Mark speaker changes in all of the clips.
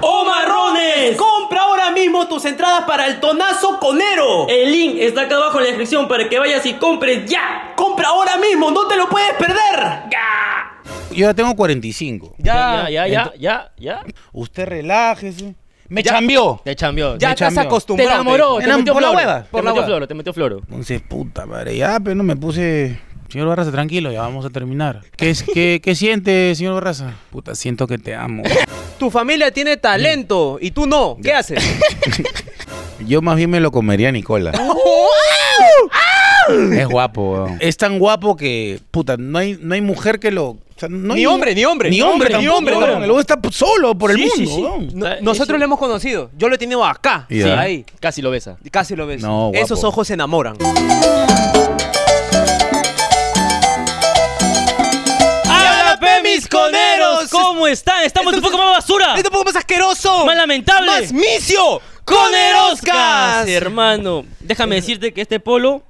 Speaker 1: ¡Oh,
Speaker 2: tus entradas para el tonazo conero.
Speaker 1: El link está acá abajo en la descripción para que vayas y compres ya.
Speaker 2: Compra ahora mismo, no te lo puedes perder.
Speaker 1: ¡Ga!
Speaker 3: Yo ya tengo 45.
Speaker 4: Ya, ya, ya, ya, ya.
Speaker 3: Usted relájese. Me
Speaker 4: Ya.
Speaker 3: chambió.
Speaker 4: Te chambió.
Speaker 3: Ya
Speaker 4: te
Speaker 3: estás
Speaker 4: chambió.
Speaker 3: acostumbrado,
Speaker 4: Te enamoró.
Speaker 3: te-
Speaker 4: Te metió
Speaker 3: por la
Speaker 4: floro.
Speaker 3: hueva,
Speaker 4: Te
Speaker 3: por la
Speaker 4: metió
Speaker 3: hueva.
Speaker 4: floro, te metió floro.
Speaker 3: Entonces, puta madre, ya, pero no me puse. Señor Barraza, tranquilo, ya vamos a terminar. ¿Qué, es- qué, qué siente, señor Barraza? Puta, siento que te amo.
Speaker 5: Tu familia tiene
Speaker 3: Mm.
Speaker 5: talento y tú no. ¿Qué haces?
Speaker 3: Yo más bien me lo comería a Nicola. es guapo, weón. Es tan guapo que, puta, no hay, no hay mujer que lo. o sea, no
Speaker 5: Ni
Speaker 3: hay-
Speaker 5: hombre, ni hombre.
Speaker 3: Ni hombre,
Speaker 5: Ni
Speaker 3: tampoco,
Speaker 5: hombre,
Speaker 3: weón.
Speaker 5: tampoco.
Speaker 3: El weón está solo por el
Speaker 4: Sí, sí,
Speaker 3: mundo,
Speaker 4: sí.
Speaker 3: weón.
Speaker 5: No-
Speaker 4: Está-
Speaker 5: nosotros
Speaker 4: es-
Speaker 5: lo hemos conocido. Yo lo he tenido acá.
Speaker 3: Ya.
Speaker 5: Sí, ahí.
Speaker 4: Casi lo besa.
Speaker 5: Casi lo ves.
Speaker 3: No, guapo.
Speaker 5: Esos ojos se enamoran.
Speaker 4: ¡Hágame mis coneros! ¿Cómo están? Estamos un poco más basura.
Speaker 5: ¡Es un poco más asqueroso!
Speaker 4: Más lamentable.
Speaker 5: ¡Más micio! ¡Coneroscas!
Speaker 4: Hermano, déjame decirte que este polo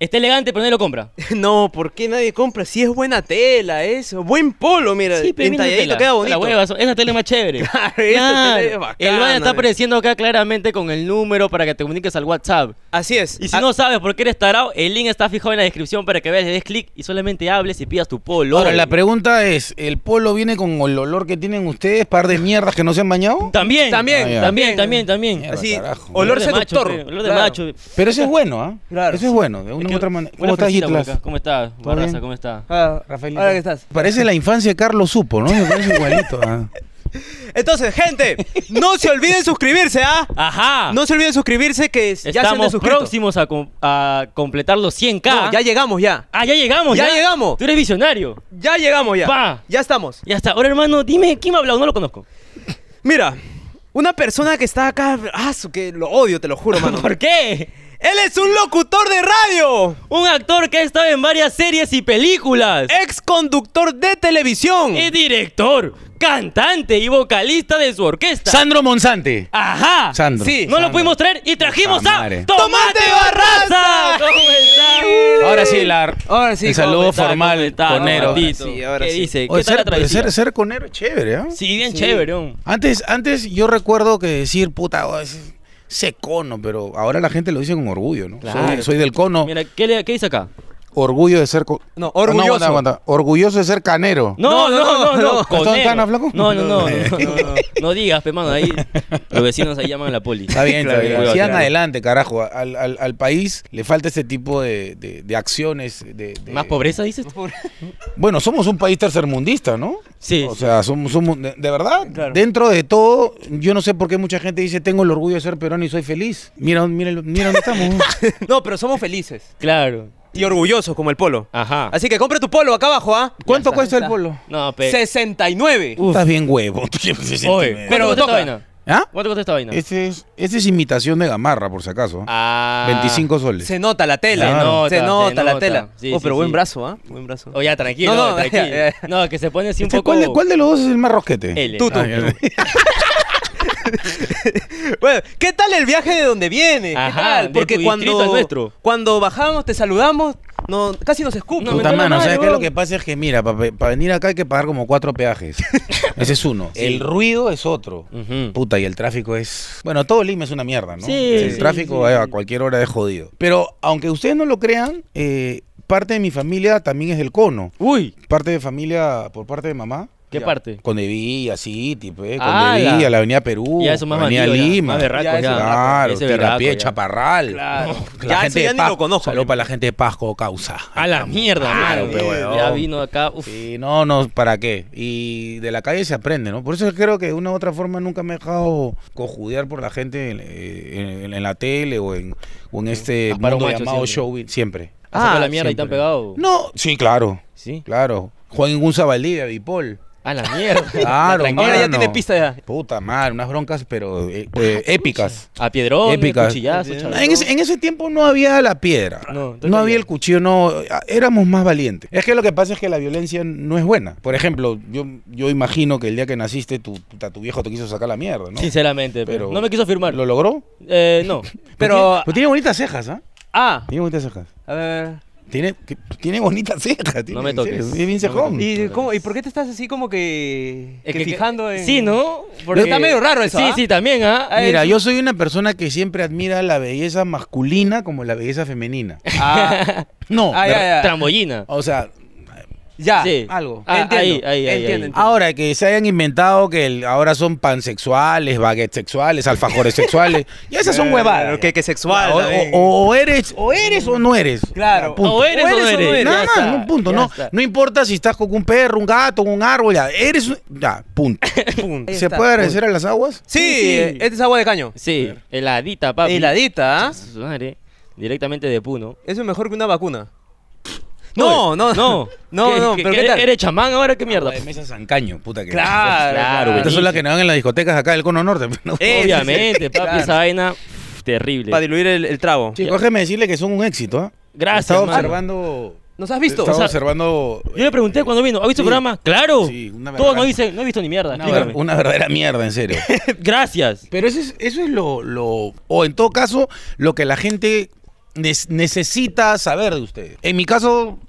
Speaker 4: está elegante, pero nadie lo compra.
Speaker 5: No, ¿por qué nadie compra? Si es buena tela, eso. Buen polo, mira.
Speaker 4: Sí, pero mira la
Speaker 5: entalladito,
Speaker 4: tela.
Speaker 5: queda
Speaker 4: La
Speaker 5: bonito.
Speaker 4: hueva, so- esa tele es más chévere.
Speaker 5: Claro, esa tele es bacana,
Speaker 4: el baño está
Speaker 5: mira.
Speaker 4: apareciendo acá claramente con el número para que te comuniques al WhatsApp.
Speaker 5: Así es.
Speaker 4: Y si
Speaker 5: Ah,
Speaker 4: no sabes por qué eres tarado, el link está fijado en la descripción para que veas, le des clic y solamente hables y pidas tu polo.
Speaker 3: Ahora, la pregunta es: ¿el polo viene con el olor que tienen ustedes, par de mierdas que no se han bañado?
Speaker 4: También,
Speaker 5: También,
Speaker 3: Ah, ya.
Speaker 4: también, también, también.
Speaker 3: Mierda,
Speaker 5: Así,
Speaker 3: carajo.
Speaker 5: olor
Speaker 4: de macho,
Speaker 5: seductor.
Speaker 4: pe, olor de
Speaker 5: Claro.
Speaker 4: macho.
Speaker 3: Pero eso es bueno, ¿ah?
Speaker 5: Claro.
Speaker 3: Eso es bueno, de una
Speaker 4: Es que
Speaker 3: u otra manera.
Speaker 4: buena
Speaker 3: ¿Cómo estás,
Speaker 4: fresita por
Speaker 3: Gitlas?
Speaker 4: acá. ¿Cómo estás,
Speaker 3: ¿Todo
Speaker 4: Barraza?
Speaker 3: bien?
Speaker 4: ¿Cómo estás?
Speaker 5: Ah,
Speaker 3: Rafaelito.
Speaker 5: Ahora que estás.
Speaker 3: Parece la infancia de Carlos Supo, ¿no? Me parece igualito. ¿ah?
Speaker 5: Entonces, gente, no se olviden suscribirse, ¿ah?
Speaker 4: Ajá.
Speaker 5: No se olviden suscribirse que ya se han
Speaker 4: Estamos
Speaker 5: desuscrito.
Speaker 4: próximos a, com- a completar los 100k.
Speaker 5: No, ya llegamos ya.
Speaker 4: ah, ya llegamos.
Speaker 5: Ya llegamos.
Speaker 4: Tú eres visionario.
Speaker 5: Ya llegamos ya.
Speaker 4: Pa.
Speaker 5: Ya estamos.
Speaker 4: Ya está. Ahora, hermano, dime quién me ha hablado. No lo conozco.
Speaker 5: Mira, una persona que está acá, ah, su que lo odio, te lo juro, mano.
Speaker 4: ¿Por qué?
Speaker 5: Él es un locutor de radio,
Speaker 4: Un actor que ha estado en varias series y películas.
Speaker 3: Eh.
Speaker 5: ex conductor de televisión.
Speaker 4: Es director, cantante y vocalista de su orquesta.
Speaker 3: Sandro Monsante.
Speaker 4: Ajá.
Speaker 3: Sandro.
Speaker 5: Sí.
Speaker 4: No lo
Speaker 3: Sandro.
Speaker 4: pudimos traer y trajimos
Speaker 3: Puta
Speaker 4: a
Speaker 3: madre.
Speaker 4: Tomate Barraza. ¿Cómo estás?
Speaker 3: Ahora sí, la.
Speaker 5: Ahora sí,
Speaker 3: El saludo
Speaker 4: está? ¿Cómo
Speaker 3: formal,
Speaker 4: está,
Speaker 3: conero.
Speaker 4: Tomatito?
Speaker 5: Ahora sí, ahora
Speaker 4: ¿Qué
Speaker 5: sí.
Speaker 4: dice? ¿Qué
Speaker 3: Oye,
Speaker 4: tal la
Speaker 3: ser, pero
Speaker 4: travesía?
Speaker 3: ser, ser conero es chévere, ¿ah?
Speaker 4: Sí, bien chévere. un-
Speaker 3: Antes, antes yo recuerdo que decir, puta, oh, es ese cono, pero ahora la gente lo dice con orgullo, ¿no?
Speaker 4: Claro.
Speaker 3: Soy, soy del cono,
Speaker 4: Mira, ¿qué, le- qué dice acá?
Speaker 3: orgullo de ser... co- Ah,
Speaker 5: No, orgulloso.
Speaker 3: aguanta, aguanta. Orgulloso de ser canero.
Speaker 4: No, no, no, no, no.
Speaker 3: ¿Estás
Speaker 4: conero.
Speaker 3: tan flaco?
Speaker 4: No, no, no, no, no, no. No digas, pe, mano, ahí los vecinos ahí llaman a la poli.
Speaker 3: Está bien, está bien.
Speaker 4: Cuidado,
Speaker 3: Sigan
Speaker 4: claro.
Speaker 3: adelante, carajo. Al, al- al país le falta este tipo de, de- de acciones. de- de-
Speaker 4: ¿Más pobreza dices?
Speaker 3: Bueno, somos un país tercermundista, ¿no?
Speaker 4: Sí.
Speaker 3: O sea, somos, somos de, de verdad, dentro de todo, yo no sé por qué mucha gente dice, tengo el orgullo de ser peruano y soy feliz. Mira, mira, mira dónde estamos.
Speaker 5: No, pero somos felices
Speaker 4: Claro.
Speaker 5: y orgullosos como el polo.
Speaker 4: Ajá.
Speaker 5: Así que compra tu polo acá abajo, ¿ah?
Speaker 3: ¿Cuánto
Speaker 4: está,
Speaker 3: cuesta el
Speaker 5: está.
Speaker 3: polo?
Speaker 4: No, pe. Uh,
Speaker 5: 69.
Speaker 4: Uf.
Speaker 3: Estás bien huevo.
Speaker 4: Oye, pero
Speaker 5: Pero
Speaker 4: cuesta esta
Speaker 5: toca.
Speaker 4: vaina?
Speaker 3: ¿Ah?
Speaker 4: ¿Cuánto cuesta esta vaina?
Speaker 3: Este es, este es imitación de Gamarra, por si acaso.
Speaker 4: Ah.
Speaker 3: 25 soles.
Speaker 5: Se nota la tela.
Speaker 3: Se
Speaker 4: nota,
Speaker 5: se
Speaker 4: se
Speaker 5: nota la
Speaker 4: nota.
Speaker 5: tela.
Speaker 4: Sí,
Speaker 5: oh,
Speaker 4: sí,
Speaker 5: pero buen
Speaker 4: sí.
Speaker 5: brazo, ¿ah? Buen brazo.
Speaker 4: Oh, ya, tranquilo,
Speaker 5: No, no,
Speaker 4: tranquilo.
Speaker 5: ya, ya.
Speaker 4: No, que se pone así un
Speaker 3: Este,
Speaker 4: poco...
Speaker 3: ¿cuál, de, cuál de los dos es el más rosquete?
Speaker 4: L.
Speaker 5: Tutu.
Speaker 3: Ah, ya.
Speaker 5: Bueno, ¿qué tal el viaje de donde viene? ¿Qué
Speaker 4: Ajá,
Speaker 5: tal?
Speaker 4: de
Speaker 5: Porque
Speaker 4: tu distrito
Speaker 5: cuando,
Speaker 4: al nuestro.
Speaker 5: cuando bajamos, te saludamos, no, casi nos escupan.
Speaker 4: No,
Speaker 3: Puta
Speaker 4: me
Speaker 3: mano,
Speaker 4: mal,
Speaker 3: ¿sabes qué?
Speaker 4: weón.
Speaker 3: Lo que pasa es que, mira, para venir acá hay que pagar como cuatro peajes. Ese es uno. El ruido es otro.
Speaker 4: Ujú.
Speaker 3: Puta, y el tráfico es. Bueno, todo Lima es una mierda, ¿no?
Speaker 4: Sí,
Speaker 3: el
Speaker 4: sí,
Speaker 3: tráfico eh, a cualquier hora es jodido. Pero aunque ustedes no lo crean, eh, parte de mi familia también es del cono.
Speaker 4: Uy,
Speaker 3: Parte de familia por parte de mamá.
Speaker 4: ¿qué parte?
Speaker 3: Condeví, así, tipo, eh,
Speaker 4: Ah,
Speaker 3: Condeví,
Speaker 4: la-
Speaker 3: a la Avenida Perú,
Speaker 4: Ya eso más
Speaker 3: Avenida
Speaker 4: bandido, ya,
Speaker 3: Lima.
Speaker 4: más berraco,
Speaker 5: Ya, eso
Speaker 4: ya.
Speaker 3: Claro,
Speaker 4: Ese berraco,
Speaker 3: Tirapié,
Speaker 4: ya.
Speaker 3: Chaparral.
Speaker 4: Claro.
Speaker 3: La
Speaker 5: Ya, eso
Speaker 3: gente
Speaker 5: ya
Speaker 3: de
Speaker 5: ni
Speaker 3: Pas-
Speaker 5: lo conozco.
Speaker 3: Saludo para la gente de Pasco, causa.
Speaker 4: A la mierda,
Speaker 3: Claro,
Speaker 4: mano.
Speaker 3: pe, weón.
Speaker 4: Ya vino acá. Uf.
Speaker 3: Sí, no, no, ¿para qué? Y de la calle se aprende, ¿no? Por eso creo que de una u otra forma nunca me he dejado cojudear por la gente en, eh, en- en la tele o en, o en este
Speaker 4: Amparo
Speaker 3: mundo
Speaker 4: Macho
Speaker 3: llamado
Speaker 4: siempre.
Speaker 3: show siempre.
Speaker 4: Ah, sacado
Speaker 5: Ah,
Speaker 4: la mierda y te han
Speaker 3: siempre.
Speaker 4: pegado.
Speaker 3: No, sí, claro,
Speaker 4: Sí.
Speaker 3: claro. Juan Ingunza Valdivia, Bipol.
Speaker 4: A la mierda.
Speaker 3: Claro,
Speaker 5: Ahora ya
Speaker 3: mano.
Speaker 5: tiene pista ya.
Speaker 3: Puta madre, unas broncas, pero eh, eh, épicas.
Speaker 4: A piedrón,
Speaker 3: Épica.
Speaker 4: cuchillazo, chaval.
Speaker 3: En ese, en ese tiempo no había la piedra,
Speaker 4: No,
Speaker 3: no,
Speaker 4: entonces
Speaker 3: había
Speaker 4: ya.
Speaker 3: el cuchillo, no, a- éramos más valientes. Es que lo que pasa es que la violencia no es buena. Por ejemplo, yo, yo imagino que el día que naciste tu, puta, tu viejo te quiso sacar la mierda, ¿no?
Speaker 4: Sinceramente, pero
Speaker 3: Pero-
Speaker 4: no me quiso firmar.
Speaker 3: ¿Lo logró? Pues
Speaker 4: Eh, no.
Speaker 3: Pero
Speaker 5: Pero,
Speaker 3: tiene, pero tiene bonitas cejas, ¿ah?
Speaker 5: ah,
Speaker 3: Tiene bonitas cejas.
Speaker 5: a ver.
Speaker 3: Tiene, que- tiene bonita ceja. Tiene,
Speaker 4: No me
Speaker 3: en serio,
Speaker 4: toques.
Speaker 3: Es bien cejón.
Speaker 5: ¿Y, cómo- ¿Y por qué te estás así como que,
Speaker 4: Es
Speaker 5: que fijando en...?
Speaker 4: Sí, ¿no?
Speaker 5: está medio raro eso,
Speaker 4: Sí,
Speaker 5: ¿ah?
Speaker 4: sí, también, ¿ah?
Speaker 3: Mira, yo soy una persona que siempre admira la belleza masculina como la belleza femenina.
Speaker 5: Ah,
Speaker 3: No,
Speaker 5: Ah,
Speaker 3: me-
Speaker 5: ya, ya.
Speaker 4: Trambollina.
Speaker 3: o sea,
Speaker 5: ya,
Speaker 4: Sí.
Speaker 5: algo.
Speaker 4: Ah,
Speaker 5: Entiendo,
Speaker 4: ahí, ahí, ahí, Ah,
Speaker 5: entiendo,
Speaker 4: ahí.
Speaker 5: entiendo.
Speaker 3: ahora que se hayan inventado que el- ahora son pansexuales, baguettes sexuales, alfajores sexuales, ya esas son
Speaker 5: Claro,
Speaker 3: huevadas.
Speaker 5: Que, que sexual.
Speaker 3: O,
Speaker 5: también.
Speaker 3: o- o eres, o eres o no eres.
Speaker 5: Claro.
Speaker 3: Ya, punto.
Speaker 4: O eres o no eres.
Speaker 3: Nada
Speaker 4: Ya
Speaker 3: más,
Speaker 4: está,
Speaker 3: un punto.
Speaker 4: ya
Speaker 3: No,
Speaker 4: está.
Speaker 3: no importa si estás con un perro, un gato, un árbol, ya, eres un- ya, punto.
Speaker 5: Punto.
Speaker 3: ¿Se puede agradecer a las aguas?
Speaker 5: Sí,
Speaker 4: Sí, sí.
Speaker 5: eh, esta es agua de caño.
Speaker 4: Sí, heladita, papi.
Speaker 5: Heladita, ¿ah?
Speaker 4: Su madre, Directamente de Puno.
Speaker 5: Eso es mejor que una vacuna. No, no,
Speaker 4: No,
Speaker 5: No,
Speaker 4: ¿Qué-
Speaker 5: no,
Speaker 4: qué-
Speaker 5: pero
Speaker 4: qué
Speaker 5: ¿qué tal?
Speaker 4: ¿Eres chamán ahora? ¿Qué mierda?
Speaker 3: De mesa Sancaño, puta que.
Speaker 5: Claro,
Speaker 4: Claro,
Speaker 3: Estas
Speaker 4: buenísimo.
Speaker 3: son las que nadan en las discotecas acá del Cono Norte. ¿no?
Speaker 5: Eh,
Speaker 4: Obviamente,
Speaker 5: sí, sí,
Speaker 4: papi,
Speaker 5: claro.
Speaker 4: esa vaina pff, terrible.
Speaker 5: Para diluir el, el trago.
Speaker 3: Chicos, déjeme decirle que son un éxito, ¿ah?
Speaker 4: Gracias,
Speaker 3: Estaba
Speaker 4: mano.
Speaker 3: observando.
Speaker 5: ¿Nos has visto?
Speaker 3: Estaba
Speaker 5: O sea,
Speaker 3: observando.
Speaker 4: Yo le pregunté cuando vino, ¿has visto el
Speaker 3: Sí.
Speaker 4: programa? Claro.
Speaker 3: Sí, una
Speaker 4: Todos
Speaker 3: vergüenza.
Speaker 4: no dicen, no he visto ni mierda.
Speaker 3: Una, ver-
Speaker 4: explícame.
Speaker 3: una verdadera mierda, en serio.
Speaker 4: Gracias.
Speaker 3: Pero eso es, eso es lo, lo- O en todo caso, lo que la gente nes- necesita saber de ustedes. En mi caso,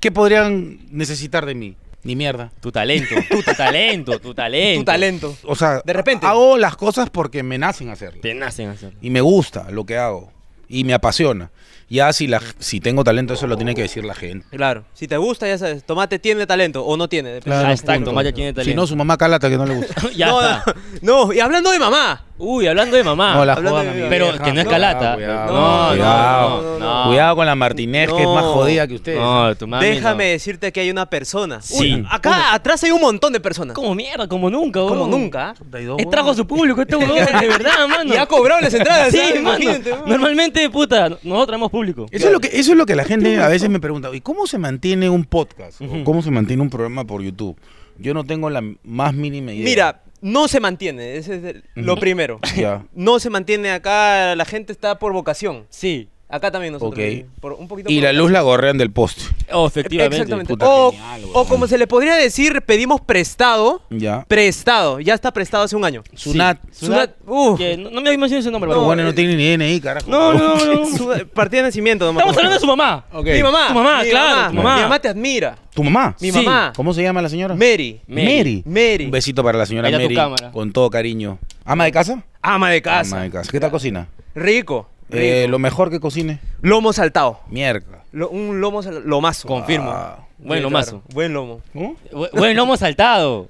Speaker 3: ¿qué podrían necesitar de mí? Ni mierda.
Speaker 4: Tu talento, tu talento, tu talento.
Speaker 5: tu talento.
Speaker 3: O sea,
Speaker 5: De repente.
Speaker 3: hago las cosas porque me nacen hacerlas.
Speaker 4: Te nacen hacerlo.
Speaker 3: Y me gusta lo que hago. Y me apasiona. Ya si, la, si tengo talento, eso lo tiene que decir la gente.
Speaker 5: Claro. Si te gusta, ya sabes. Tomate tiene talento o no tiene. depende.
Speaker 3: Claro,
Speaker 4: Hashtag
Speaker 3: punto.
Speaker 4: Tomate tiene
Speaker 3: Si no,
Speaker 4: talento.
Speaker 3: su mamá calata que no le gusta.
Speaker 4: ya
Speaker 5: no,
Speaker 4: está.
Speaker 5: no, no, y hablando de mamá.
Speaker 4: Uy, hablando de mamá.
Speaker 3: No, la
Speaker 5: Hablando
Speaker 3: jodan a
Speaker 5: de-
Speaker 3: mi
Speaker 4: Pero
Speaker 3: vieja.
Speaker 4: que no es calata.
Speaker 3: Ah, Cuidado,
Speaker 4: No, no,
Speaker 3: cuidado.
Speaker 4: no, no, no.
Speaker 3: Cuidado con la Martínez, que es más
Speaker 5: No.
Speaker 3: jodida que ustedes.
Speaker 4: No, tu mami
Speaker 5: Déjame
Speaker 4: no.
Speaker 5: decirte que hay una persona.
Speaker 4: Sí.
Speaker 5: Uy, acá atrás hay un montón de personas.
Speaker 4: Como mierda, como nunca,
Speaker 5: Como
Speaker 4: weón.
Speaker 5: nunca.
Speaker 4: Eh, trajo a su público este huevón, de verdad, mano.
Speaker 5: Y ha cobrado las entradas.
Speaker 4: Sí,
Speaker 5: ¿sabes?
Speaker 4: mano.
Speaker 5: Imagínate, weón.
Speaker 4: Normalmente, puta, nosotros traemos público.
Speaker 3: Eso es, lo que, eso es lo que la gente a veces me pregunta. ¿Y cómo se mantiene un podcast? ¿O ¿Cómo se mantiene un programa por YouTube? Yo no tengo la más mínima idea.
Speaker 5: Mira, no se mantiene. Ese es el- lo
Speaker 3: Ujú.
Speaker 5: primero.
Speaker 3: Ya.
Speaker 5: No se mantiene acá. La gente está por vocación.
Speaker 4: Sí,
Speaker 5: Acá también nosotros.
Speaker 3: Ok.
Speaker 5: por- un poquito
Speaker 3: Y
Speaker 5: por
Speaker 3: la
Speaker 5: vocación.
Speaker 3: luz la gorrean del poste.
Speaker 4: oh, efectivamente.
Speaker 5: Exactamente.
Speaker 3: puta,
Speaker 5: O,
Speaker 3: genial,
Speaker 5: o como se le podría decir, pedimos prestado.
Speaker 3: Ya.
Speaker 5: Prestado. Ya está prestado hace un año.
Speaker 3: Sunat.
Speaker 4: Sunat.
Speaker 5: Sunat, uf.
Speaker 4: Que no, no me imagino ese nombre,
Speaker 3: Los
Speaker 4: pero
Speaker 3: guanes no tienen ni DNI, carajo.
Speaker 4: No, no, no. no.
Speaker 5: Su- partida de nacimiento, nomás.
Speaker 4: Estamos hablando de su mamá.
Speaker 3: Ok.
Speaker 5: Mi mamá.
Speaker 4: Tu mamá,
Speaker 5: mi
Speaker 4: claro, tu mamá.
Speaker 5: Mi mamá te admira.
Speaker 3: ¿Tu mamá?
Speaker 5: Mi
Speaker 4: Sí.
Speaker 5: mamá.
Speaker 3: ¿Cómo se llama la señora?
Speaker 5: Mary.
Speaker 3: Mary.
Speaker 5: Mary.
Speaker 3: Un besito para la señora
Speaker 4: Ahí está tu
Speaker 3: Mary.
Speaker 4: cámara.
Speaker 3: Con todo cariño. ¿Ama de casa?
Speaker 5: Ama de casa.
Speaker 3: Ama de casa. ¿Qué tal cocina?
Speaker 5: Rico.
Speaker 3: Eh,
Speaker 5: rico.
Speaker 3: lo mejor que cocine.
Speaker 5: Lomo saltado.
Speaker 3: Mierda.
Speaker 5: Lo- un lomo saltado. Lomazo.
Speaker 4: Confirmo.
Speaker 3: Ah.
Speaker 4: Buen
Speaker 5: Sí,
Speaker 4: lomazo.
Speaker 5: claro, Buen lomo.
Speaker 3: ¿No?
Speaker 4: Bu- Buen lomo saltado.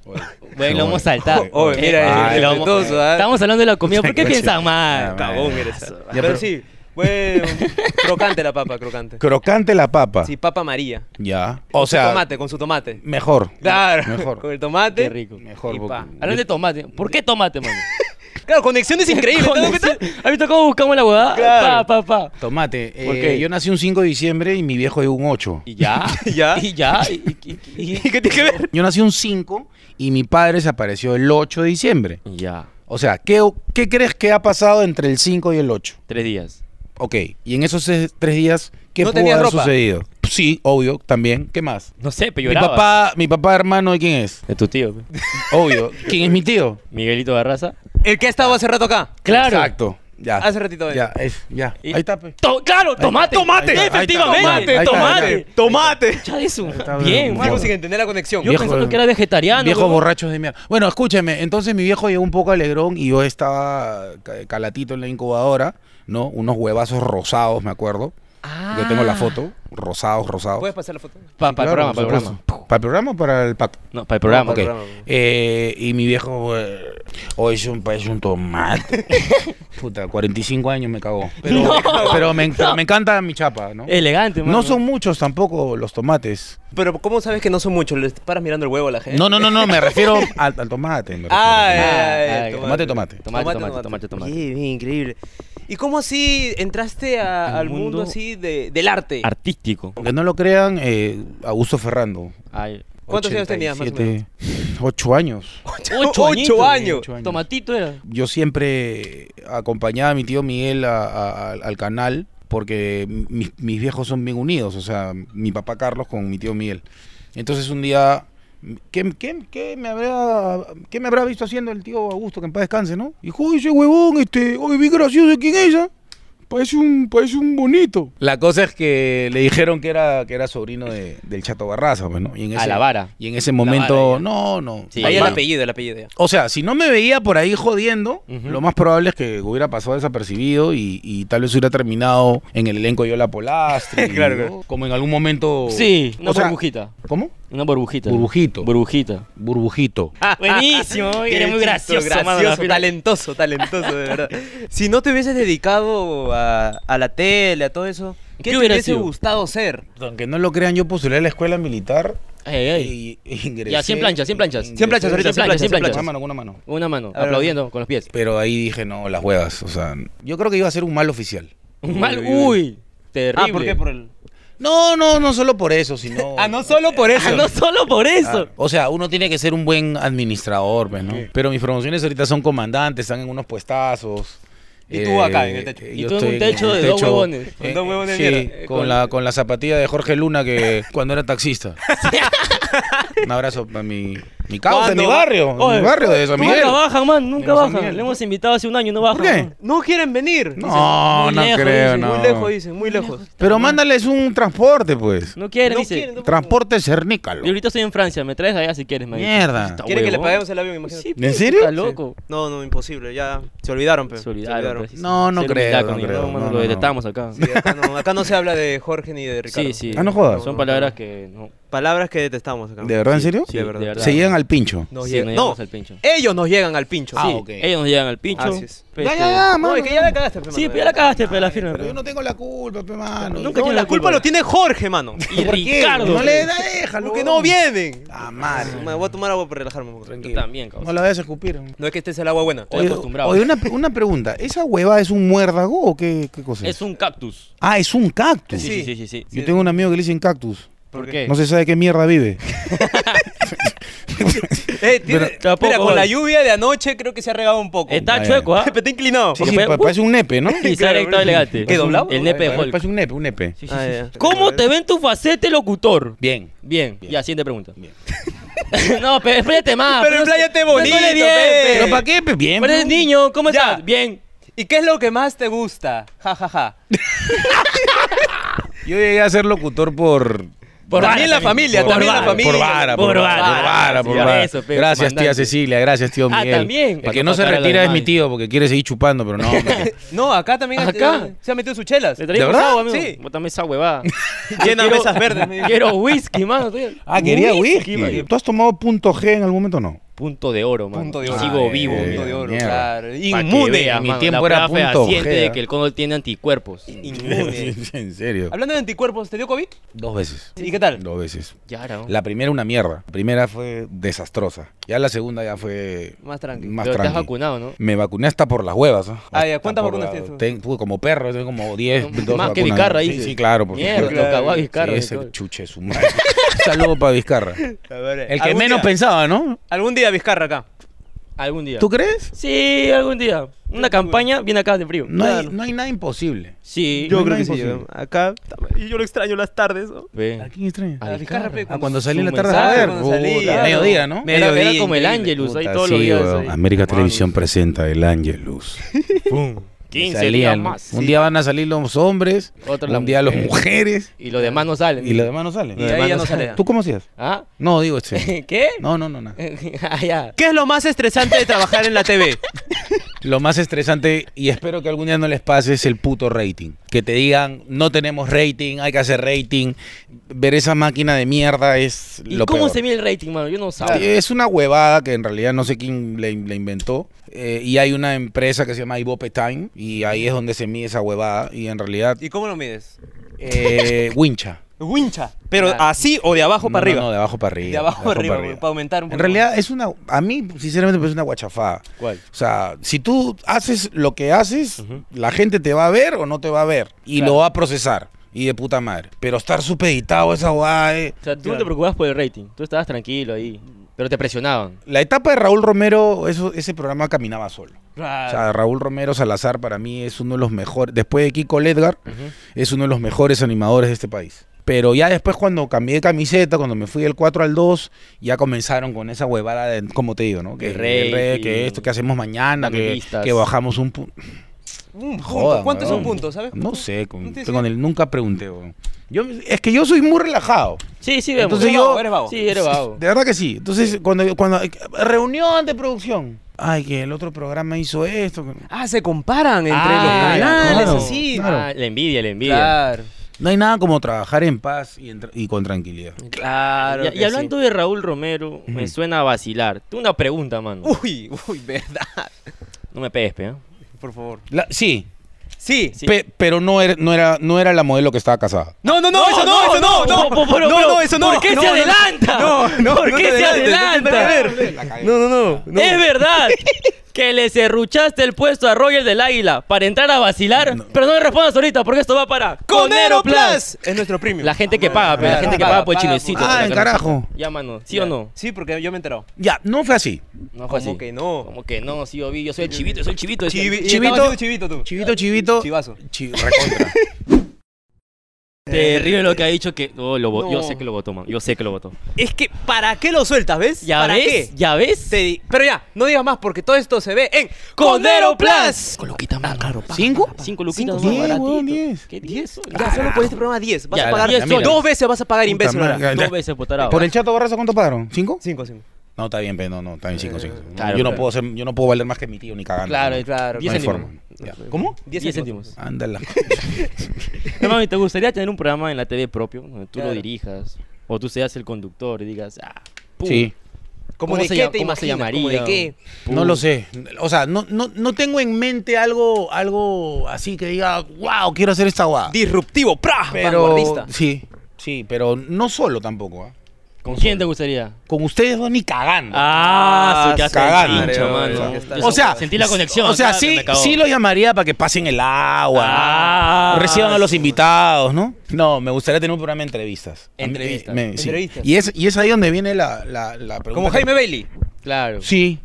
Speaker 4: Buen lomo saltado.
Speaker 5: Oye, mira,
Speaker 3: Ay,
Speaker 5: el
Speaker 4: lomo-
Speaker 5: respetuoso, ¿ah?
Speaker 4: Estamos hablando de la comida. ¿Por qué piensan mal?
Speaker 3: Ah,
Speaker 5: Cabón
Speaker 3: man.
Speaker 5: eres. ah.
Speaker 3: Ya,
Speaker 5: pero,
Speaker 3: pero-
Speaker 5: sí. Fue crocante la papa, crocante.
Speaker 3: Crocante la papa.
Speaker 5: Sí, papa amarilla.
Speaker 3: Ya. O
Speaker 5: Con su
Speaker 3: sea,
Speaker 5: tomate, con su tomate.
Speaker 3: mejor.
Speaker 5: Claro.
Speaker 3: Mejor.
Speaker 5: Con el tomate.
Speaker 4: Qué rico.
Speaker 3: Mejor.
Speaker 5: Y
Speaker 3: porque-
Speaker 5: pa.
Speaker 4: Hablando de tomate. ¿Por qué tomate, mano?
Speaker 5: Claro, conexiones increíbles. ¿no? ¿Qué tal?
Speaker 4: ¿Has visto cómo buscamos la huevada?
Speaker 5: Claro.
Speaker 4: Pa, pa, pa.
Speaker 3: Tomate. eh,
Speaker 4: ¿Por qué?
Speaker 3: Yo nací un 5 de diciembre y mi viejo es un 8.
Speaker 4: Y ya.
Speaker 5: Ya.
Speaker 4: Y ya. Y, y- y-
Speaker 5: ¿Y qué tiene que ver?
Speaker 3: Yo nací un 5 y mi padre se apareció el 8 de diciembre.
Speaker 4: y ya.
Speaker 3: O sea, ¿qué, qué crees que ha pasado entre el 5 y el 8?
Speaker 4: Tres días.
Speaker 3: Ok. Y en esos es- tres días, ¿qué
Speaker 5: ¿No
Speaker 3: pudo
Speaker 5: tenías
Speaker 3: haber
Speaker 5: ropa?
Speaker 3: sucedido? Sí, obvio, también. ¿Qué más?
Speaker 4: No sé, pero
Speaker 3: Mi
Speaker 4: lloraba.
Speaker 3: papá, mi papá hermano, ¿y quién es?
Speaker 4: De tu tío. pe.
Speaker 3: Obvio. ¿Quién es mi tío?
Speaker 4: Miguelito Barraza.
Speaker 5: El que ha estado hace rato acá.
Speaker 4: Claro.
Speaker 3: Exacto. Ya.
Speaker 5: Hace ratito de-
Speaker 3: Ya, es, ya.
Speaker 4: Y-
Speaker 3: Ahí está, pues. pe.
Speaker 4: To- claro, tomate.
Speaker 3: Tomate. Ahí está, ahí
Speaker 4: Efectivamente,
Speaker 3: está, ahí está, ahí
Speaker 4: tomate.
Speaker 3: está.
Speaker 5: ¡Tomate!
Speaker 4: Ya eso.
Speaker 3: está,
Speaker 4: Bien,
Speaker 3: bien.
Speaker 4: mano.
Speaker 5: Sigo sin entender la conexión.
Speaker 4: Yo
Speaker 3: Viejo-
Speaker 4: pensando que era vegetariano.
Speaker 3: Viejos
Speaker 4: huevón.
Speaker 3: borrachos de mierda. Bueno, escúchame, entonces mi viejo llegó un poco alegrón y yo estaba ca- calatito en la incubadora, ¿no? Unos huevazos rosados, me acuerdo. Yo tengo la foto, rosados, rosados.
Speaker 5: ¿Puedes pasar la foto?
Speaker 4: Pa- Para el
Speaker 3: Claro,
Speaker 4: programa, para el
Speaker 3: por supuesto.
Speaker 4: programa.
Speaker 3: ¿Para el programa o para el pack?
Speaker 4: No, para el programa.
Speaker 3: Ok.
Speaker 5: el programa.
Speaker 3: Eh, y mi viejo, eh, hoy es un, es un tomate. Puta, 45 años me cagó. Pero, pero me, pero me encanta mi chapa, ¿no?
Speaker 4: Elegante, mano.
Speaker 3: No son muchos tampoco los tomates.
Speaker 5: Pero ¿cómo sabes que no son muchos? Les paras mirando el huevo a la gente.
Speaker 3: No, no, no, no, me refiero al, al tomate. me refiero.
Speaker 5: Eh. Ah, eh,
Speaker 4: Ah,
Speaker 5: eh,
Speaker 4: ah,
Speaker 3: tomate, tomate.
Speaker 4: Tomate, tomate, tomate, tomate.
Speaker 5: Sí, bien, increíble. ¿Y cómo así entraste a-
Speaker 4: Al
Speaker 5: al mundo,
Speaker 4: mundo
Speaker 5: así de- del arte?
Speaker 4: Artístico.
Speaker 3: Aunque no lo crean, eh, Augusto Ferrando.
Speaker 4: Ay.
Speaker 5: ¿Cuántos años tenías, más o menos?
Speaker 3: 87, Ocho años.
Speaker 4: Ocho añitos.
Speaker 5: años.
Speaker 3: Ocho años.
Speaker 4: Tomatito era.
Speaker 3: Yo siempre acompañaba a mi tío Miguel a- a- al- al canal porque mis, mis viejos son bien unidos, o sea, mi papá Carlos con mi tío Miguel. Entonces un día, ¿qué, qué- qué me, habrá, qué me habrá visto haciendo el tío Augusto, que en paz descanse, no? Y dijo, "Oye, ese huevón, este, oye, bien gracioso, ¿quién es esa? Parece un, parece un bonito. La cosa es que le dijeron que era, que era sobrino de- del Chato Barraza, pues, ¿no? Y en
Speaker 5: A la vara.
Speaker 3: Y en ese momento,
Speaker 5: vara, ya.
Speaker 3: no, no.
Speaker 4: Sí.
Speaker 5: Ahí el
Speaker 4: Mamá.
Speaker 5: apellido, el apellido. ya.
Speaker 3: O sea, si no me veía por ahí jodiendo, lo más probable es que hubiera pasado desapercibido y, y tal vez hubiera terminado en el elenco de Yola Polastri.
Speaker 5: Claro,
Speaker 3: ¿no?
Speaker 5: claro.
Speaker 3: Como en algún momento.
Speaker 5: Sí,
Speaker 3: O
Speaker 4: Una
Speaker 3: sea,
Speaker 4: burbujita.
Speaker 3: ¿Cómo?
Speaker 4: Una burbujita.
Speaker 3: Burbujito.
Speaker 4: Burbujita.
Speaker 3: Burbujito.
Speaker 4: Buenísimo,
Speaker 5: Qué
Speaker 4: eres muy gracioso,
Speaker 5: chistoso,
Speaker 4: mano, la
Speaker 5: gracioso
Speaker 4: fila.
Speaker 5: talentoso, talentoso, de verdad. Si no te hubieses dedicado a, a la tele, a todo eso, ¿qué,
Speaker 4: ¿Qué
Speaker 5: te
Speaker 4: hubiera
Speaker 5: hubiese
Speaker 4: sido?
Speaker 5: gustado ser?
Speaker 3: Aunque no lo crean, yo postulé a la escuela militar
Speaker 4: Ay, ay, ay.
Speaker 3: y, y ingresé.
Speaker 4: Ya, cien planchas, cien planchas.
Speaker 3: ingresé-
Speaker 5: Cien planchas, ahorita,
Speaker 4: cien planchas, cien
Speaker 3: Con
Speaker 4: planchas.
Speaker 3: Una mano, con una mano.
Speaker 4: Una mano,
Speaker 5: A ver,
Speaker 4: aplaudiendo con los pies.
Speaker 3: Pero ahí dije, no, las huevas. O sea, yo creo que iba a ser un mal oficial.
Speaker 4: Un mal, uy, terrible.
Speaker 5: Ah, ¿por qué? Por el...
Speaker 3: No, no, no solo por eso, sino.
Speaker 5: Ah, no solo por eso.
Speaker 4: Ah, no solo por eso.
Speaker 3: O sea, uno tiene que ser un buen administrador, pues, ¿no? Pero mis promociones ahorita son comandantes, están en unos puestazos.
Speaker 5: Y tú acá, en el techo.
Speaker 3: eh,
Speaker 4: Y
Speaker 3: yo
Speaker 4: tú en un
Speaker 3: estoy
Speaker 4: techo de dos huevones.
Speaker 3: eh,
Speaker 5: Con dos huevones
Speaker 3: sí,
Speaker 5: de mierda.
Speaker 3: eh, con, la, con la zapatilla de Jorge Luna que cuando era taxista. un abrazo para mi, mi causa, de mi barrio. de
Speaker 4: Oye,
Speaker 3: mi barrio de San Miguel.
Speaker 4: Nunca bajan, man, nunca
Speaker 3: San
Speaker 4: bajan.
Speaker 3: Miguel.
Speaker 4: Le hemos invitado hace un año y no bajan.
Speaker 3: ¿Por qué?
Speaker 4: man.
Speaker 5: No quieren venir.
Speaker 3: No,
Speaker 4: Muy
Speaker 3: no
Speaker 4: lejos,
Speaker 3: creo,
Speaker 4: dicen,
Speaker 3: no.
Speaker 5: Muy lejos, dicen, muy lejos.
Speaker 3: Pero mándales un transporte, pues.
Speaker 4: No quieren,
Speaker 5: No
Speaker 4: dice.
Speaker 5: quieren, no-
Speaker 3: Transporte cernícalo.
Speaker 4: Yo ahorita estoy en Francia, me traes allá si quieres, man.
Speaker 3: Mierda.
Speaker 5: ¿Quieren que le paguemos el avión, imagínate?
Speaker 4: Sí,
Speaker 3: ¿En serio?
Speaker 4: Está loco.
Speaker 5: No, no, imposible, ya. Se olvidaron, pero.
Speaker 4: Se olvidaron. pues.
Speaker 3: No, no
Speaker 4: Ser
Speaker 3: creo,
Speaker 4: humildad
Speaker 3: no
Speaker 4: conmigo,
Speaker 3: creo,
Speaker 4: mano,
Speaker 3: no,
Speaker 4: lo
Speaker 3: no, no.
Speaker 4: detectamos acá.
Speaker 5: Sí, acá, no, acá no se habla de Jorge ni de Ricardo.
Speaker 4: Sí, sí.
Speaker 3: Ah, no jodas.
Speaker 4: Son palabras que no.
Speaker 5: Palabras que detestamos acá.
Speaker 3: ¿De verdad, en serio?
Speaker 4: sí, de verdad.
Speaker 3: Se llegan al pincho.
Speaker 5: Nos
Speaker 4: Sí,
Speaker 5: lle-
Speaker 4: no
Speaker 5: no,
Speaker 4: llegamos al pincho.
Speaker 5: ellos nos llegan al pincho.
Speaker 3: Ah,
Speaker 4: Sí,
Speaker 3: ok.
Speaker 4: Ellos nos llegan al pincho.
Speaker 5: Así es.
Speaker 4: Este,
Speaker 3: Ya, ya, ya,
Speaker 5: No,
Speaker 3: Ah, mano,
Speaker 5: es que ya la cagaste, pe,
Speaker 4: Sí,
Speaker 5: mano,
Speaker 4: pero ya la cagaste, pero la firma.
Speaker 3: Pero yo no tengo la culpa, pe mano.
Speaker 4: Nunca
Speaker 5: No,
Speaker 4: tiene
Speaker 5: la culpa lo tiene Jorge, mano.
Speaker 4: Y
Speaker 3: ¿Por qué?
Speaker 4: Ricardo.
Speaker 3: No le da, déjalo.
Speaker 5: Porque no vienen.
Speaker 3: Ah, madre.
Speaker 5: Me voy a tomar agua para relajarme un poco.
Speaker 4: Tú también, cabrón.
Speaker 3: No la vayas a escupir.
Speaker 5: No es que este es el agua buena.
Speaker 4: Estoy acostumbrado.
Speaker 3: oye, una, una pregunta. ¿Esa hueva es un muérdago o qué, qué cosa es?
Speaker 4: Es un cactus.
Speaker 3: Ah, es un cactus.
Speaker 5: Sí.
Speaker 4: Sí, sí, sí, sí.
Speaker 3: Yo tengo un amigo que le dicen cactus.
Speaker 4: ¿Por qué?
Speaker 3: No se sabe qué mierda vive.
Speaker 5: Eh, tiene-
Speaker 3: Pero-
Speaker 4: Tampoco,
Speaker 5: mira, con la
Speaker 4: vale.
Speaker 5: lluvia de anoche creo que se ha regado un poco.
Speaker 4: Está
Speaker 3: Ay,
Speaker 4: chueco, ¿ah?
Speaker 5: Pero está inclinado.
Speaker 3: Sí,
Speaker 4: Porque
Speaker 3: sí,
Speaker 4: puede-
Speaker 3: pa- parece un nepe, ¿no?
Speaker 4: Y se ha recto elegante.
Speaker 5: ¿Qué, doblado?
Speaker 4: El nepe de Hulk.
Speaker 3: Parece un nepe, un nepe.
Speaker 4: Sí, sí,
Speaker 5: Ah,
Speaker 4: sí.
Speaker 5: ya.
Speaker 4: ¿Cómo te ven tu facete locutor?
Speaker 3: Bien.
Speaker 4: Bien, ya, siguiente pregunta. no, pero espérate más.
Speaker 5: Pero empláyate bonito,
Speaker 4: Pero, bien,
Speaker 5: pe.
Speaker 4: pero
Speaker 3: ¿Pero para qué? Pues Bien.
Speaker 4: eres niño, ¿cómo
Speaker 5: Ya.
Speaker 4: estás? Bien.
Speaker 5: ¿Y qué es lo que más te gusta? Ja, ja, ja.
Speaker 3: Yo llegué a ser locutor por...
Speaker 4: Por
Speaker 5: también
Speaker 4: vara,
Speaker 5: la familia,
Speaker 4: Por
Speaker 5: también
Speaker 4: vara,
Speaker 5: la familia.
Speaker 3: Por vara, por
Speaker 4: Por
Speaker 3: vara,
Speaker 4: vara.
Speaker 3: por vara, por
Speaker 4: Sí,
Speaker 3: vara.
Speaker 4: eso, pe,
Speaker 3: Gracias, tía
Speaker 4: comandante.
Speaker 3: Cecilia, gracias, tío
Speaker 4: Ah,
Speaker 3: Miguel.
Speaker 4: también.
Speaker 3: El
Speaker 4: Para
Speaker 3: que
Speaker 4: no
Speaker 3: no se
Speaker 4: matar a los
Speaker 3: retira es
Speaker 4: demás.
Speaker 3: mi tío porque quiere seguir chupando, pero no. hombre.
Speaker 5: No, acá también
Speaker 4: Acá.
Speaker 5: eh, se ha metido sus chelas.
Speaker 4: ¿Le traíamos
Speaker 3: verdad?
Speaker 4: agua, amigo?
Speaker 5: Sí.
Speaker 4: Bótame esa huevada.
Speaker 5: Llena
Speaker 4: Quiero-
Speaker 5: mesas verdes. me dijo.
Speaker 4: Quiero whisky, mano. estoy-
Speaker 3: Ah, quería whisky.
Speaker 4: mano.
Speaker 3: ¿Tú has tomado punto G en algún momento o no?
Speaker 4: Punto de oro, mano.
Speaker 5: Punto de oro.
Speaker 4: Sigo
Speaker 3: Ah,
Speaker 4: vivo.
Speaker 3: eh,
Speaker 5: Punto de oro,
Speaker 3: mierda.
Speaker 5: claro.
Speaker 4: Pa' que
Speaker 5: Inmune.
Speaker 4: veas,
Speaker 3: mi
Speaker 4: mano,
Speaker 3: tiempo
Speaker 4: la
Speaker 3: era
Speaker 4: prueba
Speaker 3: punto
Speaker 4: fehaciente
Speaker 3: G,
Speaker 4: de
Speaker 3: ¿ah?
Speaker 4: que el cóndor tiene anticuerpos.
Speaker 5: Inmune.
Speaker 3: en serio.
Speaker 5: Hablando de anticuerpos, ¿te dio COVID?
Speaker 3: Dos veces.
Speaker 5: ¿Y qué tal?
Speaker 3: Dos veces.
Speaker 4: Ya, ¿no?
Speaker 3: La primera una mierda. La primera fue desastrosa. Ya la segunda ya fue
Speaker 5: Más tranqui.
Speaker 3: Más
Speaker 4: Pero te has
Speaker 3: tranqui.
Speaker 4: vacunado, ¿no?
Speaker 3: Me vacuné hasta por las huevas. ¿ah?
Speaker 5: Ah, ya,
Speaker 3: Hasta
Speaker 5: ¿cuántas
Speaker 3: por
Speaker 5: vacunas
Speaker 3: la-
Speaker 5: tienes tú?
Speaker 3: ten- pude como perro, tengo como 10, 12
Speaker 4: Más que
Speaker 3: vacunas.
Speaker 4: Vizcarra,
Speaker 3: Sí,
Speaker 4: dice.
Speaker 3: Sí, claro, por
Speaker 4: Mierda,
Speaker 3: supuesto.
Speaker 4: tocaba a Vizcarra,
Speaker 3: Sí, ese
Speaker 4: Vizcarra.
Speaker 3: chuche su madre. Un saludo para Vizcarra. El que menos pensaba, ¿no?
Speaker 5: Algún día Vizcarra acá.
Speaker 4: Algún día.
Speaker 3: ¿Tú crees?
Speaker 4: Sí, algún día. Una campaña viene acá de frío.
Speaker 3: No hay,
Speaker 5: Claro.
Speaker 3: no hay nada imposible.
Speaker 4: Sí.
Speaker 3: Yo- No, no, imposible.
Speaker 5: yo- Acá. Y yo lo extraño las tardes. ¿no?
Speaker 4: Ve.
Speaker 3: quién extraña?
Speaker 4: A
Speaker 5: A Vizcarra, pe,
Speaker 3: Ah, cuando salí en la
Speaker 4: su
Speaker 3: tarde a
Speaker 5: mensaje,
Speaker 3: ver.
Speaker 5: cuando
Speaker 3: puta,
Speaker 5: salí, claro.
Speaker 3: Mediodía, ¿no?
Speaker 5: Me-
Speaker 4: Era, era
Speaker 5: Mediodía,
Speaker 4: como el
Speaker 5: increíble.
Speaker 4: Angelus ahí
Speaker 3: Puta,
Speaker 4: todos los
Speaker 3: sí,
Speaker 4: días.
Speaker 3: weón.
Speaker 4: ahí.
Speaker 3: América Televisión presenta El Angelus.
Speaker 4: 15 días
Speaker 3: Salían.
Speaker 4: más.
Speaker 3: Un día van a salir los hombres,
Speaker 4: Otro las
Speaker 3: un día las mujeres
Speaker 4: Y los demás no salen.
Speaker 3: y los demás no
Speaker 5: Y
Speaker 3: salen.
Speaker 5: ahí ya no sale.
Speaker 3: ¿Tú cómo hacías?
Speaker 4: ¿Ah?
Speaker 3: No, digo este.
Speaker 4: ¿Qué?
Speaker 3: No, no, no, nada.
Speaker 4: ah, ya.
Speaker 5: ¿Qué es lo más estresante de trabajar en la TV?
Speaker 3: Lo más estresante, y espero que algún día no les pase, es el puto rating. Que te digan, no tenemos rating, hay que hacer rating. Ver esa máquina de mierda es
Speaker 4: ¿Y
Speaker 3: lo
Speaker 4: cómo
Speaker 3: peor.
Speaker 4: se mide el rating, mano? Yo no
Speaker 3: Claro.
Speaker 4: sabía.
Speaker 3: Es una huevada que en realidad no sé quién la, in- la inventó. eh, y hay una empresa que se llama Ibope Time. Y ahí es donde se mide esa huevada. Y en realidad,
Speaker 5: ¿Y cómo lo mides?
Speaker 3: eh, wincha.
Speaker 5: Wincha. Pero así o de abajo
Speaker 3: No,
Speaker 5: para
Speaker 3: no,
Speaker 5: arriba.
Speaker 3: no, de abajo para arriba.
Speaker 5: De abajo para arriba, güey, para aumentar un
Speaker 3: En
Speaker 5: poco
Speaker 3: realidad es una, a mí sinceramente pues es una guachafada.
Speaker 4: ¿Cuál?
Speaker 3: O sea, si tú haces lo que haces, la gente te va a ver o no te va a ver y lo va a procesar y de puta madre. Pero estar supeditado a esa guada, eh.
Speaker 4: O sea, tú no te preocupabas por el rating. Tú estabas tranquilo ahí. Pero te presionaban.
Speaker 3: La etapa de Raúl Romero, eso, ese programa caminaba solo. O
Speaker 5: Claro.
Speaker 3: sea, Raúl Romero Salazar para mí es uno de los mejores, después de Kiko Ledgar, es uno de los mejores animadores de este país. Pero ya después cuando cambié de camiseta, cuando me fui del 4 al 2, ya comenzaron con esa huevada de, como te digo, ¿no? Que
Speaker 4: El
Speaker 3: el rey,
Speaker 4: rating.
Speaker 3: que esto, que hacemos mañana, que,
Speaker 4: Panelistas.
Speaker 3: que bajamos un punto.
Speaker 5: Un punto.
Speaker 3: Jodan,
Speaker 5: ¿Cuánto es un
Speaker 3: huevón.
Speaker 5: punto, sabes?
Speaker 3: No sé, con-
Speaker 5: No te
Speaker 3: con el- nunca pregunté. huevón. Yo, es que yo soy muy relajado.
Speaker 6: Sí, sí, vemos.
Speaker 3: Entonces yo-
Speaker 5: eres vago.
Speaker 6: Sí, eres vago.
Speaker 3: De verdad que sí. Entonces, cuando, cuando reunión de producción. Ay, que el otro programa hizo esto. que-
Speaker 5: Ah, se comparan entre
Speaker 4: Ah,
Speaker 5: los canales,
Speaker 3: claro,
Speaker 5: así.
Speaker 3: claro.
Speaker 4: Ah, la envidia, la envidia.
Speaker 5: Claro.
Speaker 3: No hay nada como trabajar en paz y, en tra- y con tranquilidad.
Speaker 5: Claro.
Speaker 4: Y- y,
Speaker 5: que
Speaker 4: hablando de Raúl Romero, me
Speaker 3: Ujú.
Speaker 4: suena a vacilar. Tengo una pregunta, mano.
Speaker 5: sí. Uy, uy, verdad.
Speaker 4: No me pegues, pe, ¿eh?
Speaker 5: Por favor.
Speaker 3: La- sí, Ah,
Speaker 5: Sí.
Speaker 4: Sí.
Speaker 3: pe- pero no era, no, era, no era la modelo que estaba casada.
Speaker 5: No, no, no, eso no, eso no, no,
Speaker 4: po- po- pero-
Speaker 5: no, no,
Speaker 4: pero,
Speaker 5: eso no.
Speaker 4: ¿Por qué
Speaker 5: no,
Speaker 4: se
Speaker 5: no,
Speaker 4: adelanta?
Speaker 5: No, no,
Speaker 4: ¿Por
Speaker 5: no
Speaker 4: qué
Speaker 5: te
Speaker 4: se
Speaker 5: adelantes, no tiene
Speaker 4: adelanta?
Speaker 5: nada que ver. No, no, no, no.
Speaker 4: Es verdad que le cerruchaste el puesto a Roger del Águila para entrar a vacilar, pero no me respondas ahorita porque esto va para
Speaker 5: Conero Plus es nuestro premium.
Speaker 4: La gente que paga, pe,
Speaker 5: Ah,
Speaker 4: la gente que
Speaker 5: paga,
Speaker 4: paga por el
Speaker 5: paga,
Speaker 4: chinecito.
Speaker 5: paga.
Speaker 4: pe,
Speaker 3: Ah,
Speaker 4: la
Speaker 3: en
Speaker 4: cara-
Speaker 3: carajo.
Speaker 4: Ya, mano, ¿sí
Speaker 5: Ya.
Speaker 4: o no?
Speaker 5: Sí, porque yo me he enterado.
Speaker 3: Ya, no fue así.
Speaker 4: No fue así.
Speaker 5: Como que no.
Speaker 4: Como que no, sí, yo vi, yo soy el chivito, yo soy el chivito. decía.
Speaker 5: Chivi-
Speaker 3: Chivito.
Speaker 5: estaba haciendo chivito tú.
Speaker 3: Chivito, chivito.
Speaker 5: Chivazo.
Speaker 3: Chi- recontra.
Speaker 4: Terrible lo que ha dicho que... oh, lo vo- Yo
Speaker 5: No.
Speaker 4: sé que lo votó, man. Yo sé que lo votó.
Speaker 5: Es que, ¿para qué lo sueltas, ves?
Speaker 4: ¿Ya
Speaker 5: ¿Para
Speaker 4: ves?
Speaker 5: qué?
Speaker 4: ¿Ya ves?
Speaker 5: Te di- Pero ya, no digas más porque todo esto se ve en
Speaker 4: Conero
Speaker 5: Conero
Speaker 4: Plus.
Speaker 5: Plus.
Speaker 4: Con luquitas más caro.
Speaker 3: ¿Cinco?
Speaker 4: Cinco luquitas
Speaker 3: Cinco,
Speaker 4: más
Speaker 3: diez,
Speaker 4: baratito.
Speaker 3: huevón, diez.
Speaker 4: ¿Qué diez?
Speaker 5: Ya, solo por este programa 10. Vas
Speaker 4: Ya,
Speaker 5: a pagar
Speaker 4: diez
Speaker 3: soles.
Speaker 5: dos veces, vas a pagar imbécil.
Speaker 3: Puta
Speaker 5: ahora.
Speaker 3: madre.
Speaker 4: Dos veces votará.
Speaker 3: ¿Por el chato Barraza cuánto pagaron? ¿Cinco? Eh,
Speaker 5: Cinco, cinco.
Speaker 3: No, está bien, pero no, no, está bien, cinco, cinco. No,
Speaker 4: claro,
Speaker 3: yo, no
Speaker 4: claro.
Speaker 3: puedo ser- yo no puedo valer más que mi tío ni cagando.
Speaker 5: Claro,
Speaker 3: no,
Speaker 5: claro.
Speaker 3: No
Speaker 4: Diez
Speaker 3: hay
Speaker 4: céntimos.
Speaker 3: forma. Ya. ¿Cómo?
Speaker 5: 10
Speaker 4: Diez céntimos.
Speaker 3: Ándala.
Speaker 4: Hermano, ¿y ¿te gustaría tener un programa en la TV propio? Donde tú lo
Speaker 5: Claro.
Speaker 4: dirijas. O tú seas el conductor y digas... Ah, pum,
Speaker 3: Sí.
Speaker 5: ¿Cómo,
Speaker 4: ¿Cómo
Speaker 5: de
Speaker 4: se
Speaker 5: qué
Speaker 4: llama-
Speaker 5: te
Speaker 4: cómo se
Speaker 5: imaginas? ¿Cómo
Speaker 4: llamaría?
Speaker 5: de qué?
Speaker 3: No lo sé. O sea, no, no, no tengo en mente algo, algo así que diga, wow, quiero hacer esta guada.
Speaker 5: Disruptivo, pra,
Speaker 3: Pero
Speaker 5: vanguardista.
Speaker 3: sí, sí, pero no solo tampoco. ¿ah?
Speaker 4: ¿Con quién te gustaría?
Speaker 3: Con ustedes dos ni cagando.
Speaker 4: Ah, su casa
Speaker 3: cagando.
Speaker 4: pincho,
Speaker 5: Madre,
Speaker 4: mano.
Speaker 5: madre, está-
Speaker 4: Yo
Speaker 3: o sea,
Speaker 4: sentí la conexión.
Speaker 3: O sea,
Speaker 4: acá,
Speaker 3: sí,
Speaker 4: me cagó.
Speaker 3: sí lo llamaría para que pasen el agua,
Speaker 4: Ah,
Speaker 3: reciban a los invitados, ¿no? No, me gustaría tener un programa de entrevistas. A mí,
Speaker 4: Entrevistas.
Speaker 3: me- sí.
Speaker 5: Entrevistas.
Speaker 3: Y es, y es ahí donde viene la, la, la pregunta.
Speaker 5: Como
Speaker 3: que-
Speaker 5: Jaime Bailey.
Speaker 4: Claro.
Speaker 3: Sí,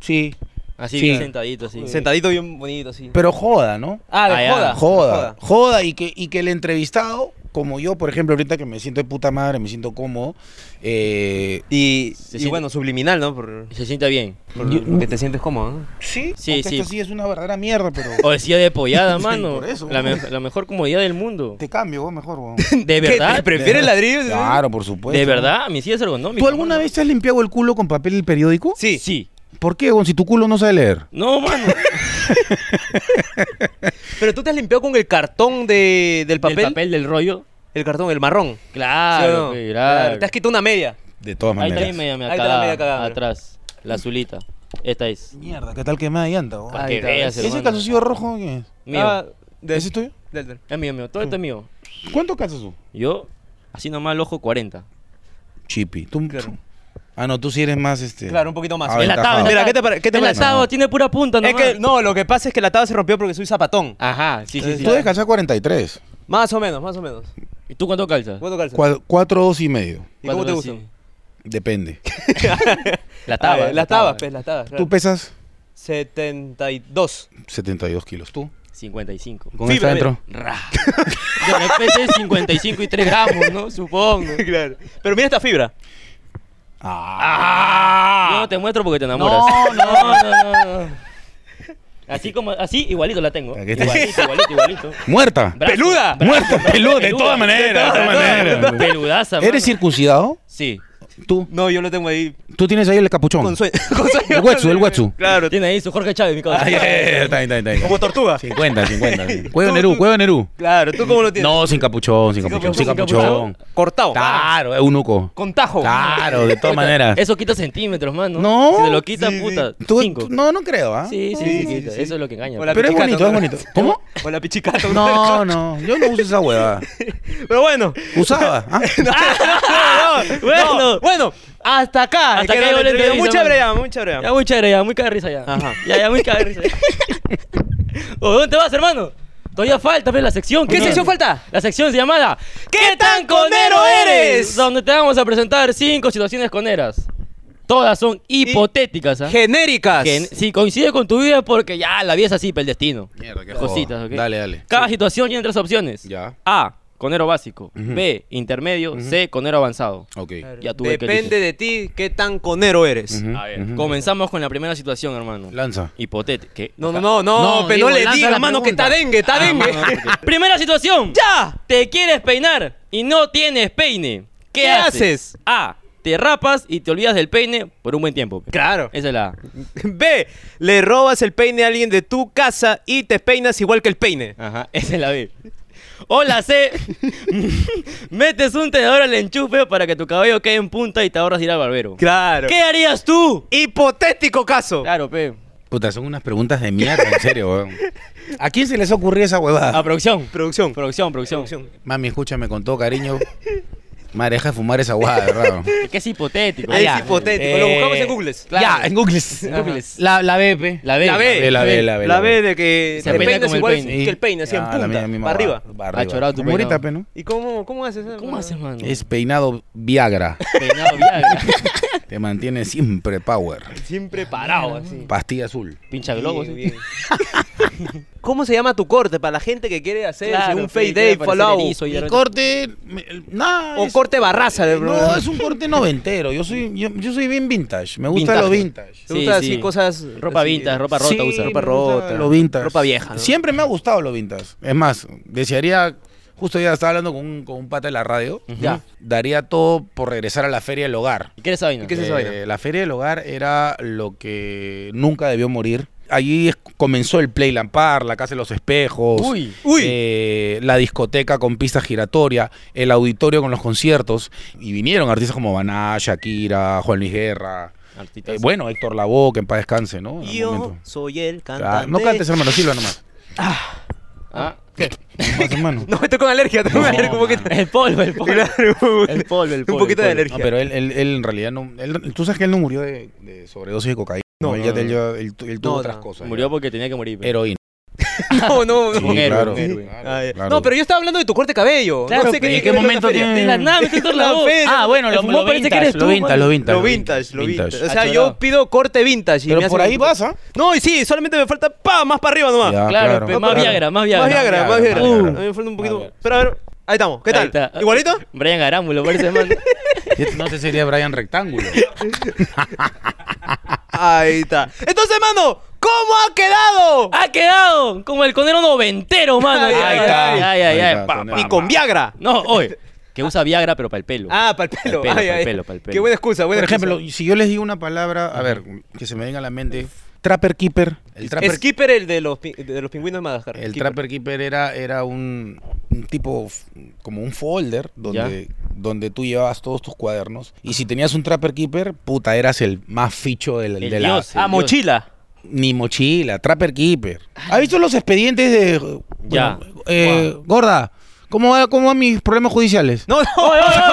Speaker 3: sí.
Speaker 4: Así
Speaker 3: Sí.
Speaker 4: bien sentadito, así.
Speaker 5: Sentadito bien bonito, así.
Speaker 3: Pero joda, ¿no?
Speaker 5: Ah, de
Speaker 4: Ah, ya.
Speaker 3: Joda,
Speaker 5: joda. Joda.
Speaker 3: joda. y, que, y que el entrevistado, como yo, por ejemplo, ahorita que me siento de puta madre, me siento cómodo, eh,
Speaker 5: Y, y
Speaker 4: siente-
Speaker 5: bueno, subliminal, ¿no? Por,
Speaker 4: Se sienta bien.
Speaker 5: por lo que te sientes cómodo, ¿no?
Speaker 3: sí,
Speaker 4: Sí,
Speaker 3: porque
Speaker 4: sí.
Speaker 3: esto sí es una verdadera mierda, pero
Speaker 4: O decía de pollada, mano.
Speaker 3: por eso.
Speaker 4: La, me- la mejor comodidad del mundo.
Speaker 3: te cambio, vos mejor, vos.
Speaker 4: ¿De
Speaker 5: ¿Qué,
Speaker 4: verdad?
Speaker 5: te ¿Prefieres ladrillo?
Speaker 3: Claro, por supuesto.
Speaker 4: ¿De verdad? Mi silla es ergonómica.
Speaker 3: ¿Tú alguna
Speaker 4: mano.
Speaker 3: vez te has limpiado el culo con papel del periódico?
Speaker 5: Sí.
Speaker 4: Sí.
Speaker 3: ¿Por qué, Gon? Si tu culo no sabe leer.
Speaker 4: No, mano.
Speaker 5: Pero tú te has limpiado con el cartón de, del
Speaker 4: ¿Papel?
Speaker 5: papel.
Speaker 4: El papel del rollo.
Speaker 5: El cartón, el marrón. ¿Sí o
Speaker 4: Claro,
Speaker 5: no?
Speaker 4: pe,
Speaker 5: Te has quitado una media.
Speaker 3: De todas
Speaker 4: Ahí
Speaker 3: maneras.
Speaker 4: también media, media
Speaker 5: Ahí está la
Speaker 4: cagada,
Speaker 5: media cagada.
Speaker 4: Atrás. La azulita. Esta es.
Speaker 3: Mierda, ¿qué tal quemada de llanta, vos?
Speaker 4: Para
Speaker 5: Ahí
Speaker 4: que
Speaker 5: está.
Speaker 4: veas,
Speaker 3: ¿Ese
Speaker 4: hermano.
Speaker 3: calzoncillo rojo qué es?
Speaker 4: Mío.
Speaker 5: Ah, Mm. de-
Speaker 3: ¿Ese es tuyo?
Speaker 5: del- del-
Speaker 4: Es mío, mío. Todo esto es mío.
Speaker 3: ¿Cuánto calzas tú?
Speaker 4: Yo, así nomás el ojo 40.
Speaker 3: Chipi. Tú,
Speaker 5: Claro.
Speaker 3: Ah, no, tú sí eres más este.
Speaker 5: Claro, un poquito más.
Speaker 3: Ah,
Speaker 5: El
Speaker 3: aventajado.
Speaker 4: atado, el
Speaker 5: Mira,
Speaker 4: atado.
Speaker 5: ¿qué te, pare- qué te
Speaker 4: el
Speaker 5: parece?
Speaker 4: atado
Speaker 3: No.
Speaker 4: tiene pura punta
Speaker 5: Es
Speaker 4: nomás.
Speaker 5: que, no, lo que pasa es que la taba se rompió porque soy zapatón.
Speaker 4: Ajá, sí, sí, sí.
Speaker 3: Tú debes calzar 43.
Speaker 5: Más o menos, más o menos.
Speaker 4: ¿Y tú cuánto calzas?
Speaker 5: ¿Cuánto calzas?
Speaker 3: 4, 2 y medio.
Speaker 5: ¿Y cómo te
Speaker 4: Cuatro,
Speaker 5: gusta?
Speaker 4: sí.
Speaker 3: Depende.
Speaker 4: La
Speaker 5: Ah,
Speaker 4: taba.
Speaker 5: las tabas, pues, las tabas. claro.
Speaker 3: Tú pesas
Speaker 5: 72.
Speaker 3: 72 kilos. ¿Tú?
Speaker 4: 55.
Speaker 3: ¿Con
Speaker 5: Fibra,
Speaker 3: esta adentro?
Speaker 4: Ra. De repente 55 y 3 gramos, ¿no? Supongo.
Speaker 5: claro. Pero mira esta fibra.
Speaker 3: Ah.
Speaker 4: Yo no te muestro porque te enamoras.
Speaker 3: No,
Speaker 4: no, no, no, no. Así como, así igualito la tengo.
Speaker 3: Para que te-
Speaker 4: Igualito, igualito, igualito.
Speaker 3: ¡Muerta!
Speaker 4: Brazo,
Speaker 5: ¡Peluda!
Speaker 4: brazo,
Speaker 3: ¡Muerta! ¡Peluda! De
Speaker 4: peluda.
Speaker 3: todas maneras. De todas maneras.
Speaker 4: Peludaza, mano.
Speaker 3: ¿Eres circuncidado?
Speaker 4: Sí.
Speaker 3: ¿Tú?
Speaker 5: No, yo lo tengo
Speaker 4: Mm.
Speaker 5: ahí
Speaker 3: ¿Tú tienes ahí el capuchón?
Speaker 5: con sueño. con sueño.
Speaker 3: El huetsu, el huetsu.
Speaker 5: Claro.
Speaker 4: Tiene ahí su Jorge Chávez, mi cosa.
Speaker 3: Ah, ya, ya, ya, está bien, está bien, está bien.
Speaker 5: Como tortuga.
Speaker 3: 50, 50. Cueva
Speaker 5: Tú,
Speaker 3: Nerú,
Speaker 5: tú.
Speaker 3: Cueva Nerú.
Speaker 5: Claro, ¿tú cómo lo tienes?
Speaker 3: No, sin capuchón, sin capuchón, sin capuchón.
Speaker 5: Cortado.
Speaker 3: Claro, es unuco.
Speaker 5: Oh, Con tajo.
Speaker 3: Claro, de todas maneras.
Speaker 4: Eso quita centímetros, mano.
Speaker 3: No.
Speaker 4: Si te lo quita,
Speaker 5: Sí, sí.
Speaker 4: puta.
Speaker 3: Tú-
Speaker 4: cinco.
Speaker 3: tú- no, no creo, ¿ah?
Speaker 4: Sí, sí,
Speaker 5: Sí,
Speaker 4: sí,
Speaker 5: sí,
Speaker 4: quita.
Speaker 5: sí.
Speaker 4: Eso es lo que engaña.
Speaker 5: O la
Speaker 4: pe.
Speaker 3: Pero es
Speaker 5: pichicata,
Speaker 3: bonito, es bonito.
Speaker 5: ¿no?
Speaker 3: ¿Cómo?
Speaker 5: O la pichicata.
Speaker 3: No, no, yo no uso esa huevada.
Speaker 5: Pero bueno.
Speaker 3: Usaba. ¿ah?
Speaker 5: No, no,
Speaker 4: Ah, Bueno.
Speaker 5: no. bueno. Hasta acá.
Speaker 4: Hasta
Speaker 5: Es que
Speaker 4: acá
Speaker 5: no
Speaker 4: llegó
Speaker 5: te
Speaker 4: la
Speaker 5: entrevisto.
Speaker 4: entrevista,
Speaker 5: Mucha
Speaker 4: mano.
Speaker 5: brea, mucha brea.
Speaker 4: Ya muy chévere, ya muy caga de risa ya.
Speaker 5: Ajá.
Speaker 4: Ya, ya muy caga de risa. ya. ¿O dónde vas, hermano? Todavía falta, pero la sección.
Speaker 5: ¿Qué
Speaker 4: coño.
Speaker 5: sección falta?
Speaker 4: La sección se llamada
Speaker 5: ¿Qué tan conero eres?
Speaker 4: Donde te vamos a presentar cinco situaciones coneras. Todas son hipotéticas, ¿ah?
Speaker 5: Genéricas.
Speaker 4: Que si coincide con tu vida es porque ya la vida es así, para el destino.
Speaker 3: Mierda, qué
Speaker 4: Cositas,
Speaker 3: joda.
Speaker 4: ¿ok?
Speaker 3: Dale, dale.
Speaker 4: Cada situación tiene tres opciones.
Speaker 3: Ya.
Speaker 4: A. conero básico. B, intermedio. C, conero avanzado.
Speaker 3: Ok.
Speaker 4: Ya tuve que
Speaker 5: Depende
Speaker 4: elegir.
Speaker 5: de ti qué tan conero eres.
Speaker 3: Ujú,
Speaker 4: A ver,
Speaker 3: ujú.
Speaker 4: comenzamos con la primera situación, hermano.
Speaker 3: Lanza.
Speaker 4: Hipotética. ¿Qué?
Speaker 5: No, no, no, no,
Speaker 4: No,
Speaker 5: pero
Speaker 4: Diego,
Speaker 5: no le
Speaker 4: lanza
Speaker 5: digas,
Speaker 4: la
Speaker 5: mano, que
Speaker 4: pregunta. Ah,
Speaker 5: está dengue, está dengue.
Speaker 4: Primera situación.
Speaker 5: ¡Ya!
Speaker 4: Te quieres peinar y no tienes peine. ¿Qué,
Speaker 5: ¿Qué haces?
Speaker 4: A. Te rapas y te olvidas del peine por un buen tiempo.
Speaker 5: Claro.
Speaker 4: Esa es la A.
Speaker 5: B. Le robas el peine a alguien de tu casa y te peinas igual que el peine.
Speaker 4: Ajá, esa es la B. O la C. Metes un tenedor al enchufe para que tu cabello quede en punta y te ahorras ir al barbero.
Speaker 5: Claro.
Speaker 4: ¿Qué harías tú?
Speaker 5: Hipotético caso.
Speaker 4: Claro, pe.
Speaker 3: Puta, son unas preguntas de mierda, en serio, weón. ¿A quién se les ocurrió esa
Speaker 4: A
Speaker 3: huevada?
Speaker 4: ah, producción.
Speaker 5: Producción.
Speaker 4: Producción, producción.
Speaker 3: Mami, escúchame con todo cariño. Madre, deja de fumar esa huevada, de verdad.
Speaker 4: Es que es hipotético.
Speaker 5: Es
Speaker 4: Ya.
Speaker 5: hipotético, Eh, lo buscamos en Google.
Speaker 4: Eh, Claro.
Speaker 3: Google.
Speaker 4: Google.
Speaker 3: La, la B, pe.
Speaker 4: La B.
Speaker 5: La B.
Speaker 3: La B, la B,
Speaker 5: La B de que
Speaker 4: Se
Speaker 5: te
Speaker 4: peina
Speaker 5: peinas
Speaker 4: como el
Speaker 5: igual
Speaker 4: peine.
Speaker 5: que el peine, así en
Speaker 3: Ah, la
Speaker 5: punta,
Speaker 3: mía misma
Speaker 5: para
Speaker 3: va-
Speaker 5: arriba.
Speaker 3: va arriba.
Speaker 4: chorado tu
Speaker 3: Como ahorita,
Speaker 4: peinado.
Speaker 3: pe, ¿no?
Speaker 5: ¿Y cómo, cómo haces eso?
Speaker 4: ¿Cómo haces, mano?
Speaker 3: Es peinado Viagra.
Speaker 4: Peinado Viagra.
Speaker 3: Te mantiene siempre power.
Speaker 5: Siempre
Speaker 4: Parado, así.
Speaker 3: Pastilla azul.
Speaker 4: Pincha eh. globo,
Speaker 5: Bien,
Speaker 4: Ah, sí.
Speaker 5: bien. ¿Cómo se llama tu corte? Para la gente que quiere hacer
Speaker 4: Claro,
Speaker 5: un
Speaker 4: pe,
Speaker 5: fade
Speaker 4: quiere
Speaker 5: day,
Speaker 4: parecer
Speaker 5: follow.
Speaker 4: erizo y de repente-
Speaker 3: corte. me- Nada.
Speaker 5: O
Speaker 3: es-
Speaker 5: corte barraza de
Speaker 3: No, es un corte noventero. Yo soy, yo, yo soy bien vintage. Me gusta
Speaker 4: Vintage.
Speaker 3: lo vintage.
Speaker 4: Sí,
Speaker 5: ¿Te gusta
Speaker 4: sí.
Speaker 5: así cosas?
Speaker 4: Ropa
Speaker 5: así?
Speaker 4: vintage, ropa rota usa.
Speaker 3: me gusta
Speaker 5: rota.
Speaker 3: Lo vintage.
Speaker 5: Ropa vieja, ¿no?
Speaker 3: Siempre me ha gustado lo vintage. Es más, desearía. Justo ya estaba hablando con un, con un pata de la radio.
Speaker 4: Ya.
Speaker 3: Daría todo por regresar a la Feria del Hogar.
Speaker 4: ¿Y qué eres esa vaina?
Speaker 5: ¿Y qué es esa
Speaker 3: Eh,
Speaker 5: vaina?
Speaker 3: La Feria del Hogar era lo que nunca debió morir. Allí es- comenzó el Play Lampar, la Casa de los Espejos,
Speaker 4: Uy.
Speaker 5: Uy.
Speaker 3: eh, la discoteca con pista giratoria, el auditorio con los conciertos. Y vinieron artistas como Maná, Shakira, Juan Luis Guerra.
Speaker 4: Artistas.
Speaker 3: eh, bueno, Héctor Lavoe, que en paz descanse, ¿no? En algún
Speaker 5: Yo
Speaker 3: momento.
Speaker 5: soy el cantante.
Speaker 3: Ah, no cantes, hermano, silba nomás.
Speaker 4: Ah.
Speaker 3: Nomás, hermano.
Speaker 5: No, estoy con alergia, estoy con alergia un poquito.
Speaker 4: El polvo, el polvo.
Speaker 5: Claro.
Speaker 4: El polvo, el polvo.
Speaker 5: Un poquito
Speaker 4: el
Speaker 5: de
Speaker 4: polvo.
Speaker 5: alergia.
Speaker 3: No, pero él, él- él en realidad no. él- Tú sabes que él no murió de, de sobredosis de cocaína.
Speaker 5: No,
Speaker 3: él,
Speaker 5: no,
Speaker 3: ya-
Speaker 5: no.
Speaker 3: él ya- él tu- él tuvo
Speaker 5: No,
Speaker 3: otras
Speaker 5: no.
Speaker 3: cosas.
Speaker 4: Murió porque tenía que morir. pe.
Speaker 3: Heroína.
Speaker 4: Ah,
Speaker 5: No, no, no.
Speaker 3: Sí,
Speaker 4: héroe,
Speaker 3: claro.
Speaker 4: un héroe.
Speaker 5: Ah, ya.
Speaker 3: Claro.
Speaker 5: No, pero yo estaba hablando de tu corte de cabello.
Speaker 4: Claro,
Speaker 5: no sé
Speaker 4: pero
Speaker 3: ¿en
Speaker 5: qué
Speaker 3: qué momento
Speaker 5: feria.
Speaker 3: tiene-
Speaker 4: De la nada, me estoy
Speaker 5: La
Speaker 4: la voz.
Speaker 5: feria.
Speaker 4: Ah, bueno, lo, El fumó lo parece que vintage, eres
Speaker 3: lo
Speaker 4: tú,
Speaker 3: vintage,
Speaker 4: mano.
Speaker 3: lo vintage.
Speaker 5: Lo vintage, lo vintage. O sea,
Speaker 4: Achorado.
Speaker 5: yo pido corte vintage. Y me Ah,
Speaker 3: Pero
Speaker 5: hacen
Speaker 3: por ahí
Speaker 5: un-
Speaker 3: vas, ¿ah?
Speaker 5: No, y sí, solamente me falta pa, más para arriba nomás.
Speaker 3: Ya,
Speaker 4: Claro, pe, más
Speaker 5: claro.
Speaker 4: Viagra, más Viagra.
Speaker 5: Más
Speaker 3: pues,
Speaker 5: Viagra,
Speaker 3: Viagra,
Speaker 5: más Viagra.
Speaker 3: más
Speaker 5: Uh,
Speaker 3: Viagra.
Speaker 5: a mí me falta un
Speaker 4: Más
Speaker 5: poquito.
Speaker 4: Viagra.
Speaker 5: Pero a ver, ahí estamos. ¿Qué
Speaker 4: Ahí
Speaker 5: tal?
Speaker 4: está.
Speaker 5: ¿Igualito?
Speaker 4: Brian Arámbulo, parece, man.
Speaker 3: Este No sé, sería Brian Rectángulo.
Speaker 5: Ahí está. Entonces, mano, ¿cómo ha quedado?
Speaker 3: Ah,
Speaker 4: ¡Ha ¡Ah, quedado! Como el conero noventero, mano.
Speaker 5: Ahí está.
Speaker 4: Ay, ay,
Speaker 3: Ahí
Speaker 4: ay,
Speaker 3: está,
Speaker 4: ay, pa,
Speaker 3: conero.
Speaker 4: pa,
Speaker 5: Y
Speaker 4: pa.
Speaker 5: con Viagra.
Speaker 4: No, oye. Que usa Viagra, pero para el pelo.
Speaker 5: Ah, para el pelo.
Speaker 4: Pa'l pelo,
Speaker 5: Ay,
Speaker 4: pa'l
Speaker 5: ay.
Speaker 4: pelo, pa'l pelo.
Speaker 5: Qué buena excusa, buena
Speaker 3: Por ejemplo,
Speaker 5: excusa.
Speaker 3: si yo les digo una palabra, a ver, que se me venga a la mente. Trapper Keeper. El Trapper,
Speaker 5: Skipper, el de los, pi- de los pingüinos de Madagascar.
Speaker 3: el
Speaker 5: Skipper.
Speaker 3: Trapper Keeper era, era un, un tipo, f- como un folder, donde, donde tú llevabas todos tus cuadernos. Y si tenías un Trapper Keeper, puta, eras el más ficho del,
Speaker 4: El
Speaker 3: de la...
Speaker 4: dios.
Speaker 5: Ah,
Speaker 4: Dios.
Speaker 5: mochila.
Speaker 3: Ni mochila, Trapper Keeper. ¿Has visto los expedientes de... bueno,
Speaker 4: Ya.
Speaker 3: eh, Gorda, ¿cómo va- cómo van mis problemas judiciales?
Speaker 5: No, no,
Speaker 4: Oye, oye,
Speaker 5: no,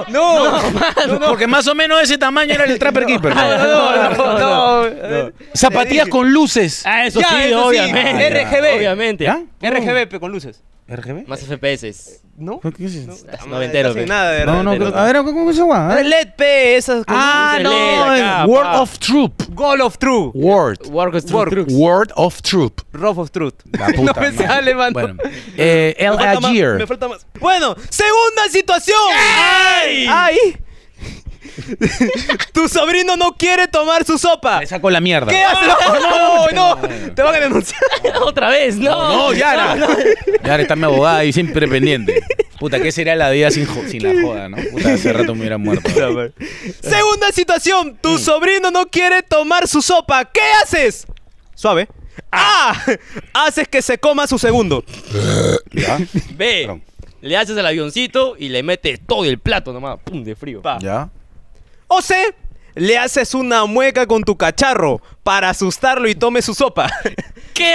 Speaker 4: oye,
Speaker 5: no,
Speaker 4: oye,
Speaker 5: pasa.
Speaker 4: no,
Speaker 5: no,
Speaker 3: Porque más o menos ese tamaño era el Trapper Keeper.
Speaker 5: no, no, no, no.
Speaker 3: Zapatillas con luces.
Speaker 4: Ah, eso
Speaker 5: Ya,
Speaker 4: sí,
Speaker 5: eso sí,
Speaker 4: obviamente.
Speaker 5: RGB.
Speaker 4: Obviamente.
Speaker 3: ¿Ya? Uh,
Speaker 5: RGB pe, con luces.
Speaker 3: ¿RGB?
Speaker 4: Más FPS.
Speaker 5: ¿No?
Speaker 3: ¿Qué es eso?
Speaker 4: Noventero,
Speaker 5: Casi
Speaker 4: pe.
Speaker 5: nada, de
Speaker 3: No,
Speaker 5: verdad.
Speaker 3: no,
Speaker 4: Entero,
Speaker 3: pero-
Speaker 4: ¿no?
Speaker 3: a ver, ¿cómo es esa guada?
Speaker 5: LED, pe, esas con
Speaker 3: Ah,
Speaker 5: luces
Speaker 3: no,
Speaker 5: LED acá,
Speaker 3: es World
Speaker 5: pa.
Speaker 3: of Troop.
Speaker 5: Goal of True.
Speaker 3: World.
Speaker 4: Work with
Speaker 5: Work.
Speaker 4: trucks.
Speaker 3: World of Troop.
Speaker 5: Rough of Truth.
Speaker 3: La puta
Speaker 5: no me
Speaker 3: madre.
Speaker 5: sale, mano.
Speaker 3: Bueno, eh, El
Speaker 5: Me falta más, me
Speaker 3: Agir.
Speaker 5: falta más. Bueno, segunda situación. ¡Ay! tu sobrino no quiere tomar su sopa.
Speaker 3: Le saco la mierda.
Speaker 5: ¿Qué haces? No, no, no. Te van a denunciar.
Speaker 4: Otra vez, no.
Speaker 3: No, Oh, Yara. Yara está mi abogada y siempre pendiente. Puta, ¿qué sería la vida sin, jo- sin la joda, no? Puta, hace rato me hubiera muerto.
Speaker 5: Segunda situación. Tu sobrino no quiere tomar su sopa. ¿Qué haces? Suave. A. Haces que se coma su segundo.
Speaker 3: ¿Ya?
Speaker 4: Ve.
Speaker 3: Perdón.
Speaker 4: Le haces al avioncito y le metes todo el plato nomás. Pum, de frío.
Speaker 5: Pa.
Speaker 3: ¿Ya?
Speaker 5: O C. Le haces una mueca con tu cacharro para asustarlo y tome su sopa.
Speaker 4: ¿Qué
Speaker 5: ¿Qué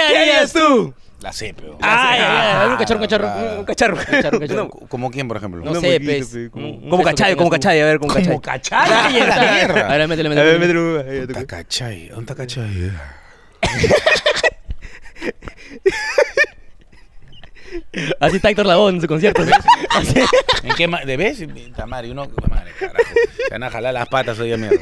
Speaker 4: harías
Speaker 5: harías
Speaker 4: Ah, tú?
Speaker 5: tú?
Speaker 3: La sé, pero.
Speaker 4: Ay, ay, ay, un cacharro, un cacharro,
Speaker 3: Ah.
Speaker 4: un cacharro, un cacharro, un
Speaker 3: No,
Speaker 4: cacharro.
Speaker 3: ¿Como quién, por ejemplo?
Speaker 4: No
Speaker 5: Una
Speaker 4: sé,
Speaker 5: muequita,
Speaker 3: pues.
Speaker 4: pez.
Speaker 5: pe, como-
Speaker 4: Un- un
Speaker 5: Como
Speaker 4: peso que
Speaker 5: cachay,
Speaker 4: tengas
Speaker 5: como
Speaker 4: tú.
Speaker 5: cachay, a ver, como cachay.
Speaker 4: Ay,
Speaker 3: cachay?
Speaker 4: está. A ver, métele, métele. métele.
Speaker 3: Puta, cachay. ¿Dónde está cachay?
Speaker 4: Así está Héctor Labón en su concierto. Así-
Speaker 3: ¿En qué ma- ¿De ves? Puta madre, uno. puta madre, carajo. Te van a jalar las patas hoy día, mierda.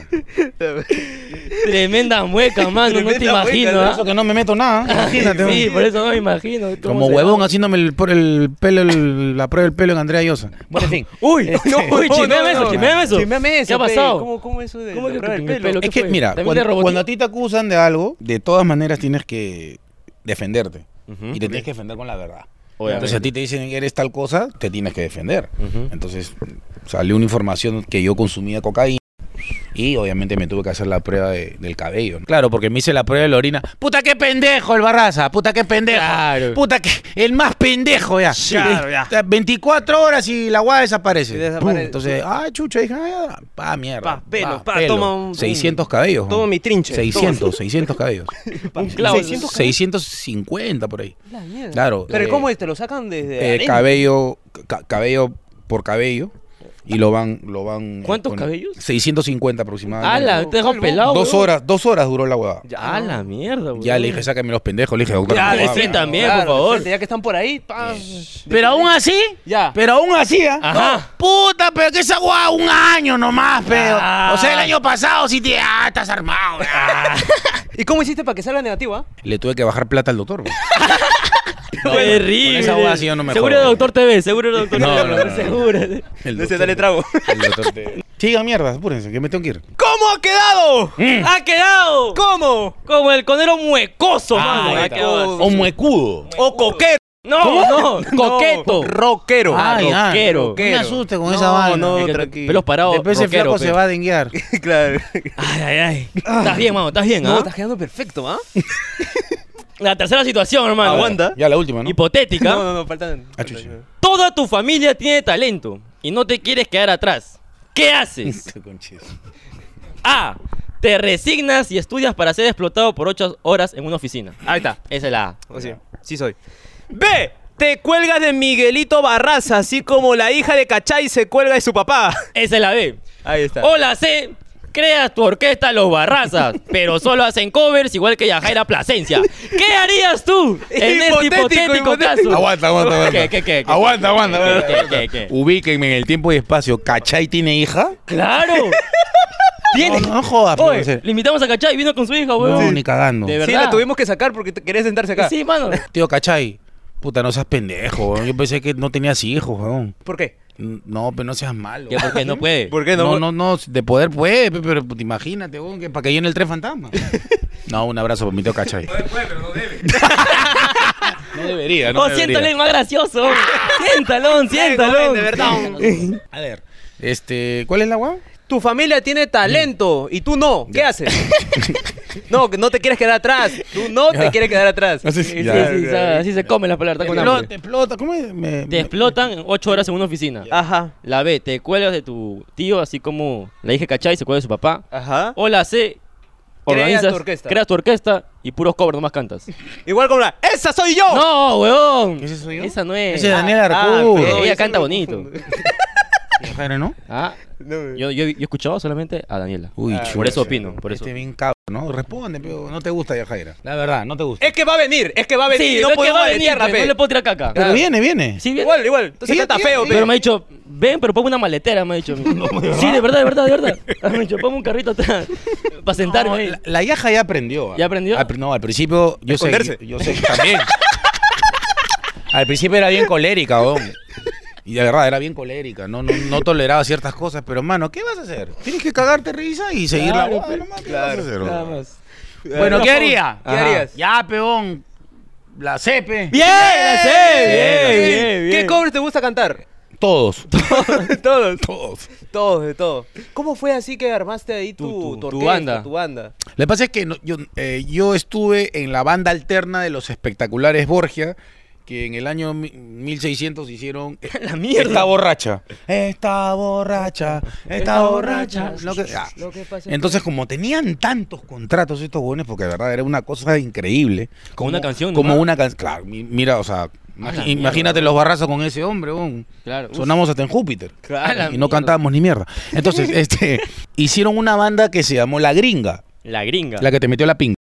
Speaker 4: Tremenda mueca, mano. no te
Speaker 7: Tremenda mueca,
Speaker 4: imagino,
Speaker 7: ¿no?
Speaker 4: ¿ah?
Speaker 3: Eso que no Ah, me meto nada. Imagínate.
Speaker 4: Sí, por eso no me imagino. cómo
Speaker 3: Como
Speaker 4: se-
Speaker 3: huevón haciéndome el, por el pelo, el- la prueba del pelo en Andrea Llosa. Bueno, en fin.
Speaker 4: Uy, no, Este, uy,
Speaker 7: no,
Speaker 4: chismeame
Speaker 7: no,
Speaker 4: eso,
Speaker 7: no.
Speaker 4: chismeame eso.
Speaker 5: Chismeame eso,
Speaker 4: ¿Qué ha
Speaker 5: pe.
Speaker 4: pasado?
Speaker 5: ¿Cómo, cómo eso de
Speaker 4: ¿Cómo
Speaker 5: de
Speaker 4: que
Speaker 5: agarrar
Speaker 4: que
Speaker 5: el
Speaker 4: mi
Speaker 5: pelo?
Speaker 4: pelo?
Speaker 5: ¿Qué
Speaker 3: Es que,
Speaker 5: fue?
Speaker 3: mira,
Speaker 4: ¿También
Speaker 3: cuando,
Speaker 4: te robotó?
Speaker 3: cuando a ti te acusan de algo, de todas maneras tienes que defenderte. y te tienes que defender con la verdad. Entonces, si a ti te dicen eres tal cosa, te tienes que defender. Entonces, salió una información que yo consumía cocaína. Y obviamente me tuve que hacer la prueba de- del cabello. ¿no? Claro, porque me hice la prueba de la orina. Puta, qué pendejo el Barraza. Puta, qué pendejo.
Speaker 4: Claro.
Speaker 3: Puta, que, el más pendejo ya.
Speaker 5: Claro, ya.
Speaker 3: Eh, 24 horas y la guada desaparece.
Speaker 5: Y desaparece.
Speaker 3: Pum. Entonces, ah, chucha, dije, ah, ya, pa, mierda.
Speaker 5: Pa, pelo, pa, toma un-
Speaker 3: 600 cabellos. ¿no?
Speaker 5: Toma mi trinche.
Speaker 3: 600, 600 cabellos.
Speaker 4: Un clavo.
Speaker 5: 600
Speaker 3: 650 por ahí. Claro.
Speaker 5: Pero
Speaker 3: eh,
Speaker 5: ¿cómo es? ¿Te lo sacan desde
Speaker 3: eh,
Speaker 5: adentro?
Speaker 3: cabello, ca- cabello por cabello. Y lo van, lo van. eh,
Speaker 4: ¿Cuántos cabellos?
Speaker 3: 650 aproximadamente.
Speaker 4: Ala, Ah, te dejó pelado.
Speaker 3: Dos
Speaker 4: huevón.
Speaker 3: horas, dos horas duró la huevada. Ya,
Speaker 4: A la mierda, güey.
Speaker 3: le dije, sácame los pendejos, le dije, doctor.
Speaker 4: Ya,
Speaker 3: no
Speaker 4: de
Speaker 3: jodas,
Speaker 4: sí
Speaker 3: mano.
Speaker 4: también,
Speaker 5: Claro,
Speaker 4: por favor.
Speaker 5: perfecto, Ya que están por ahí, pa.
Speaker 4: Pero aún así.
Speaker 5: Ya.
Speaker 3: Pero aún así, ¿ah?
Speaker 4: Ajá.
Speaker 3: No, puta, pero que esa huevada un año nomás, pero.
Speaker 4: Ah.
Speaker 3: O sea, el año pasado sí te. Ah, estás armado. ah.
Speaker 5: ¿Y cómo hiciste para que salga ah? negativa?
Speaker 3: le tuve que bajar plata al doctor. güey.
Speaker 4: Terrible.
Speaker 3: con esa hueá sí yo no me
Speaker 4: Seguro
Speaker 3: jodo.
Speaker 4: era doctor TV, seguro era doctor
Speaker 3: No,
Speaker 4: TV.
Speaker 3: no, no, no.
Speaker 4: Seguro.
Speaker 3: El
Speaker 7: No
Speaker 3: doctor-
Speaker 7: se sale trago.
Speaker 3: el doctor te- Sigan mierdas, apúrense, que me tengo que ir.
Speaker 7: ¿Cómo ha quedado?
Speaker 4: ¡Ha quedado!
Speaker 7: ¿Cómo?
Speaker 4: Como el conero muecoso, mano.
Speaker 3: ahí
Speaker 4: Ha
Speaker 3: está.
Speaker 4: quedado así.
Speaker 3: O muecudo.
Speaker 7: ¿O coquero?
Speaker 4: No, no, coqueto.
Speaker 7: Rockero.
Speaker 4: Ah,
Speaker 3: Ay, ay,
Speaker 4: rockero.
Speaker 3: No me asuste con
Speaker 7: No,
Speaker 3: esa vaina.
Speaker 7: no,
Speaker 4: Es que
Speaker 7: tranquilo.
Speaker 4: Pelos parados.
Speaker 3: Después ese
Speaker 4: rockero,
Speaker 3: flaco
Speaker 4: pe.
Speaker 3: se va a denguear.
Speaker 7: claro.
Speaker 4: Ay, ay, ay. Estás bien, mano, estás bien,
Speaker 5: No,
Speaker 4: ¿ah?
Speaker 5: estás quedando perfecto, ¿ah?
Speaker 4: La tercera situación, hermano.
Speaker 7: Aguanta.
Speaker 3: Ya la última, ¿no?
Speaker 4: Hipotética.
Speaker 7: No, no, no, faltan.
Speaker 3: Ah, chucha.
Speaker 4: Toda tu familia tiene talento y no te quieres quedar atrás. ¿Qué haces? A. Te resignas y estudias para ser explotado por 8 horas en una oficina.
Speaker 7: Ahí está.
Speaker 4: Esa es la A.
Speaker 7: O sea, sí soy. B. Te cuelgas de Miguelito Barraza, así como la hija de Cachay se cuelga de su papá.
Speaker 4: Esa es la B.
Speaker 7: Ahí está.
Speaker 4: O la C. Creas tu orquesta Los Barrazas, pero solo hacen covers igual que Yajaira Plasencia. ¿Qué harías tú en este
Speaker 7: Hipotético,
Speaker 4: hipotético,
Speaker 7: hipotético.
Speaker 4: caso?
Speaker 3: Aguanta, aguanta, aguanta.
Speaker 4: ¿Qué, qué, qué, qué?
Speaker 3: aguanta, aguanta.
Speaker 4: ¿Qué,
Speaker 3: aguanta.
Speaker 4: qué, qué, qué?
Speaker 3: Ubíquenme en el tiempo y espacio. ¿Cachai tiene hija?
Speaker 4: ¡Claro!
Speaker 3: No,
Speaker 4: ¿Tienes?
Speaker 3: no jodas, pero en
Speaker 4: Oye,
Speaker 3: serio.
Speaker 4: le invitamos a Cachai y vino con su hija,
Speaker 3: No,
Speaker 4: weón.
Speaker 3: ni cagando.
Speaker 4: De verdad.
Speaker 7: Sí, la tuvimos que sacar porque te- quería sentarse acá.
Speaker 4: Sí, mano.
Speaker 3: Tío, ¿cachai? Puta, no seas pendejo. weón. Yo pensé que no tenías hijos, weón.
Speaker 7: ¿Por qué?
Speaker 3: No, pero no seas malo.
Speaker 4: ¿Qué, ¿Por qué no puede?
Speaker 7: ¿Por qué no?
Speaker 3: No, no, no, de poder puede, pe- pero puta, imagínate, weón, que para que llene el tres fantasmas. No, un abrazo para mi tío Cachai. Puede, pero no debe. no debería, no
Speaker 4: Oh,
Speaker 3: debería.
Speaker 4: siéntalo, es más gracioso. siéntalo, siéntalo. De verdad.
Speaker 3: A ver, este, ¿cuál es la guau?
Speaker 7: Tu familia tiene talento y tú no. ¿Qué haces? no, que no te quieres quedar atrás. Tú no te quieres quedar atrás.
Speaker 3: Así,
Speaker 7: Sí,
Speaker 3: ya.
Speaker 7: sí,
Speaker 4: Sí,
Speaker 7: sí,
Speaker 4: sí,
Speaker 7: ya.
Speaker 4: así se comen las palabras. está con hambre.
Speaker 3: te explota, ¿cómo es? Me-
Speaker 4: Te
Speaker 3: me-
Speaker 4: explotan en 8 horas en una oficina.
Speaker 7: Ajá.
Speaker 4: La B, te cuelgas de tu tío, así como la dije Cachai se cuelga de su papá.
Speaker 7: Ajá.
Speaker 4: O la
Speaker 7: Creas
Speaker 4: C, organizas,
Speaker 7: tu orquesta.
Speaker 4: creas tu orquesta y puros covers nomás cantas.
Speaker 7: Igual como la. ¡Esa soy yo!
Speaker 4: ¡No, weón!
Speaker 3: ¿Ese soy yo?
Speaker 4: Esa no es.
Speaker 3: Ese es Daniel
Speaker 4: Ah,
Speaker 3: Arcú.
Speaker 4: pero
Speaker 7: Ese
Speaker 4: ella canta
Speaker 7: me
Speaker 4: bonito.
Speaker 3: Mujer, ¿no?
Speaker 4: Ah,
Speaker 7: No,
Speaker 4: yo, yo, yo he escuchado solamente a Daniela. Ah,
Speaker 3: Uy,
Speaker 4: por
Speaker 3: chucha.
Speaker 4: eso opino, por eso.
Speaker 3: Este bien cabrón, ¿no? Responde, pero no te gusta Eh, Yajaira. La verdad, no te gusta.
Speaker 7: Es que va a venir, es que va a venir. y no
Speaker 4: es que
Speaker 7: podemos
Speaker 4: va a venir,
Speaker 7: detenerla,
Speaker 4: pe,
Speaker 7: pe.
Speaker 4: no le puedo tirar caca. Ah,
Speaker 3: pero viene, viene.
Speaker 4: Sí, bien.
Speaker 7: Igual, igual. Entonces
Speaker 3: Sí,
Speaker 7: canta
Speaker 3: sí,
Speaker 7: feo,
Speaker 3: sí.
Speaker 7: pe.
Speaker 4: Pero me ha dicho, ven, pero pongo una maletera, me ha dicho. sí, de verdad, de verdad, de verdad. Ah, Me ha dicho, pongo un carrito atrás para sentarme ahí.
Speaker 3: La, la Yaja ya aprendió. ¿ah?
Speaker 4: ¿Ya aprendió?
Speaker 3: Al pri- no, al principio yo sé,
Speaker 7: Esconderse.
Speaker 3: yo, yo sé que también. al principio era bien colérica, hombre. Y de verdad, era bien colérica, no, no, no toleraba ciertas cosas, pero mano, ¿qué vas a hacer? Tienes que cagarte risa y seguir la boda, nomás, ¿qué vas a hacer,
Speaker 4: Nada
Speaker 3: hombre?
Speaker 4: más.
Speaker 3: Bueno, ¿qué haría?
Speaker 7: ¿Qué harías?
Speaker 3: Ya, peón, la cepe.
Speaker 4: Bien, la sé,
Speaker 3: Bien,
Speaker 4: bien,
Speaker 3: la
Speaker 4: bien,
Speaker 7: ¿Qué
Speaker 4: bien.
Speaker 7: covers te gusta cantar?
Speaker 3: Todos.
Speaker 7: Todos.
Speaker 3: Todos.
Speaker 7: Todos, de todo. ¿Cómo fue así que armaste ahí tu,
Speaker 4: Tu- tu- tu
Speaker 7: orquesta,
Speaker 4: banda.
Speaker 7: tu banda?
Speaker 3: Lo que pasa es que no- yo, eh, yo estuve en la banda alterna de los espectaculares Borgia, que en el año mi- 1600 hicieron...
Speaker 4: La mierda.
Speaker 3: Está borracha. Está borracha. Está borracha. Lo que- ah. Entonces, como tenían tantos contratos estos buenos, porque de verdad era una cosa increíble. Como
Speaker 4: una canción
Speaker 3: Como
Speaker 4: nomás.
Speaker 3: una canción. Claro, mi- mira, o sea, imagi-
Speaker 4: la
Speaker 3: imagínate los barrazos con ese hombre, weón.
Speaker 4: Claro, uf.
Speaker 3: Sonamos hasta en Júpiter.
Speaker 4: Claro, la
Speaker 3: y no
Speaker 4: mierda.
Speaker 3: cantábamos ni mierda. Entonces, este, hicieron una banda que se llamó La Gringa,
Speaker 4: La gringa.
Speaker 3: la que te metió la pinga.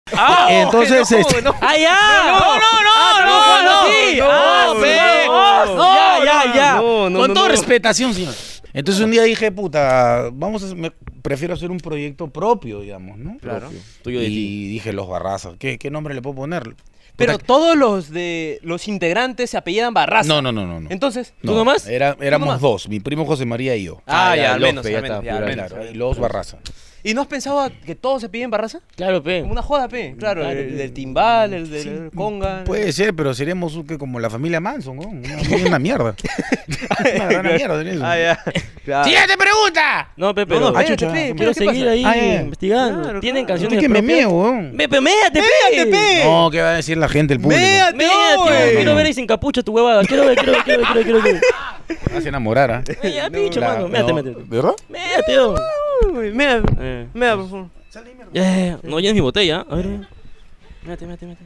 Speaker 3: Entonces, este,
Speaker 4: ¡Ah, ya!
Speaker 7: no, no, no,
Speaker 4: Ah, estamos
Speaker 7: no,
Speaker 4: jugando
Speaker 7: no,
Speaker 4: así.
Speaker 7: no,
Speaker 4: ¡Ah,
Speaker 7: no,
Speaker 4: pe, Ah,
Speaker 7: no,
Speaker 4: no,
Speaker 5: ya, ya, ya.
Speaker 4: no, no,
Speaker 3: Con
Speaker 4: no,
Speaker 3: toda
Speaker 4: no.
Speaker 3: respetación, señor. Entonces un día dije, puta, vamos a, me- prefiero hacer un proyecto propio, digamos, ¿no?
Speaker 5: Claro.
Speaker 3: Propio.
Speaker 4: Tuyo de
Speaker 3: y
Speaker 4: ti.
Speaker 3: dije, los barrazas. ¿Qué, qué nombre le puedo poner?
Speaker 5: Pero
Speaker 3: Puta,
Speaker 5: todos los de los integrantes se apellidan Barraza.
Speaker 3: No, no, no, no. no.
Speaker 5: Entonces,
Speaker 3: No,
Speaker 4: ¿tú nomás?
Speaker 3: Era, éramos
Speaker 5: nomás?
Speaker 3: dos, mi primo José María y yo.
Speaker 5: Ah, ya, al
Speaker 4: López,
Speaker 5: menos, al menos,
Speaker 4: está,
Speaker 5: ya, al
Speaker 4: plural.
Speaker 5: menos.
Speaker 3: Claro, y los barrazas.
Speaker 5: ¿y no has pensado a que todos se piden Barraza?
Speaker 4: Claro, pe.
Speaker 5: Como una joda, pe. Claro,
Speaker 4: Claro,
Speaker 5: el
Speaker 4: pe.
Speaker 5: del timbal, el del conga.
Speaker 3: Puede ser, pero seríamos un- que como la familia Manson, ¿no? Una, una mierda. una gran mierda en eso.
Speaker 5: Ah, ya. Claro.
Speaker 3: ¡Siguiente pregunta!
Speaker 4: No, pe,
Speaker 5: No,
Speaker 4: pero
Speaker 5: no,
Speaker 3: Ah,
Speaker 5: espérate,
Speaker 3: chucha,
Speaker 5: pe,
Speaker 3: ¿qué
Speaker 4: quiero
Speaker 5: pero ¿qué
Speaker 4: seguir
Speaker 5: pasa?
Speaker 4: ahí
Speaker 3: Ah, ya.
Speaker 4: investigando.
Speaker 5: Claro,
Speaker 4: Tienen
Speaker 5: claro.
Speaker 4: canciones
Speaker 3: que me
Speaker 4: propias?
Speaker 3: meo, weón.
Speaker 4: Ve, pe, méate, pe.
Speaker 5: ¡Méate, pe!
Speaker 3: No, ¿qué va a decir la gente, el público?
Speaker 5: Méate,
Speaker 4: Méate,
Speaker 5: no,
Speaker 4: weón.
Speaker 5: eh.
Speaker 4: Quiero ver ahí sin capucha tu huevada. Quiero ver, quiero ver, quiero ver, quiero ver. Quiero ver.
Speaker 3: Me hace enamorar, ¿ah?
Speaker 4: Eh, Ya, picho,
Speaker 3: La-
Speaker 4: mano. Méate,
Speaker 3: no,
Speaker 4: méate.
Speaker 3: ¿Verdad?
Speaker 4: Méate, weón.
Speaker 5: Uy, Mira,
Speaker 4: Eh.
Speaker 5: mira, por favor.
Speaker 4: Eh, No llenes mi botella. A ver. eh. Méate, méate, méate.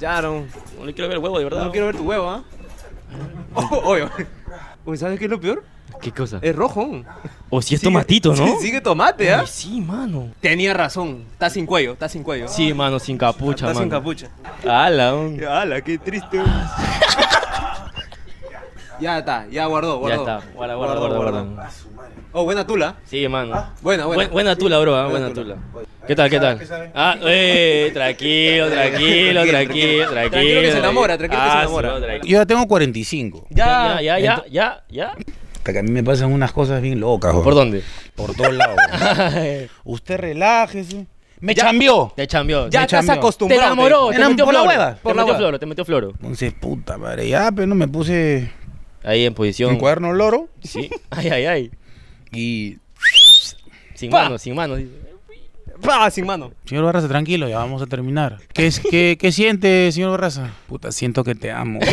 Speaker 5: Ya, no.
Speaker 4: No le quiero ver el huevo, de verdad.
Speaker 5: Eh. No quiero ver tu huevo, ¿ah? Obvio. Uy, ¿sabes qué es lo peor?
Speaker 4: ¿Qué cosa?
Speaker 5: Es rojo.
Speaker 4: O si es tomatito, ¿no?
Speaker 5: Sí, Eh, sigue tomate, ¿ah?
Speaker 4: Ay, Sí, mano.
Speaker 5: Tenía razón. Está sin cuello, está sin cuello.
Speaker 4: Sí, mano, sin capucha,
Speaker 5: está
Speaker 4: mano.
Speaker 5: sin capucha.
Speaker 4: Ala, un-
Speaker 5: ¡Hala, qué triste! ya está, ya guardó,
Speaker 4: Ya
Speaker 5: guardó.
Speaker 4: está. Guarda, guarda, guarda, guarda.
Speaker 5: Oh, buena tula.
Speaker 4: Sí, mano.
Speaker 5: Buena, buena.
Speaker 4: Buena, buena tula, bro, ah, buena tula. ¿Qué tal, qué tal? Ah, eh, tranquilo, tranquilo, tranquilo, tranquilo.
Speaker 5: Tranquilo que se enamora, tranquilo que se
Speaker 4: Ah,
Speaker 5: enamora.
Speaker 4: sí, no, tranquilo.
Speaker 3: Yo ya tengo 45.
Speaker 4: Ya, ya, ya, ya, ya.
Speaker 3: Hasta que a mí me pasan unas cosas bien locas, weón.
Speaker 4: ¿Por dónde?
Speaker 3: Por todos lados. weón. Usted relájese. Me chambió.
Speaker 4: Te chambió.
Speaker 5: Ya
Speaker 3: Me
Speaker 5: te has
Speaker 3: chambeó.
Speaker 4: Te
Speaker 5: acostumbrado.
Speaker 4: enamoró, te
Speaker 3: Eran
Speaker 4: metió
Speaker 3: por la
Speaker 4: floro.
Speaker 3: hueva,
Speaker 4: Te
Speaker 5: por la
Speaker 4: metió
Speaker 5: hueva.
Speaker 4: floro, te metió floro.
Speaker 3: Entonces, puta madre, ya, pero no me puse
Speaker 4: Ahí en posición.
Speaker 3: un cuaderno loro
Speaker 4: Sí. Ay, ay, ay.
Speaker 3: y...
Speaker 4: Sin
Speaker 5: Pa.
Speaker 4: mano, sin mano.
Speaker 5: ¡Pah! Ah, Sin mano.
Speaker 3: Señor Barraza, tranquilo, ya vamos a terminar. ¿Qué, es, qué, qué siente, señor Barraza? Puta, siento que te amo.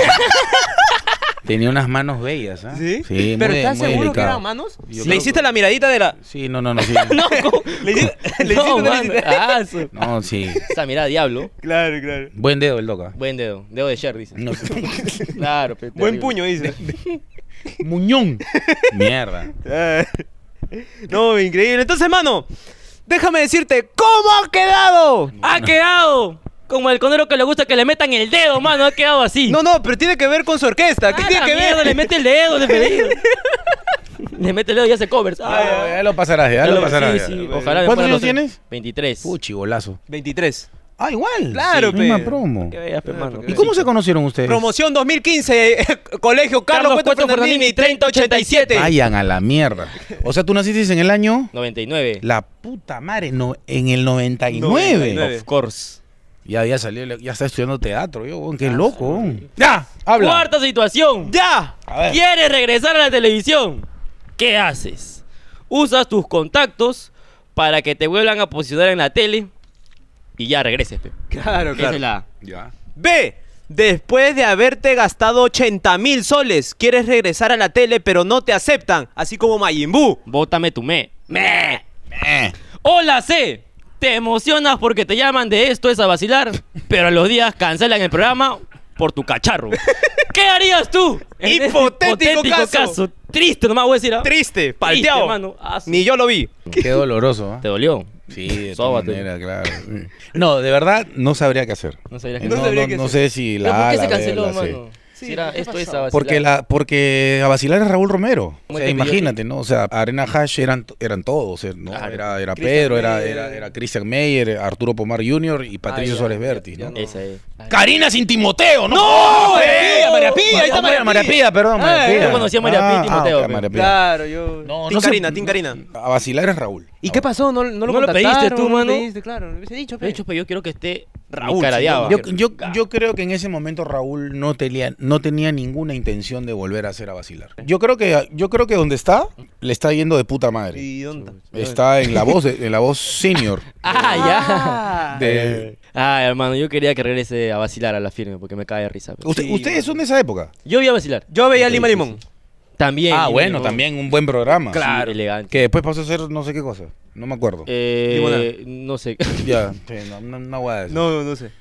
Speaker 3: Tenía unas manos bellas, ¿ah?
Speaker 5: ¿Sí?
Speaker 3: Sí,
Speaker 5: ¿Pero
Speaker 3: muy,
Speaker 5: estás
Speaker 3: muy
Speaker 5: seguro que
Speaker 3: delicado.
Speaker 5: eran manos?
Speaker 3: Yo
Speaker 5: Le
Speaker 3: creo
Speaker 5: hiciste la miradita de la.
Speaker 3: Sí, no, no, no, sí.
Speaker 4: No, ¿cómo?
Speaker 5: Le hiciste, le hiciste,
Speaker 4: no,
Speaker 5: le
Speaker 4: mano.
Speaker 5: hiciste.
Speaker 4: Ah, su-
Speaker 3: No, sí.
Speaker 4: Esa mirada, diablo.
Speaker 5: Claro, claro.
Speaker 3: Buen dedo el loca.
Speaker 4: Buen dedo. Dedo de Sher, dice.
Speaker 3: No sé.
Speaker 4: Claro, pe,
Speaker 5: Buen
Speaker 4: terrible.
Speaker 5: puño, dice.
Speaker 3: Muñón. Mierda.
Speaker 5: Ah. no, increíble. Entonces, mano, déjame decirte, ¿cómo ha quedado? Ah,
Speaker 4: ¡Ha quedado! Como el conero que le gusta que le metan el dedo, mano. Ha quedado así.
Speaker 5: No, no, pero tiene que ver con su orquesta. ¿Qué
Speaker 4: Ah,
Speaker 5: tiene
Speaker 4: la
Speaker 5: que
Speaker 4: mierda,
Speaker 5: ver?
Speaker 4: Le mete el dedo, le pedido. le mete el dedo y hace covers. Ah,
Speaker 3: Ya, ya lo pasarás, ya,
Speaker 4: ya
Speaker 3: lo
Speaker 4: lo-
Speaker 3: pasarás.
Speaker 4: sí,
Speaker 3: ya.
Speaker 4: sí, ojalá me puedan
Speaker 3: ¿Cuántos años
Speaker 4: hacer-
Speaker 3: tienes?
Speaker 4: 23.
Speaker 3: Uh, chibolazo.
Speaker 5: 23.
Speaker 3: Ah, igual.
Speaker 5: Claro, pe.
Speaker 3: Misma promo.
Speaker 4: Que veas, pe, mano.
Speaker 3: ¿Y cómo se conocieron ustedes?
Speaker 5: Promoción 2015, eh, Colegio Carlos,
Speaker 4: Carlos
Speaker 5: Cueto
Speaker 4: Cueto
Speaker 5: Fernandini,
Speaker 4: Fernandini,
Speaker 5: 3087.
Speaker 3: Vayan a la mierda. O sea, tú naciste en el año...
Speaker 4: 99.
Speaker 3: La puta madre, no, en el 99.
Speaker 5: 99.
Speaker 4: Of course.
Speaker 3: Ya, ya salió, ya está estudiando teatro, yo, weón, qué loco. weón. Ah, Ya, habla.
Speaker 4: Cuarta situación.
Speaker 5: ¡Ya!
Speaker 3: A ver.
Speaker 4: ¿Quieres regresar a la televisión? ¿Qué haces? ¿Usas tus contactos para que te vuelvan a posicionar en la tele? Y ya regreses, pe.
Speaker 5: Claro,
Speaker 4: Esa
Speaker 5: claro.
Speaker 4: es la...
Speaker 3: Ya.
Speaker 5: B. Después de haberte gastado 80 mil soles, quieres regresar a la tele, pero no te aceptan, así como Majin Buu.
Speaker 4: Bótame tu me. Me. Hola C. Te emocionas porque te llaman de esto es a vacilar, pero a los días cancelan el programa por tu cacharro. ¿Qué harías tú? en este
Speaker 5: Hipotético caso.
Speaker 4: Triste, nomás voy a decir. ¿ah?
Speaker 5: Triste,
Speaker 4: Triste,
Speaker 5: palteado.
Speaker 4: hermano. Ah, su-
Speaker 5: Ni yo lo vi.
Speaker 3: Qué doloroso, ¿ah?
Speaker 4: ¿Te dolió?
Speaker 3: Sí, de todas
Speaker 4: Sóbate.
Speaker 3: maneras, claro. No, de verdad, no sabría qué hacer. Eh,
Speaker 4: No sabría qué
Speaker 3: no,
Speaker 5: hacer.
Speaker 3: no- no sé si
Speaker 4: ¿Pero
Speaker 3: la
Speaker 4: ¿Por
Speaker 3: A,
Speaker 4: qué
Speaker 3: la
Speaker 4: se
Speaker 3: B,
Speaker 4: canceló,
Speaker 3: la C.
Speaker 4: mano? Si era esto es a vacilar.
Speaker 3: Porque, la, porque a vacilar es Raúl Romero. O
Speaker 4: ¿Cómo
Speaker 3: sea,
Speaker 4: te pidió
Speaker 3: imagínate, ¿no? O sea, Arena Hash eran, eran todos. o sea, ¿no?
Speaker 4: Claro.
Speaker 3: Era, era
Speaker 5: Christian
Speaker 3: Pedro, era,
Speaker 5: Meyer.
Speaker 3: era, era Christian Meyer, Arturo Pomar Jr. y Patricio
Speaker 5: ya,
Speaker 3: Suárez
Speaker 5: ya,
Speaker 3: Berti.
Speaker 5: ya
Speaker 3: ¿no?
Speaker 5: no.
Speaker 4: Esa es.
Speaker 3: Karina sin Timoteo, ¿no? ¡Oh, eh!
Speaker 5: María Pía, María Pía, ahí está María
Speaker 3: María
Speaker 5: Pía.
Speaker 3: Pía, perdón, María
Speaker 5: Ah,
Speaker 3: Pía.
Speaker 4: yo conocí a María Pía y Timoteo,
Speaker 3: ok,
Speaker 4: pe.
Speaker 3: María Pía.
Speaker 5: Claro, yo.
Speaker 3: No,
Speaker 5: Tin
Speaker 3: no sé-
Speaker 5: Karina, Tin Karina.
Speaker 3: A vacilar es Raúl. Ah,
Speaker 5: ¿Y qué pasó? ¿No, no lo
Speaker 4: ¿No lo pediste
Speaker 5: contactaron?
Speaker 4: tú,
Speaker 5: ¿No lo
Speaker 4: mano?
Speaker 5: pediste? claro, lo hubiese dicho,
Speaker 4: De
Speaker 5: pe.
Speaker 4: hecho, pues yo quiero que esté
Speaker 5: Raúl,
Speaker 4: Raúl caradeaba.
Speaker 3: Yo, yo, yo creo que en ese momento Raúl no tenía, no tenía ninguna intención de volver a hacer a vacilar. Yo creo que, yo creo que donde está, le está yendo de puta madre.
Speaker 5: ¿Y dónde
Speaker 3: Está
Speaker 5: está?
Speaker 3: en la voz, de- en la voz senior.
Speaker 4: Ah, ya.
Speaker 3: de-
Speaker 4: Ah, hermano, yo quería que regrese a vacilar a la firme porque me cae de risa. pe.
Speaker 3: Usted- ustedes son de esa época.
Speaker 4: Yo voy a vacilar.
Speaker 5: Yo veía Lima Limón.
Speaker 4: También.
Speaker 3: ah,
Speaker 4: Lima
Speaker 3: bueno,
Speaker 4: Limón.
Speaker 3: también un buen programa.
Speaker 4: Claro. elegante.
Speaker 3: Que después pasó a ser no sé qué cosa. No me acuerdo.
Speaker 4: Eh, no sé.
Speaker 3: Ya, sí, no, no, no guada de eso.
Speaker 5: No, no sé.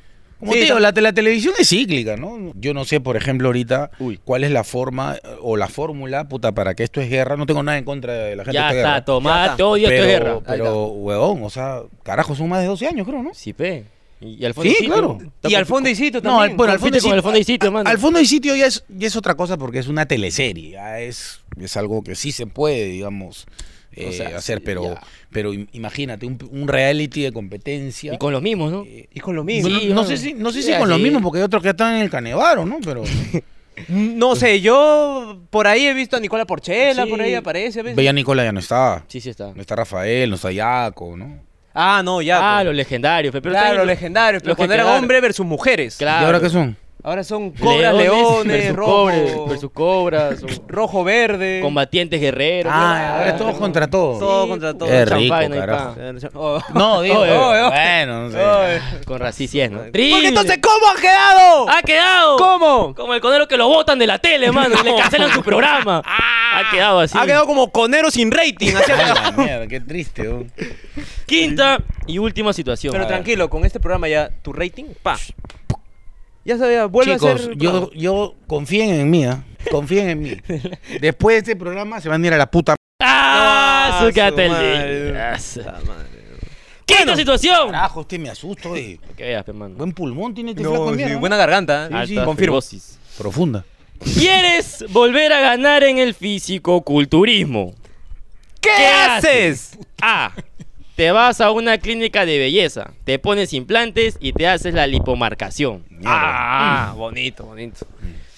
Speaker 3: Como
Speaker 5: Sí,
Speaker 3: te digo,
Speaker 5: tam-
Speaker 3: la, la televisión es cíclica, ¿no? Yo no sé, por ejemplo, ahorita
Speaker 4: Uy.
Speaker 3: cuál es la forma eh, o la fórmula, puta, para que esto es guerra. No tengo nada en contra de la gente.
Speaker 4: ya
Speaker 3: que guerra.
Speaker 4: está, tomate, odio,
Speaker 3: pero,
Speaker 4: esto es guerra.
Speaker 3: Pero, huevón, o sea, carajo, son más de 12 años, creo, ¿no?
Speaker 4: Sí, pe. Y al fondo
Speaker 3: Sí,
Speaker 4: hay sitio.
Speaker 3: claro.
Speaker 4: Y al fondo
Speaker 7: y sitio
Speaker 3: No, al- bueno,
Speaker 4: Confunde
Speaker 3: al fondo y
Speaker 4: con
Speaker 3: sitio-
Speaker 4: al fondo y sitio,
Speaker 3: a-
Speaker 4: mano.
Speaker 3: Al fondo y sitio ya es, ya es otra cosa porque es una teleserie. ya es, es algo que sí se puede, digamos, eh,
Speaker 4: sea,
Speaker 3: hacer.
Speaker 4: sí,
Speaker 3: Pero,
Speaker 4: ya.
Speaker 3: pero im- imagínate, un, un reality de competencia.
Speaker 4: Y con los mismos, ¿no?
Speaker 3: Eh,
Speaker 5: Y con lo
Speaker 3: No,
Speaker 5: mismo.
Speaker 3: no-
Speaker 4: sí,
Speaker 3: no
Speaker 4: bueno.
Speaker 3: sé si, no sé si
Speaker 4: Ya,
Speaker 3: con los
Speaker 4: sí.
Speaker 3: mismos, porque hay otros que están en el canevaro, ¿no? Pero
Speaker 4: Pues
Speaker 5: No sé, yo por ahí he visto a Nicola Porchela, por ahí aparece a veces.
Speaker 3: Bella Nicola ya no está.
Speaker 4: Sí, sí está.
Speaker 3: No está Rafael, no está Yaco, ¿no?
Speaker 5: Ah, no, ya.
Speaker 4: Ah,
Speaker 5: pues.
Speaker 4: los legendarios. pe, Pero
Speaker 5: claro,
Speaker 4: también
Speaker 5: los legendarios, pero
Speaker 4: los que
Speaker 5: cuando eran
Speaker 4: quedaron.
Speaker 5: hombres versus mujeres.
Speaker 4: Claro.
Speaker 3: ¿Y ahora qué son?
Speaker 5: Ahora son cobras,
Speaker 4: Leones
Speaker 5: leones,
Speaker 4: versus
Speaker 5: rojo,
Speaker 4: cobras, versus cobras, o
Speaker 5: rojo verde.
Speaker 4: combatientes guerreros.
Speaker 3: Ah, ahora es todo contra todo.
Speaker 5: Todo contra todo.
Speaker 3: Qué
Speaker 4: Champagne,
Speaker 3: rico,
Speaker 4: ahí está.
Speaker 3: carajo.
Speaker 5: Oh.
Speaker 3: No, digo,
Speaker 5: Oye, oye.
Speaker 3: bueno, no sé.
Speaker 5: Oye.
Speaker 4: Con racismo sí es, ¿no?
Speaker 5: Porque
Speaker 4: Terrible.
Speaker 5: entonces, ¿cómo han quedado?
Speaker 4: ¡Ha quedado!
Speaker 5: ¿Cómo?
Speaker 4: Como el conero que lo botan de la tele, mano. y le cancelan su programa. Ha quedado así.
Speaker 5: Ha quedado como conero sin rating. así ha
Speaker 3: Ay,
Speaker 5: quedado.
Speaker 3: la mierda, qué triste, ¿no?
Speaker 4: Quinta y última situación.
Speaker 5: Pero
Speaker 4: A ver.
Speaker 5: tranquilo, con este programa ya tu rating, pa. Ya sabía, vuelve a
Speaker 3: Chicos,
Speaker 5: ser.
Speaker 3: yo, yo confíen en mí, ¿ah? confíen en mí. Después de este programa se van a ir a la puta.
Speaker 4: ¡Ah!
Speaker 5: Ah,
Speaker 4: su
Speaker 5: su
Speaker 4: gatel-
Speaker 5: madre.
Speaker 4: Ah, su- ¡Quinta situación!
Speaker 3: Carajo, este me asusta, oye.
Speaker 4: Que veas, pe, mano.
Speaker 3: Buen pulmón tiene este flaco
Speaker 5: No,
Speaker 3: de
Speaker 5: sí,
Speaker 3: mierda.
Speaker 5: buena garganta. ¿eh?
Speaker 4: Alta
Speaker 3: sí, confirmo.
Speaker 4: fibrosis.
Speaker 3: Profunda.
Speaker 4: ¿Quieres volver a ganar en el físico-culturismo?
Speaker 5: ¿Qué,
Speaker 4: ¿Qué
Speaker 5: haces?
Speaker 4: A. Te vas a una clínica de belleza, te pones implantes y te haces la lipomarcación.
Speaker 3: Mierda.
Speaker 4: Ah, bonito, bonito.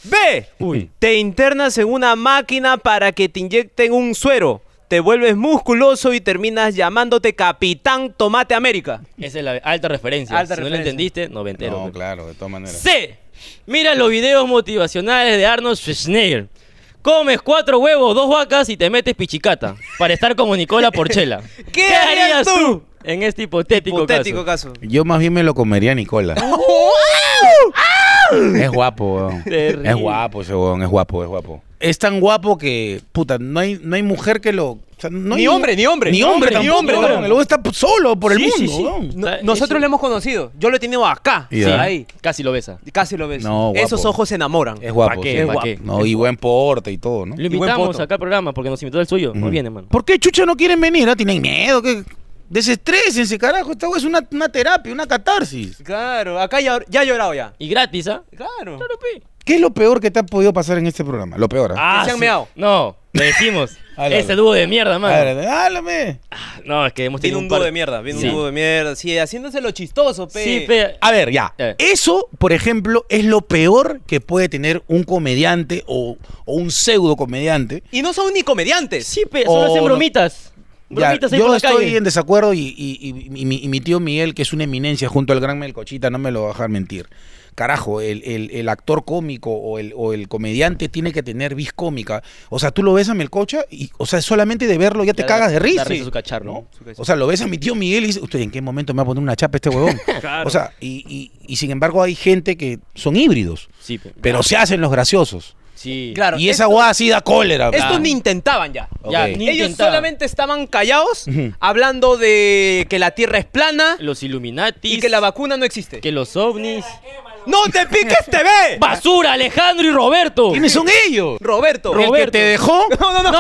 Speaker 5: B. Te internas en una máquina para que te inyecten un suero. Te vuelves musculoso y terminas llamándote Capitán Tomate América.
Speaker 4: Esa es la alta referencia.
Speaker 5: Alta
Speaker 4: si no lo
Speaker 5: referencia.
Speaker 4: entendiste, noventero.
Speaker 3: no,
Speaker 4: pe.
Speaker 3: claro, de todas maneras.
Speaker 4: C. Mira los videos motivacionales de Arnold Schwarzenegger. Comes cuatro huevos, dos vacas y te metes pichicata para estar como Nicola Porchela.
Speaker 5: ¿Qué harías tú?
Speaker 4: en este hipotético,
Speaker 5: Hipotético
Speaker 4: caso?
Speaker 5: caso.
Speaker 3: Yo más bien me lo comería a Nicola. es guapo, weón.
Speaker 4: Terrible.
Speaker 3: Es guapo ese weón, es guapo, es guapo. Es tan guapo que, puta, no hay, no hay mujer que lo... o sea, no
Speaker 5: Ni
Speaker 3: hay-
Speaker 5: hombre, ni hombre.
Speaker 3: Ni hombre,
Speaker 5: Ni
Speaker 3: tampoco,
Speaker 5: hombre,
Speaker 3: weón.
Speaker 5: weón.
Speaker 3: El weón está solo por el mundo, weón.
Speaker 5: No-
Speaker 4: Está-
Speaker 5: nosotros
Speaker 4: es-
Speaker 5: lo hemos conocido. Yo lo he tenido acá.
Speaker 3: Ya.
Speaker 5: Sí, ahí.
Speaker 4: Casi lo besa.
Speaker 5: Casi lo ves.
Speaker 3: No, guapo.
Speaker 5: Esos ojos se enamoran.
Speaker 3: Es guapo,
Speaker 4: ¿Pa' qué?
Speaker 3: sí.
Speaker 4: ¿Pa'
Speaker 3: Es guapo.
Speaker 4: qué?
Speaker 3: No, y buen porte y todo, ¿no?
Speaker 4: Lo
Speaker 5: Y buen
Speaker 4: invitamos
Speaker 5: poto.
Speaker 4: acá al programa porque nos invitó el suyo. No
Speaker 3: Ujú.
Speaker 4: viene, mano.
Speaker 3: ¿Por qué chucha no quieren venir? ah? ¿Tienen miedo? ¿Qué? Desestrésense, carajo. Esta weá es una, una terapia, una catarsis.
Speaker 5: Claro, acá ya, ya he llorado ya.
Speaker 4: Y gratis, ¿ah?
Speaker 5: Claro.
Speaker 4: Claro, pe.
Speaker 3: ¿Qué es lo peor que te ha podido pasar en este programa? Lo peor. ¿ah?
Speaker 4: Ah,
Speaker 5: se han
Speaker 4: su-
Speaker 5: meado. Ah,
Speaker 4: No, le decimos.
Speaker 3: Ala,
Speaker 4: Ese
Speaker 3: ala.
Speaker 4: dúo de mierda, mano.
Speaker 3: A ver, háblame.
Speaker 4: No, es que hemos
Speaker 5: Viene
Speaker 4: tenido
Speaker 5: un
Speaker 4: par-
Speaker 5: dúo de mierda, viene
Speaker 4: Sí.
Speaker 5: un dúo de mierda. Sí, haciéndoselo chistoso, pe. Ah,
Speaker 4: Sí, pe.
Speaker 3: A ver, ya.
Speaker 4: A ver.
Speaker 3: Eso, por ejemplo, es lo peor que puede tener un comediante o, o un pseudo comediante.
Speaker 5: Y no son ni comediantes.
Speaker 4: Ah, Sí, pe. Solo
Speaker 3: O
Speaker 4: hacen
Speaker 3: no-
Speaker 4: bromitas.
Speaker 3: Ya,
Speaker 4: Bromitas ahí por
Speaker 3: yo
Speaker 4: la
Speaker 3: estoy
Speaker 4: calle.
Speaker 3: en desacuerdo y, y- y- y mi, y mi tío Miguel, que es una eminencia junto al gran Melcochita, no me lo va a dejar mentir. Carajo, el, el- el actor cómico o el, o el comediante tiene que tener vis cómica. O sea, tú lo ves a Melcocha y, o sea, solamente de verlo ya te
Speaker 4: Ya da-
Speaker 3: cagas de
Speaker 4: da
Speaker 3: risa.
Speaker 4: risa su cacharro.
Speaker 3: ¿no? O sea, lo ves a mi tío Miguel y dices, usted, ¿en qué momento me va a poner una chapa este huevón? O sea, y, y- y sin embargo hay gente que son híbridos,
Speaker 4: Sí, pe.
Speaker 3: pero se hacen los graciosos.
Speaker 4: Sí.
Speaker 5: Claro.
Speaker 3: y esa
Speaker 5: esto-
Speaker 3: guada sí da cólera.
Speaker 5: Estos
Speaker 3: bro.
Speaker 5: ni intentaban ya.
Speaker 3: Ok.
Speaker 4: Ya, ni
Speaker 5: Ellos
Speaker 4: intentaban.
Speaker 5: solamente estaban callados,
Speaker 3: Ujú.
Speaker 5: hablando de que la Tierra es plana
Speaker 4: Los Illuminati.
Speaker 5: y que la Eh, vacuna no existe.
Speaker 4: que los ovnis.
Speaker 5: ¡No te piques TV!
Speaker 4: ¡Basura, Alejandro y Roberto!
Speaker 3: ¿Quiénes son ellos?
Speaker 5: Roberto.
Speaker 3: El que te dejó
Speaker 5: No, no, no.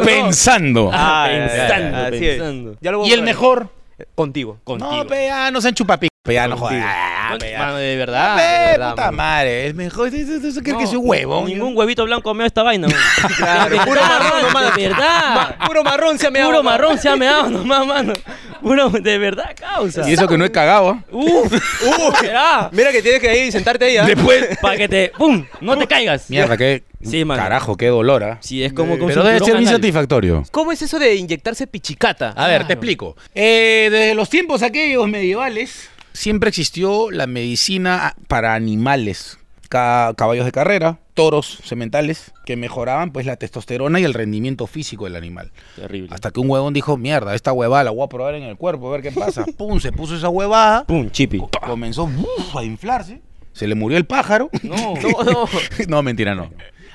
Speaker 4: ¡No!
Speaker 3: pensando.
Speaker 4: Ah,
Speaker 5: Ay, ay, ay,
Speaker 4: pensando,
Speaker 5: así es.
Speaker 4: pensando.
Speaker 5: Ya lo voy a
Speaker 3: Y el
Speaker 5: borrar.
Speaker 3: mejor.
Speaker 5: Contigo.
Speaker 4: Contigo.
Speaker 3: No, pe, ya no sean chupapi. Pe, ya no jodas. Ah,
Speaker 4: Con-
Speaker 3: pe, ya.
Speaker 4: Mano, de
Speaker 3: Ah,
Speaker 4: verdad.
Speaker 3: pe,
Speaker 4: de verdad,
Speaker 3: puta
Speaker 4: mano.
Speaker 3: madre. Es mejor. ¿Tú- tú- tú crees que soy huevo?
Speaker 4: Ningún huevito blanco ha meado esta vaina. man.
Speaker 5: Claro,
Speaker 4: De verdad,
Speaker 5: puro marrón, no, mano.
Speaker 4: De verdad.
Speaker 5: Puro marrón se ha meado.
Speaker 4: Puro marrón se ha meado nomás, mano. Puro, de verdad, causa.
Speaker 3: Y eso que no he cagado. ¿ah?
Speaker 4: Uf, uf, verá.
Speaker 5: Mira que tienes que ir y sentarte ahí, ¿ah?
Speaker 3: Después.
Speaker 4: Para que te. ¡Pum! No te caigas.
Speaker 3: Mierda, qué.
Speaker 4: Sí, mano.
Speaker 3: Carajo, qué dolor. ¿ah?
Speaker 4: Sí, es como. que un
Speaker 3: Pero debe
Speaker 4: cinturón
Speaker 3: ser bien
Speaker 4: anal.
Speaker 3: satisfactorio.
Speaker 5: ¿Cómo es eso de inyectarse pichicata?
Speaker 3: A ver, te explico. Eh, desde los tiempos aquellos medievales, siempre existió la medicina para animales. Ca- caballos de carrera, toros sementales, que mejoraban pues la testosterona y el rendimiento físico del animal.
Speaker 4: Terrible.
Speaker 3: Hasta que un huevón dijo, mierda, esta huevada la voy a probar en el cuerpo, a ver qué pasa. Pum, se puso esa huevada,
Speaker 4: ¡Pum! Chipi.
Speaker 3: comenzó uf, a inflarse, se le murió el pájaro.
Speaker 4: No.
Speaker 5: No, no.
Speaker 3: no, mentira, no.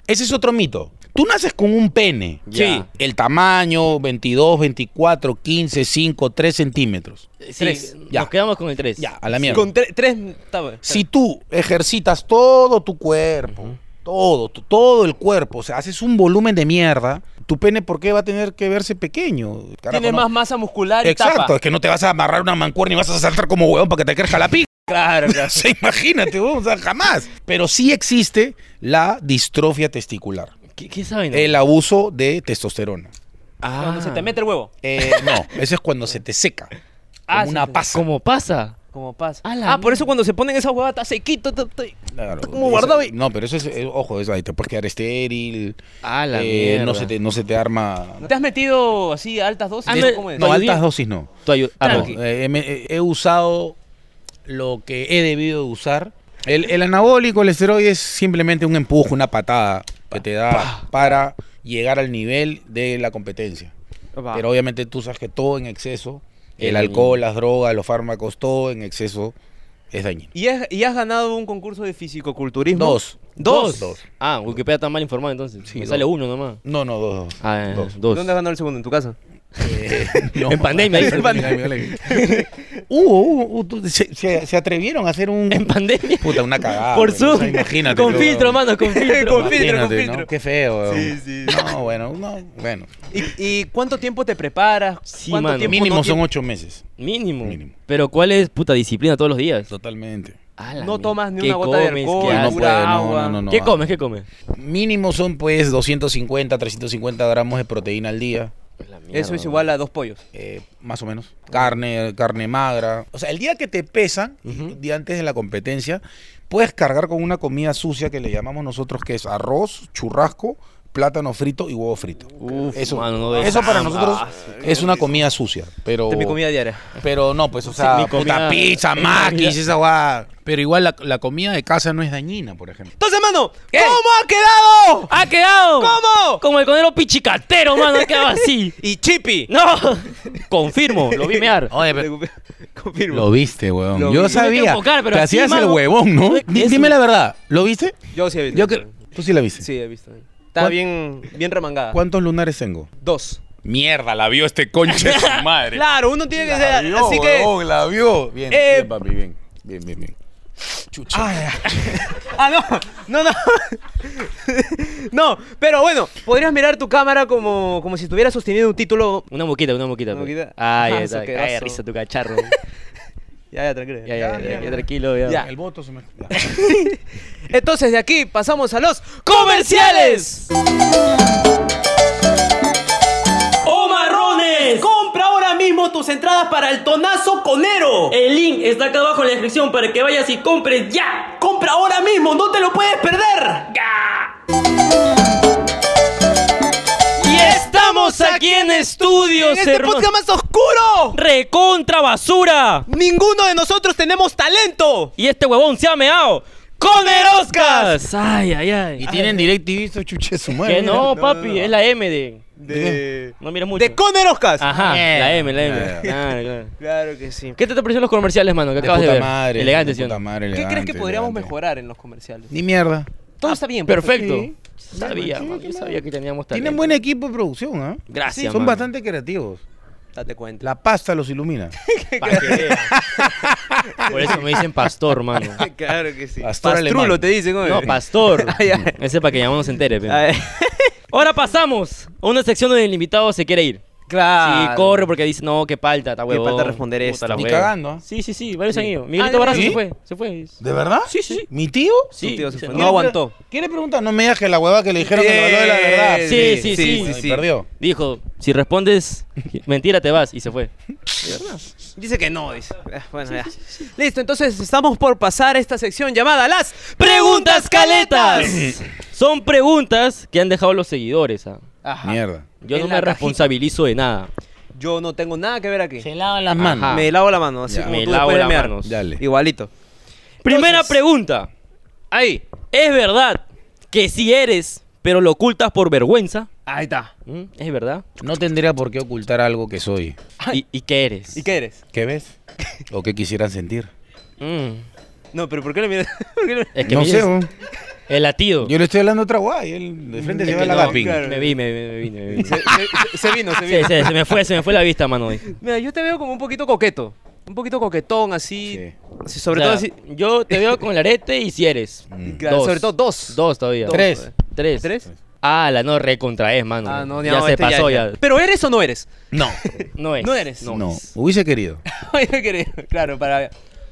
Speaker 3: Ese es otro mito. Tú naces con un pene.
Speaker 4: Ya.
Speaker 3: Sí. El tamaño, 22, 24, 15, 5, 3 centímetros.
Speaker 4: Sí,
Speaker 3: Ya.
Speaker 4: nos quedamos con el 3.
Speaker 3: Ya, a la mierda.
Speaker 5: Con tre- tres. está bueno.
Speaker 3: Si tú ejercitas todo tu cuerpo, todo, tu- todo el cuerpo, o sea, haces un volumen de mierda, tu pene, ¿por qué va a tener que verse pequeño? Carajo,
Speaker 5: Tiene
Speaker 3: no.
Speaker 5: más masa muscular y
Speaker 3: Exacto,
Speaker 5: tapa.
Speaker 3: es que no te vas a amarrar una mancuerna y vas a saltar como huevón para que te crezca la pica. Claro, claro. O sea, imagínate, vos, o sea, jamás. Pero sí existe la distrofia testicular,
Speaker 4: ¿Qué, qué saben?
Speaker 3: el abuso de testosterona.
Speaker 5: Cuando se te mete el huevo.
Speaker 3: Eh, no, eso es cuando se te seca. Como
Speaker 5: Ah,
Speaker 3: una pasa.
Speaker 4: ¿Cómo pasa?
Speaker 5: Como pasa.
Speaker 4: A
Speaker 5: Ah,
Speaker 4: la
Speaker 5: por eso cuando se ponen esas huevadas, está sequito. ta- ta-
Speaker 3: Claro,
Speaker 5: como
Speaker 3: esa-
Speaker 5: guardado ahí.
Speaker 3: No, pero eso es, eh, ojo, eso ahí te puedes quedar estéril.
Speaker 4: A la
Speaker 3: eh,
Speaker 4: mierda.
Speaker 3: no, se te, no se te arma.
Speaker 5: ¿Te has metido así a altas dosis?
Speaker 4: Ah, me-
Speaker 5: ¿Cómo es?
Speaker 3: No,
Speaker 4: Más
Speaker 3: altas
Speaker 4: bien-
Speaker 3: dosis no.
Speaker 4: Tú ayu- ah,
Speaker 3: No,
Speaker 4: no.
Speaker 3: eh, me- eh, he usado lo que he debido de usar. El, el anabólico, el esteroide es simplemente un empuje, una patada que te da para llegar al nivel de la competencia.
Speaker 5: Va.
Speaker 3: Pero obviamente tú sabes que todo en exceso,
Speaker 4: El-
Speaker 3: el alcohol, las drogas, los fármacos, todo en exceso es dañino.
Speaker 5: ¿Y has, y has ganado un concurso de fisicoculturismo?
Speaker 3: Dos.
Speaker 5: ¿Dos?
Speaker 3: Dos.
Speaker 4: Ah, Wikipedia está mal informado entonces.
Speaker 3: Sí,
Speaker 4: Me
Speaker 3: dos.
Speaker 4: sale uno nomás.
Speaker 3: No, no, dos. dos.
Speaker 4: Ah, eh,
Speaker 3: Dos.
Speaker 4: dos.
Speaker 5: ¿Dónde has ganado el segundo? ¿En tu casa?
Speaker 3: Eh, no.
Speaker 4: En pandemia, dice.
Speaker 3: En pandemia. Hubo, hubo, hubo- se, se- se atrevieron a hacer un...
Speaker 4: En pandemia.
Speaker 3: Puta, una cagada.
Speaker 4: Por
Speaker 3: pues, o
Speaker 4: Zoom.
Speaker 3: sea, Imagínate.
Speaker 4: Con
Speaker 3: luego.
Speaker 4: filtro, mano, con filtro.
Speaker 5: Con filtro, con
Speaker 3: Imagínate, ¿no?
Speaker 5: filtro.
Speaker 3: Qué feo.
Speaker 5: Sí,
Speaker 3: Sí,
Speaker 5: sí.
Speaker 3: sí. No, bueno, no, bueno.
Speaker 5: ¿Y, y cuánto tiempo te preparas?
Speaker 4: Sí,
Speaker 5: ¿Cuánto
Speaker 4: mano.
Speaker 5: tiempo
Speaker 3: Mínimo
Speaker 5: no
Speaker 3: son
Speaker 5: tie-
Speaker 3: ocho meses.
Speaker 4: Mínimo.
Speaker 3: Mínimo.
Speaker 4: Pero ¿cuál es puta disciplina todos los días?
Speaker 3: Totalmente.
Speaker 4: A la
Speaker 5: No
Speaker 4: mierda.
Speaker 5: tomas ni
Speaker 4: ¿Qué
Speaker 5: una gota de
Speaker 4: comes?
Speaker 5: alcohol,
Speaker 4: ¿Qué
Speaker 5: ni
Speaker 3: no
Speaker 4: haces?
Speaker 5: pura agua.
Speaker 3: no, no, no.
Speaker 4: ¿Qué comes? ¿Qué comes?
Speaker 3: Mínimo son pues 250, 350 gramos de proteína al día.
Speaker 5: Eso es igual a dos pollos.
Speaker 3: eh, más o menos. Carne, carne magra. O sea, el día que te pesan, el día antes de la competencia, puedes cargar con una comida sucia que le llamamos nosotros que es arroz, churrasco, plátano frito y huevo frito.
Speaker 4: Uf,
Speaker 3: eso,
Speaker 4: mano, no
Speaker 3: eso para
Speaker 4: desamba.
Speaker 3: nosotros es una comida sucia, pero
Speaker 5: Esta es mi comida diaria.
Speaker 3: pero no, pues o
Speaker 4: Sí,
Speaker 3: sea,
Speaker 4: mi comida-
Speaker 3: puta pizza,
Speaker 4: mi
Speaker 3: maquis,
Speaker 4: comida-
Speaker 3: esa guada. Pero igual la, la comida de casa no es dañina, por ejemplo.
Speaker 5: Entonces, mano, ¿cómo ha quedado?
Speaker 4: ¡Ha quedado!
Speaker 5: ¿Cómo?
Speaker 4: Como el conero pichicatero, mano, ha quedado así.
Speaker 5: Y Chipi.
Speaker 4: ¡No! Confirmo, lo vi mear.
Speaker 3: Oye,
Speaker 5: Confirmo.
Speaker 3: Lo viste, weón.
Speaker 5: Lo
Speaker 3: Yo
Speaker 5: vi.
Speaker 3: sabía.
Speaker 4: Yo me tengo que enfocar, pero
Speaker 3: te
Speaker 4: así,
Speaker 3: hacías el
Speaker 4: mano,
Speaker 3: huevón, ¿no?
Speaker 4: no es-
Speaker 3: Di-
Speaker 4: es
Speaker 3: Dime
Speaker 4: un-
Speaker 3: la verdad. ¿Lo viste?
Speaker 5: Yo sí he visto.
Speaker 3: Yo que... Tú sí la viste.
Speaker 5: Sí, he visto. Está
Speaker 3: ¿Cuán-
Speaker 5: bien, bien remangada.
Speaker 3: ¿Cuántos lunares tengo?
Speaker 5: Dos.
Speaker 3: Mierda, la vio este conche de su madre.
Speaker 5: Claro, uno tiene que
Speaker 3: La
Speaker 5: ser.
Speaker 3: vio,
Speaker 5: Así que.
Speaker 3: huevón, la vio. Bien,
Speaker 5: Eh,
Speaker 3: bien, papi, bien. Bien, bien, bien. Chucha.
Speaker 5: Ah, no. No, no. no, pero bueno, podrías mirar tu cámara como, como si estuvieras sosteniendo un título.
Speaker 4: Una moquita, una moquita.
Speaker 5: Una
Speaker 4: pues.
Speaker 5: moquita.
Speaker 4: Ay,
Speaker 5: Ah,
Speaker 4: está.
Speaker 5: asqueroso.
Speaker 4: Ay, de risa tu cacharro.
Speaker 5: Ya, ya, tranquilo.
Speaker 4: ya, ya, ya, ya, tranquilo, ya.
Speaker 5: Ya.
Speaker 3: El voto se me... Ya.
Speaker 5: Entonces, de aquí pasamos a los comerciales.
Speaker 2: ¡Oh, marrones!
Speaker 1: Compra ahora mismo tus entradas para el
Speaker 2: ¡Tonazo conero! Eh,
Speaker 1: El link está acá abajo en la descripción para que vayas y compres ya.
Speaker 2: ¡Compra ahora mismo! ¡No te lo puedes perder!
Speaker 4: Y estamos aquí en estudios,
Speaker 5: En este
Speaker 4: hermano.
Speaker 5: podcast más oscuro.
Speaker 4: ¡Recontra basura!
Speaker 5: Ninguno de nosotros tenemos talento.
Speaker 4: Y este huevón se ha meado. ¡Con el Oscar! ¡Ay, ay,
Speaker 3: Y
Speaker 4: ay!
Speaker 3: tienen DirecTV estos chuches su madre.
Speaker 4: Que no, papi, es la M de.
Speaker 5: De.
Speaker 4: No mires mucho.
Speaker 5: De Conner Oscars.
Speaker 4: Ajá,
Speaker 3: Eh.
Speaker 4: la M, la M.
Speaker 3: Eh.
Speaker 4: Claro, claro.
Speaker 5: Claro que sí.
Speaker 4: ¿Qué te parecieron los comerciales, mano? Que
Speaker 3: De
Speaker 4: acabas de,
Speaker 3: puta
Speaker 4: ver.
Speaker 3: madre.
Speaker 4: Elegante,
Speaker 3: de
Speaker 4: ¿sí o no?
Speaker 3: puta madre,
Speaker 5: ¿Qué crees que
Speaker 3: elegante,
Speaker 5: podríamos
Speaker 3: elegante.
Speaker 5: mejorar en los comerciales?
Speaker 3: Ni mierda.
Speaker 5: Todo está bien.
Speaker 4: Ah, Perfecto.
Speaker 3: Sí.
Speaker 4: Sabía, mano, yo sabía que teníamos talento.
Speaker 3: Tienen buen equipo de producción, ¿ah?
Speaker 4: Gracias,
Speaker 3: Son
Speaker 4: mano.
Speaker 3: bastante creativos.
Speaker 5: Date cuenta.
Speaker 3: La pasta los ilumina.
Speaker 4: Pa' que veas. Por eso me dicen pastor, mano.
Speaker 5: claro que sí.
Speaker 3: Pastor
Speaker 5: Pastrulo
Speaker 3: alemán.
Speaker 5: te dicen,
Speaker 4: No, pastor.
Speaker 5: Ay, ay.
Speaker 4: Ese es para que llamamos se entere. pe. Ahora pasamos a una sección donde el invitado se quiere ir.
Speaker 5: Claro.
Speaker 4: Sí, corre porque dice, no, qué palta, está huevón.
Speaker 5: palta Ah, responder
Speaker 4: Puta,
Speaker 5: esto.
Speaker 4: la
Speaker 3: Ni
Speaker 4: hueva.
Speaker 3: cagando, ¿ah?
Speaker 4: Sí, sí, sí, Ah, varios han ido. Miguelito Barraza
Speaker 3: ¿Sí?
Speaker 4: se fue, se fue.
Speaker 3: ¿De verdad?
Speaker 4: Sí, sí, sí.
Speaker 3: ¿Mi tío?
Speaker 4: Sí,
Speaker 5: tío se
Speaker 4: sí,
Speaker 5: fue.
Speaker 4: sí.
Speaker 5: No aguantó.
Speaker 3: ¿Quiere preguntar? No me digas que la hueva que le dijeron que lo de la verdad.
Speaker 4: Sí, sí, sí.
Speaker 3: Bueno, y Perdió.
Speaker 4: Dijo, si respondes mentira te vas y se fue.
Speaker 5: Dice que no, dice. Ah, Bueno, ya. Listo, entonces estamos por pasar esta sección llamada las
Speaker 4: Preguntas caletas. Son preguntas que han dejado los seguidores. ah.
Speaker 5: Ajá.
Speaker 3: Mierda.
Speaker 4: Yo
Speaker 5: En
Speaker 4: no
Speaker 5: la
Speaker 4: me
Speaker 5: cajita.
Speaker 4: responsabilizo de nada.
Speaker 5: Yo no tengo nada que ver aquí. Ah.
Speaker 3: lavan las
Speaker 4: manos.
Speaker 5: Me lavo la mano, así
Speaker 4: Ya.
Speaker 5: como
Speaker 4: Me
Speaker 5: tú
Speaker 4: lavo
Speaker 5: después de
Speaker 4: las
Speaker 5: mear.
Speaker 4: manos.
Speaker 3: Dale.
Speaker 5: Igualito.
Speaker 4: Primera pregunta.
Speaker 5: Ahí.
Speaker 4: ¿Es verdad que si eres, pero lo ocultas por vergüenza?
Speaker 5: Ahí está.
Speaker 4: ¿Mm? ¿Es verdad?
Speaker 3: No tendría por qué ocultar algo que soy.
Speaker 4: ¿Y, y qué eres?
Speaker 5: ¿Y qué eres?
Speaker 3: ¿Qué ves? ¿O qué quisieran sentir?
Speaker 4: Mm.
Speaker 5: No, pero ¿por qué le miras? ¿Por qué le-
Speaker 4: Es que
Speaker 3: no
Speaker 4: me
Speaker 3: sé,
Speaker 4: dices-
Speaker 3: weón.
Speaker 4: el latido.
Speaker 3: yo le estoy hablando a otra guay. Él
Speaker 4: Mm,
Speaker 3: de frente
Speaker 5: Es
Speaker 3: se
Speaker 5: que
Speaker 3: va a la
Speaker 5: no,
Speaker 3: gaping.
Speaker 5: claro.
Speaker 4: Me vi, me vi, me vi. me vi.
Speaker 5: Se, se- se vino, se
Speaker 4: Sí,
Speaker 5: vino.
Speaker 4: sí, se me fue, se me fue la vista, mano.
Speaker 5: Mira, yo te veo como un poquito coqueto. Un poquito coquetón, así.
Speaker 3: Sí.
Speaker 5: Sí, sobre,
Speaker 4: O sea,
Speaker 5: todo así
Speaker 4: Yo te veo con el arete y si eres.
Speaker 3: Mm.
Speaker 5: Claro, sobre todo dos.
Speaker 4: Dos todavía.
Speaker 5: Dos,
Speaker 3: Tres.
Speaker 5: eh.
Speaker 4: Tres.
Speaker 5: ¿Tres?
Speaker 4: Ah, la no recontra es, mano.
Speaker 5: Ah, no,
Speaker 4: ya
Speaker 5: no,
Speaker 4: se
Speaker 5: este
Speaker 4: pasó ya.
Speaker 5: ¿Pero eres o no eres?
Speaker 3: No,
Speaker 4: No es.
Speaker 5: No eres.
Speaker 3: no. Hubiese querido.
Speaker 5: Ay, qué querido. claro, para.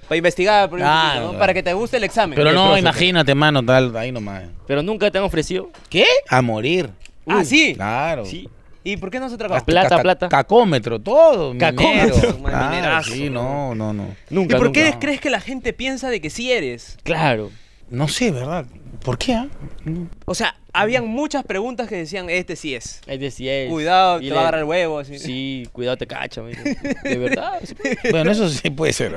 Speaker 7: Para investigar, por
Speaker 4: Ah,
Speaker 7: ejemplo, ¿no?
Speaker 4: no.
Speaker 7: para que te guste el examen.
Speaker 3: Pero
Speaker 7: El
Speaker 3: no,
Speaker 7: profe.
Speaker 3: imagínate, mano, tal, ahí nomás.
Speaker 4: Pero nunca te han ofrecido.
Speaker 7: ¿Qué?
Speaker 3: A morir.
Speaker 7: Ah, sí.
Speaker 3: Claro.
Speaker 4: Sí.
Speaker 7: ¿Y por qué no se trabajó?
Speaker 3: Hasta
Speaker 4: Plata,
Speaker 3: caca-
Speaker 4: plata.
Speaker 3: Cacómetro, todo.
Speaker 4: Cacómetro.
Speaker 3: Minero.
Speaker 7: Man,
Speaker 3: Claro,
Speaker 7: minerazo.
Speaker 3: sí, no, no, no.
Speaker 7: ¿Y
Speaker 4: Nunca.
Speaker 7: por qué
Speaker 4: nunca.
Speaker 7: crees que la gente piensa de que sí eres?
Speaker 4: Claro.
Speaker 3: No sé, ¿verdad? ¿Por qué? ah? No.
Speaker 7: O sea, habían muchas preguntas que decían, este sí es.
Speaker 4: Es decir, es-
Speaker 7: Cuidado,
Speaker 4: y
Speaker 7: te va a
Speaker 4: le-
Speaker 7: agarrar el huevo. Así.
Speaker 4: Sí, cuidado, te cacha. me dice. De verdad.
Speaker 3: Bueno, eso sí puede ser.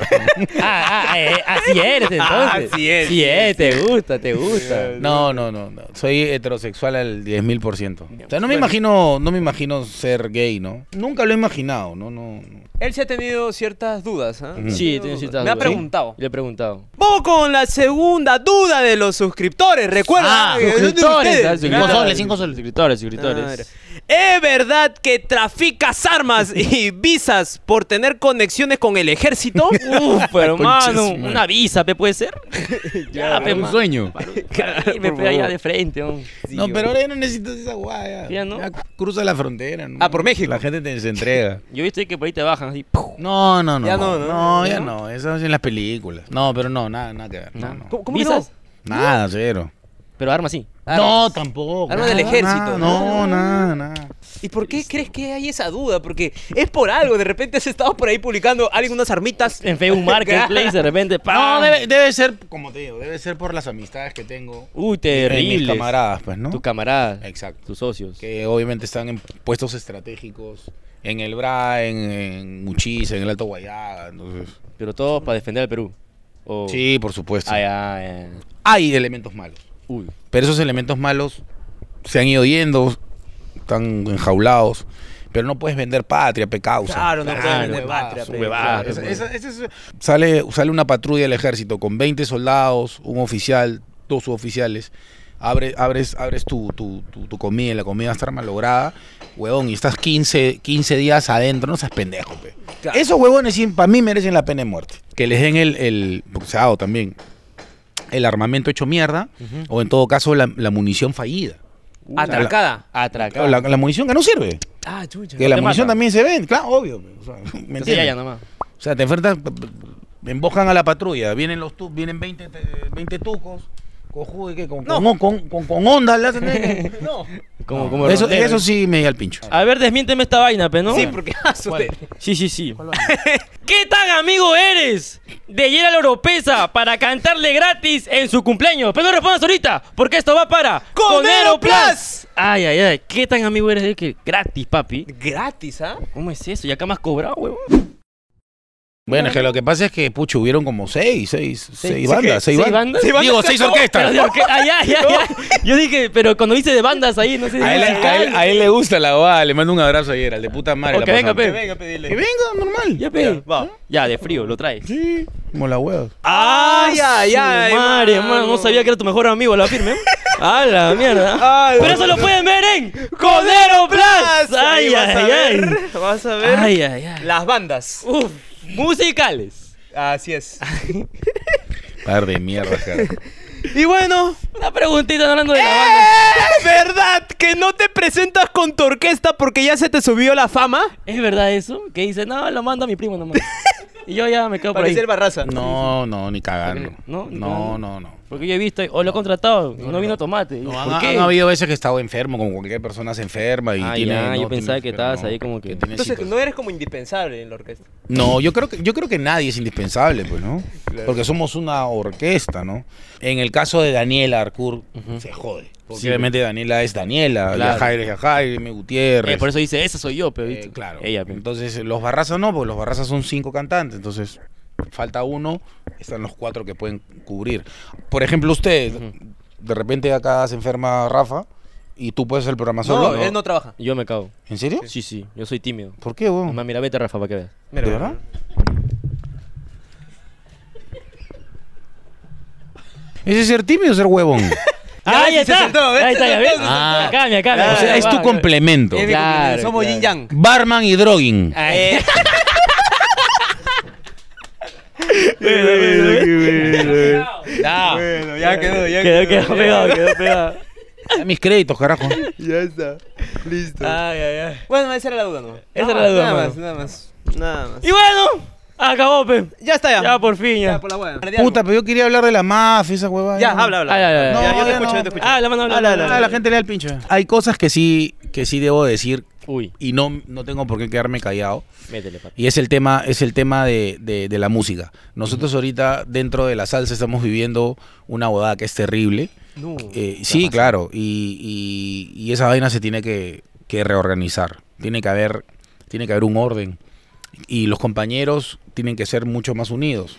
Speaker 4: Ah, ah, eh, así eres entonces.
Speaker 7: Ah, así es,
Speaker 4: Sí es, te gusta, te gusta.
Speaker 3: No, no, no, no. Soy heterosexual al 10.000%. O sea, no me imagino, no me imagino ser gay, ¿no? Nunca lo he imaginado, no, no. no.
Speaker 7: Él se ha tenido ciertas dudas. ¿ah?
Speaker 3: Ujú.
Speaker 4: Sí, tiene ciertas
Speaker 7: Me ha
Speaker 4: dudas.
Speaker 7: preguntado.
Speaker 4: Sí, Le he preguntado.
Speaker 7: Vamos con la segunda duda de los suscriptores. Recuerda,
Speaker 4: Ah,
Speaker 7: eh, de
Speaker 4: suscriptores,
Speaker 7: ustedes.
Speaker 4: ah,
Speaker 7: Claro. Ah,
Speaker 4: suscriptores. Cinco soles, cinco soles. Suscriptores, suscriptores.
Speaker 7: Claro.
Speaker 5: ¿Es verdad que traficas armas y visas por tener conexiones con el ejército?
Speaker 4: Uf, pero hermano,
Speaker 3: madre.
Speaker 4: una visa, ¿pe puede ser?
Speaker 7: Ah,
Speaker 4: ya, pe,
Speaker 8: un
Speaker 4: Ah, ma-
Speaker 8: sueño.
Speaker 4: para irme, pe, allá de frente. hom.
Speaker 3: no, pero ahora ya no necesitas esa guaya.
Speaker 4: Ya no.
Speaker 3: cruza la frontera. ¿no?
Speaker 7: Ah, por México.
Speaker 3: La gente te se entrega.
Speaker 4: Yo viste que por ahí te bajan así. ¡puf!
Speaker 3: No, no, no.
Speaker 7: Ya
Speaker 3: no,
Speaker 7: no, ¿no?
Speaker 3: No,
Speaker 7: ¿Ya
Speaker 3: ya
Speaker 7: no?
Speaker 3: no. Eso es en las películas. No, pero no, nada, nada que ver. No, no.
Speaker 7: ¿Cómo, cómo que
Speaker 4: ¿Visas?
Speaker 3: Nada, cero.
Speaker 4: Pero arma sí.
Speaker 3: No, tampoco.
Speaker 7: Armas del
Speaker 3: Nada,
Speaker 7: ejército,
Speaker 3: nada,
Speaker 7: ¿no?
Speaker 3: No, nada, nada.
Speaker 7: no? ¿Y por qué crees que hay esa duda? Porque es por algo. De repente has estado por ahí publicando alguien unas armitas.
Speaker 4: En Facebook Marketplace, de repente. ¡pam!
Speaker 3: No, debe, debe ser, como te digo, debe ser por las amistades que tengo.
Speaker 4: Uy,
Speaker 3: de Mis
Speaker 4: terrible.
Speaker 3: camaradas, pues, ¿no?
Speaker 4: Tus camaradas,
Speaker 3: Exacto.
Speaker 4: tus socios.
Speaker 3: Que obviamente están en puestos estratégicos. En el Bra, en, en Uchis, en el Alto Guayaga. Entonces.
Speaker 4: Pero todos para defender al Perú.
Speaker 7: Oh.
Speaker 4: O-
Speaker 3: Sí, por supuesto.
Speaker 7: Ah,
Speaker 4: Ay, ay, ay.
Speaker 3: Hay elementos malos.
Speaker 4: Uy.
Speaker 3: Pero esos elementos malos se han ido yendo, están enjaulados. Pero no puedes vender patria, pecausa.
Speaker 7: Claro, no puedes vender
Speaker 3: huevadas,
Speaker 7: patria, pe.
Speaker 3: huevadas.
Speaker 4: Claro,
Speaker 3: Esa- esa- esa es- sale, sale una patrulla del ejército con 20 soldados, un oficial, dos suboficiales. Abre, abres abres tu, tu, tu, tu comida, y la comida está malograda, huevón, y estás 15, 15 días adentro, no seas pendejo, pe.
Speaker 7: Claro.
Speaker 3: Esos huevones para mí merecen la pena de muerte. Que les den el, el porque se ha dado también, el armamento hecho mierda, o en todo caso la, la munición fallida.
Speaker 4: Ah,
Speaker 7: Atracada.
Speaker 3: Claro,
Speaker 4: Atracado.
Speaker 3: la, la munición que no sirve.
Speaker 7: Ah, chucha.
Speaker 3: Que la
Speaker 4: te
Speaker 3: munición
Speaker 4: mata.
Speaker 3: también se vende, claro, obvio. pe. O sea, ¿me
Speaker 4: Entonces
Speaker 3: entiendes?
Speaker 4: ya, ya, nomás.
Speaker 3: O sea, te enfrentas, p- p- embojan a la patrulla, vienen los tu- vienen 20, te- 20 tucos, cojudo y que con, con, con, con, con onda le hacen- ¿eh?
Speaker 4: Como, como
Speaker 3: eso,
Speaker 4: rondero. Ah.
Speaker 3: eso sí me da el pincho.
Speaker 4: A ver, desmiénteme esta vaina, pe, ¿no?
Speaker 7: Sí, porque ah, asu, te-
Speaker 4: Sí, sí, sí. ¿Qué tan amigo eres de Yera Oropesa para cantarle gratis en su cumpleaños? Pero no respondas ahorita, porque esto va para
Speaker 7: ¡Conero Plus!
Speaker 4: Ay, ay, ay. ¿Qué tan amigo eres de que gratis, papi?
Speaker 7: Gratis, ¿ah?
Speaker 4: ¿Cómo es eso? ¿Ya acá me has cobrado, huevón?
Speaker 3: Bueno, es que lo que pasa es que, pucho, hubieron como seis, seis, seis, bandas, seis,
Speaker 4: ¿Seis bandas?
Speaker 3: bandas.
Speaker 4: ¿Seis
Speaker 3: Digo, seis orquestas.
Speaker 4: Pero de orque- ay, ay, ay, ay. Yo dije, pero cuando dice de bandas ahí, no sé.
Speaker 3: A él, a él- a él le gusta la bobada, le mando un abrazo ayer, al de puta madre.
Speaker 4: O
Speaker 3: la
Speaker 4: que venga,
Speaker 3: pasamos.
Speaker 4: pe.
Speaker 7: Venga, pedile.
Speaker 3: Que venga, normal.
Speaker 4: Ya, pe. Ya, de frío, lo traes.
Speaker 3: Sí, como la hueva.
Speaker 7: Ay, ay, ay.
Speaker 4: Madre,
Speaker 7: mano.
Speaker 4: hermano, no sabía que era tu mejor amigo, la firme. A la mierda.
Speaker 7: Ay,
Speaker 4: Pero eso lo pueden ver en Conero Plus.
Speaker 7: Ahí
Speaker 4: Ay,
Speaker 7: vas a
Speaker 4: ay, ay.
Speaker 7: ver, Vas a ver.
Speaker 4: Ay, ay, ay.
Speaker 7: Las bandas.
Speaker 4: Uf, musicales.
Speaker 7: Así es.
Speaker 3: Par de mierda, cara.
Speaker 7: Y bueno,
Speaker 4: Una preguntita hablando de la
Speaker 7: ¡Eh!
Speaker 4: banda.
Speaker 7: ¿es verdad que no te presentas con tu orquesta porque ya se te subió la fama?
Speaker 4: ¿Es verdad eso? Que dice, no, lo manda a mi primo nomás. Y yo ya me quedo por ahí.
Speaker 7: Parece el Barraza.
Speaker 3: No, no, ni cagando.
Speaker 4: No, ni
Speaker 3: no,
Speaker 4: cagando.
Speaker 3: no. no.
Speaker 4: Porque yo he visto, o lo he contratado, y no, vino tomate.
Speaker 3: No,
Speaker 4: ¿Por
Speaker 3: han,
Speaker 4: qué?
Speaker 3: han habido veces que he estado enfermo, como cualquier persona se enferma y
Speaker 4: Ah,
Speaker 3: tiene.
Speaker 4: ya,
Speaker 3: no,
Speaker 4: yo
Speaker 3: tiene-
Speaker 4: pensaba que
Speaker 3: pero
Speaker 4: estabas ahí como que-
Speaker 3: tiene
Speaker 7: Entonces
Speaker 3: citas.
Speaker 7: no eres como indispensable en la orquesta.
Speaker 3: No, yo creo que yo creo que nadie es indispensable, pues, ¿no? Porque somos una orquesta, ¿no? En el caso de Daniela Arcur, se jode. Porque obviamente Daniela es Daniela,
Speaker 4: Claro.
Speaker 3: Yajaira es Yajaira, Jaime Gutiérrez.
Speaker 4: Eh, por eso dice, esa soy yo, pero
Speaker 3: eh,
Speaker 4: ¿viste?
Speaker 3: claro.
Speaker 4: Ella, pero-
Speaker 3: Entonces, los Barrazas no, porque los Barrazas son cinco cantantes, entonces falta uno, están los cuatro que pueden cubrir. Por ejemplo, usted, de repente acá se enferma Rafa y tú puedes hacer el programa solo.
Speaker 7: No, él no trabaja.
Speaker 4: Yo me cago.
Speaker 3: ¿En serio?
Speaker 4: Sí, sí, yo soy tímido.
Speaker 3: ¿Por qué, weón?
Speaker 4: Mamá, mira, vete Rafa para que veas.
Speaker 3: ¿De verdad? Ese es ser tímido, ser huevón.
Speaker 4: Ah, ahí
Speaker 7: sí, se
Speaker 4: está.
Speaker 7: sentó, ¿ves?
Speaker 4: ahí está,
Speaker 7: Se
Speaker 4: ya
Speaker 7: sentó,
Speaker 4: ves.
Speaker 7: se
Speaker 4: Ah, cambia, cambia.
Speaker 3: o sea, es tu complemento.
Speaker 7: Es mi compañero,
Speaker 4: Claro,
Speaker 7: Somos
Speaker 4: claro.
Speaker 7: Yin Yang.
Speaker 3: Barman y droguing.
Speaker 4: Ay. No,
Speaker 7: Bueno, ya quedó, ya
Speaker 4: Quedó, quedó pegado, quedó pegado.
Speaker 3: Ah, Mis créditos, carajo.
Speaker 7: Ya está. Listo.
Speaker 4: Ay, ay, ay.
Speaker 7: Bueno, esa era la duda, ¿no?
Speaker 4: Esa era la duda,
Speaker 7: Nada
Speaker 4: mano.
Speaker 7: más, nada más. Nada más.
Speaker 4: Y bueno, Acabó, pe.
Speaker 5: Ya está, ya.
Speaker 4: Ya, por fin, ya.
Speaker 5: por la hueá.
Speaker 3: Puta, pero yo quería hablar de la mafia, esa huevada.
Speaker 5: Ya, habla, habla.
Speaker 4: Ay, ay, ay.
Speaker 3: No,
Speaker 5: ya, yo te
Speaker 3: ya
Speaker 5: escucho,
Speaker 3: no.
Speaker 5: yo te escucho.
Speaker 4: Ah, la mano habla.
Speaker 5: Habla,
Speaker 4: habla,
Speaker 5: habla,
Speaker 3: Ah,
Speaker 4: habla.
Speaker 3: la gente le da el pinche. Hay cosas que sí, que sí debo decir
Speaker 4: Uy,
Speaker 3: y no, no tengo por qué quedarme callado.
Speaker 4: métele, papi.
Speaker 3: Y es el tema, es el tema de, de- de la música. Nosotros ahorita dentro de la salsa estamos viviendo una bodada que es terrible. Eh, sí, claro. Y, y- y esa vaina se tiene que, que reorganizar. Tiene que haber, tiene que haber un orden. Y los compañeros tienen que ser mucho más unidos.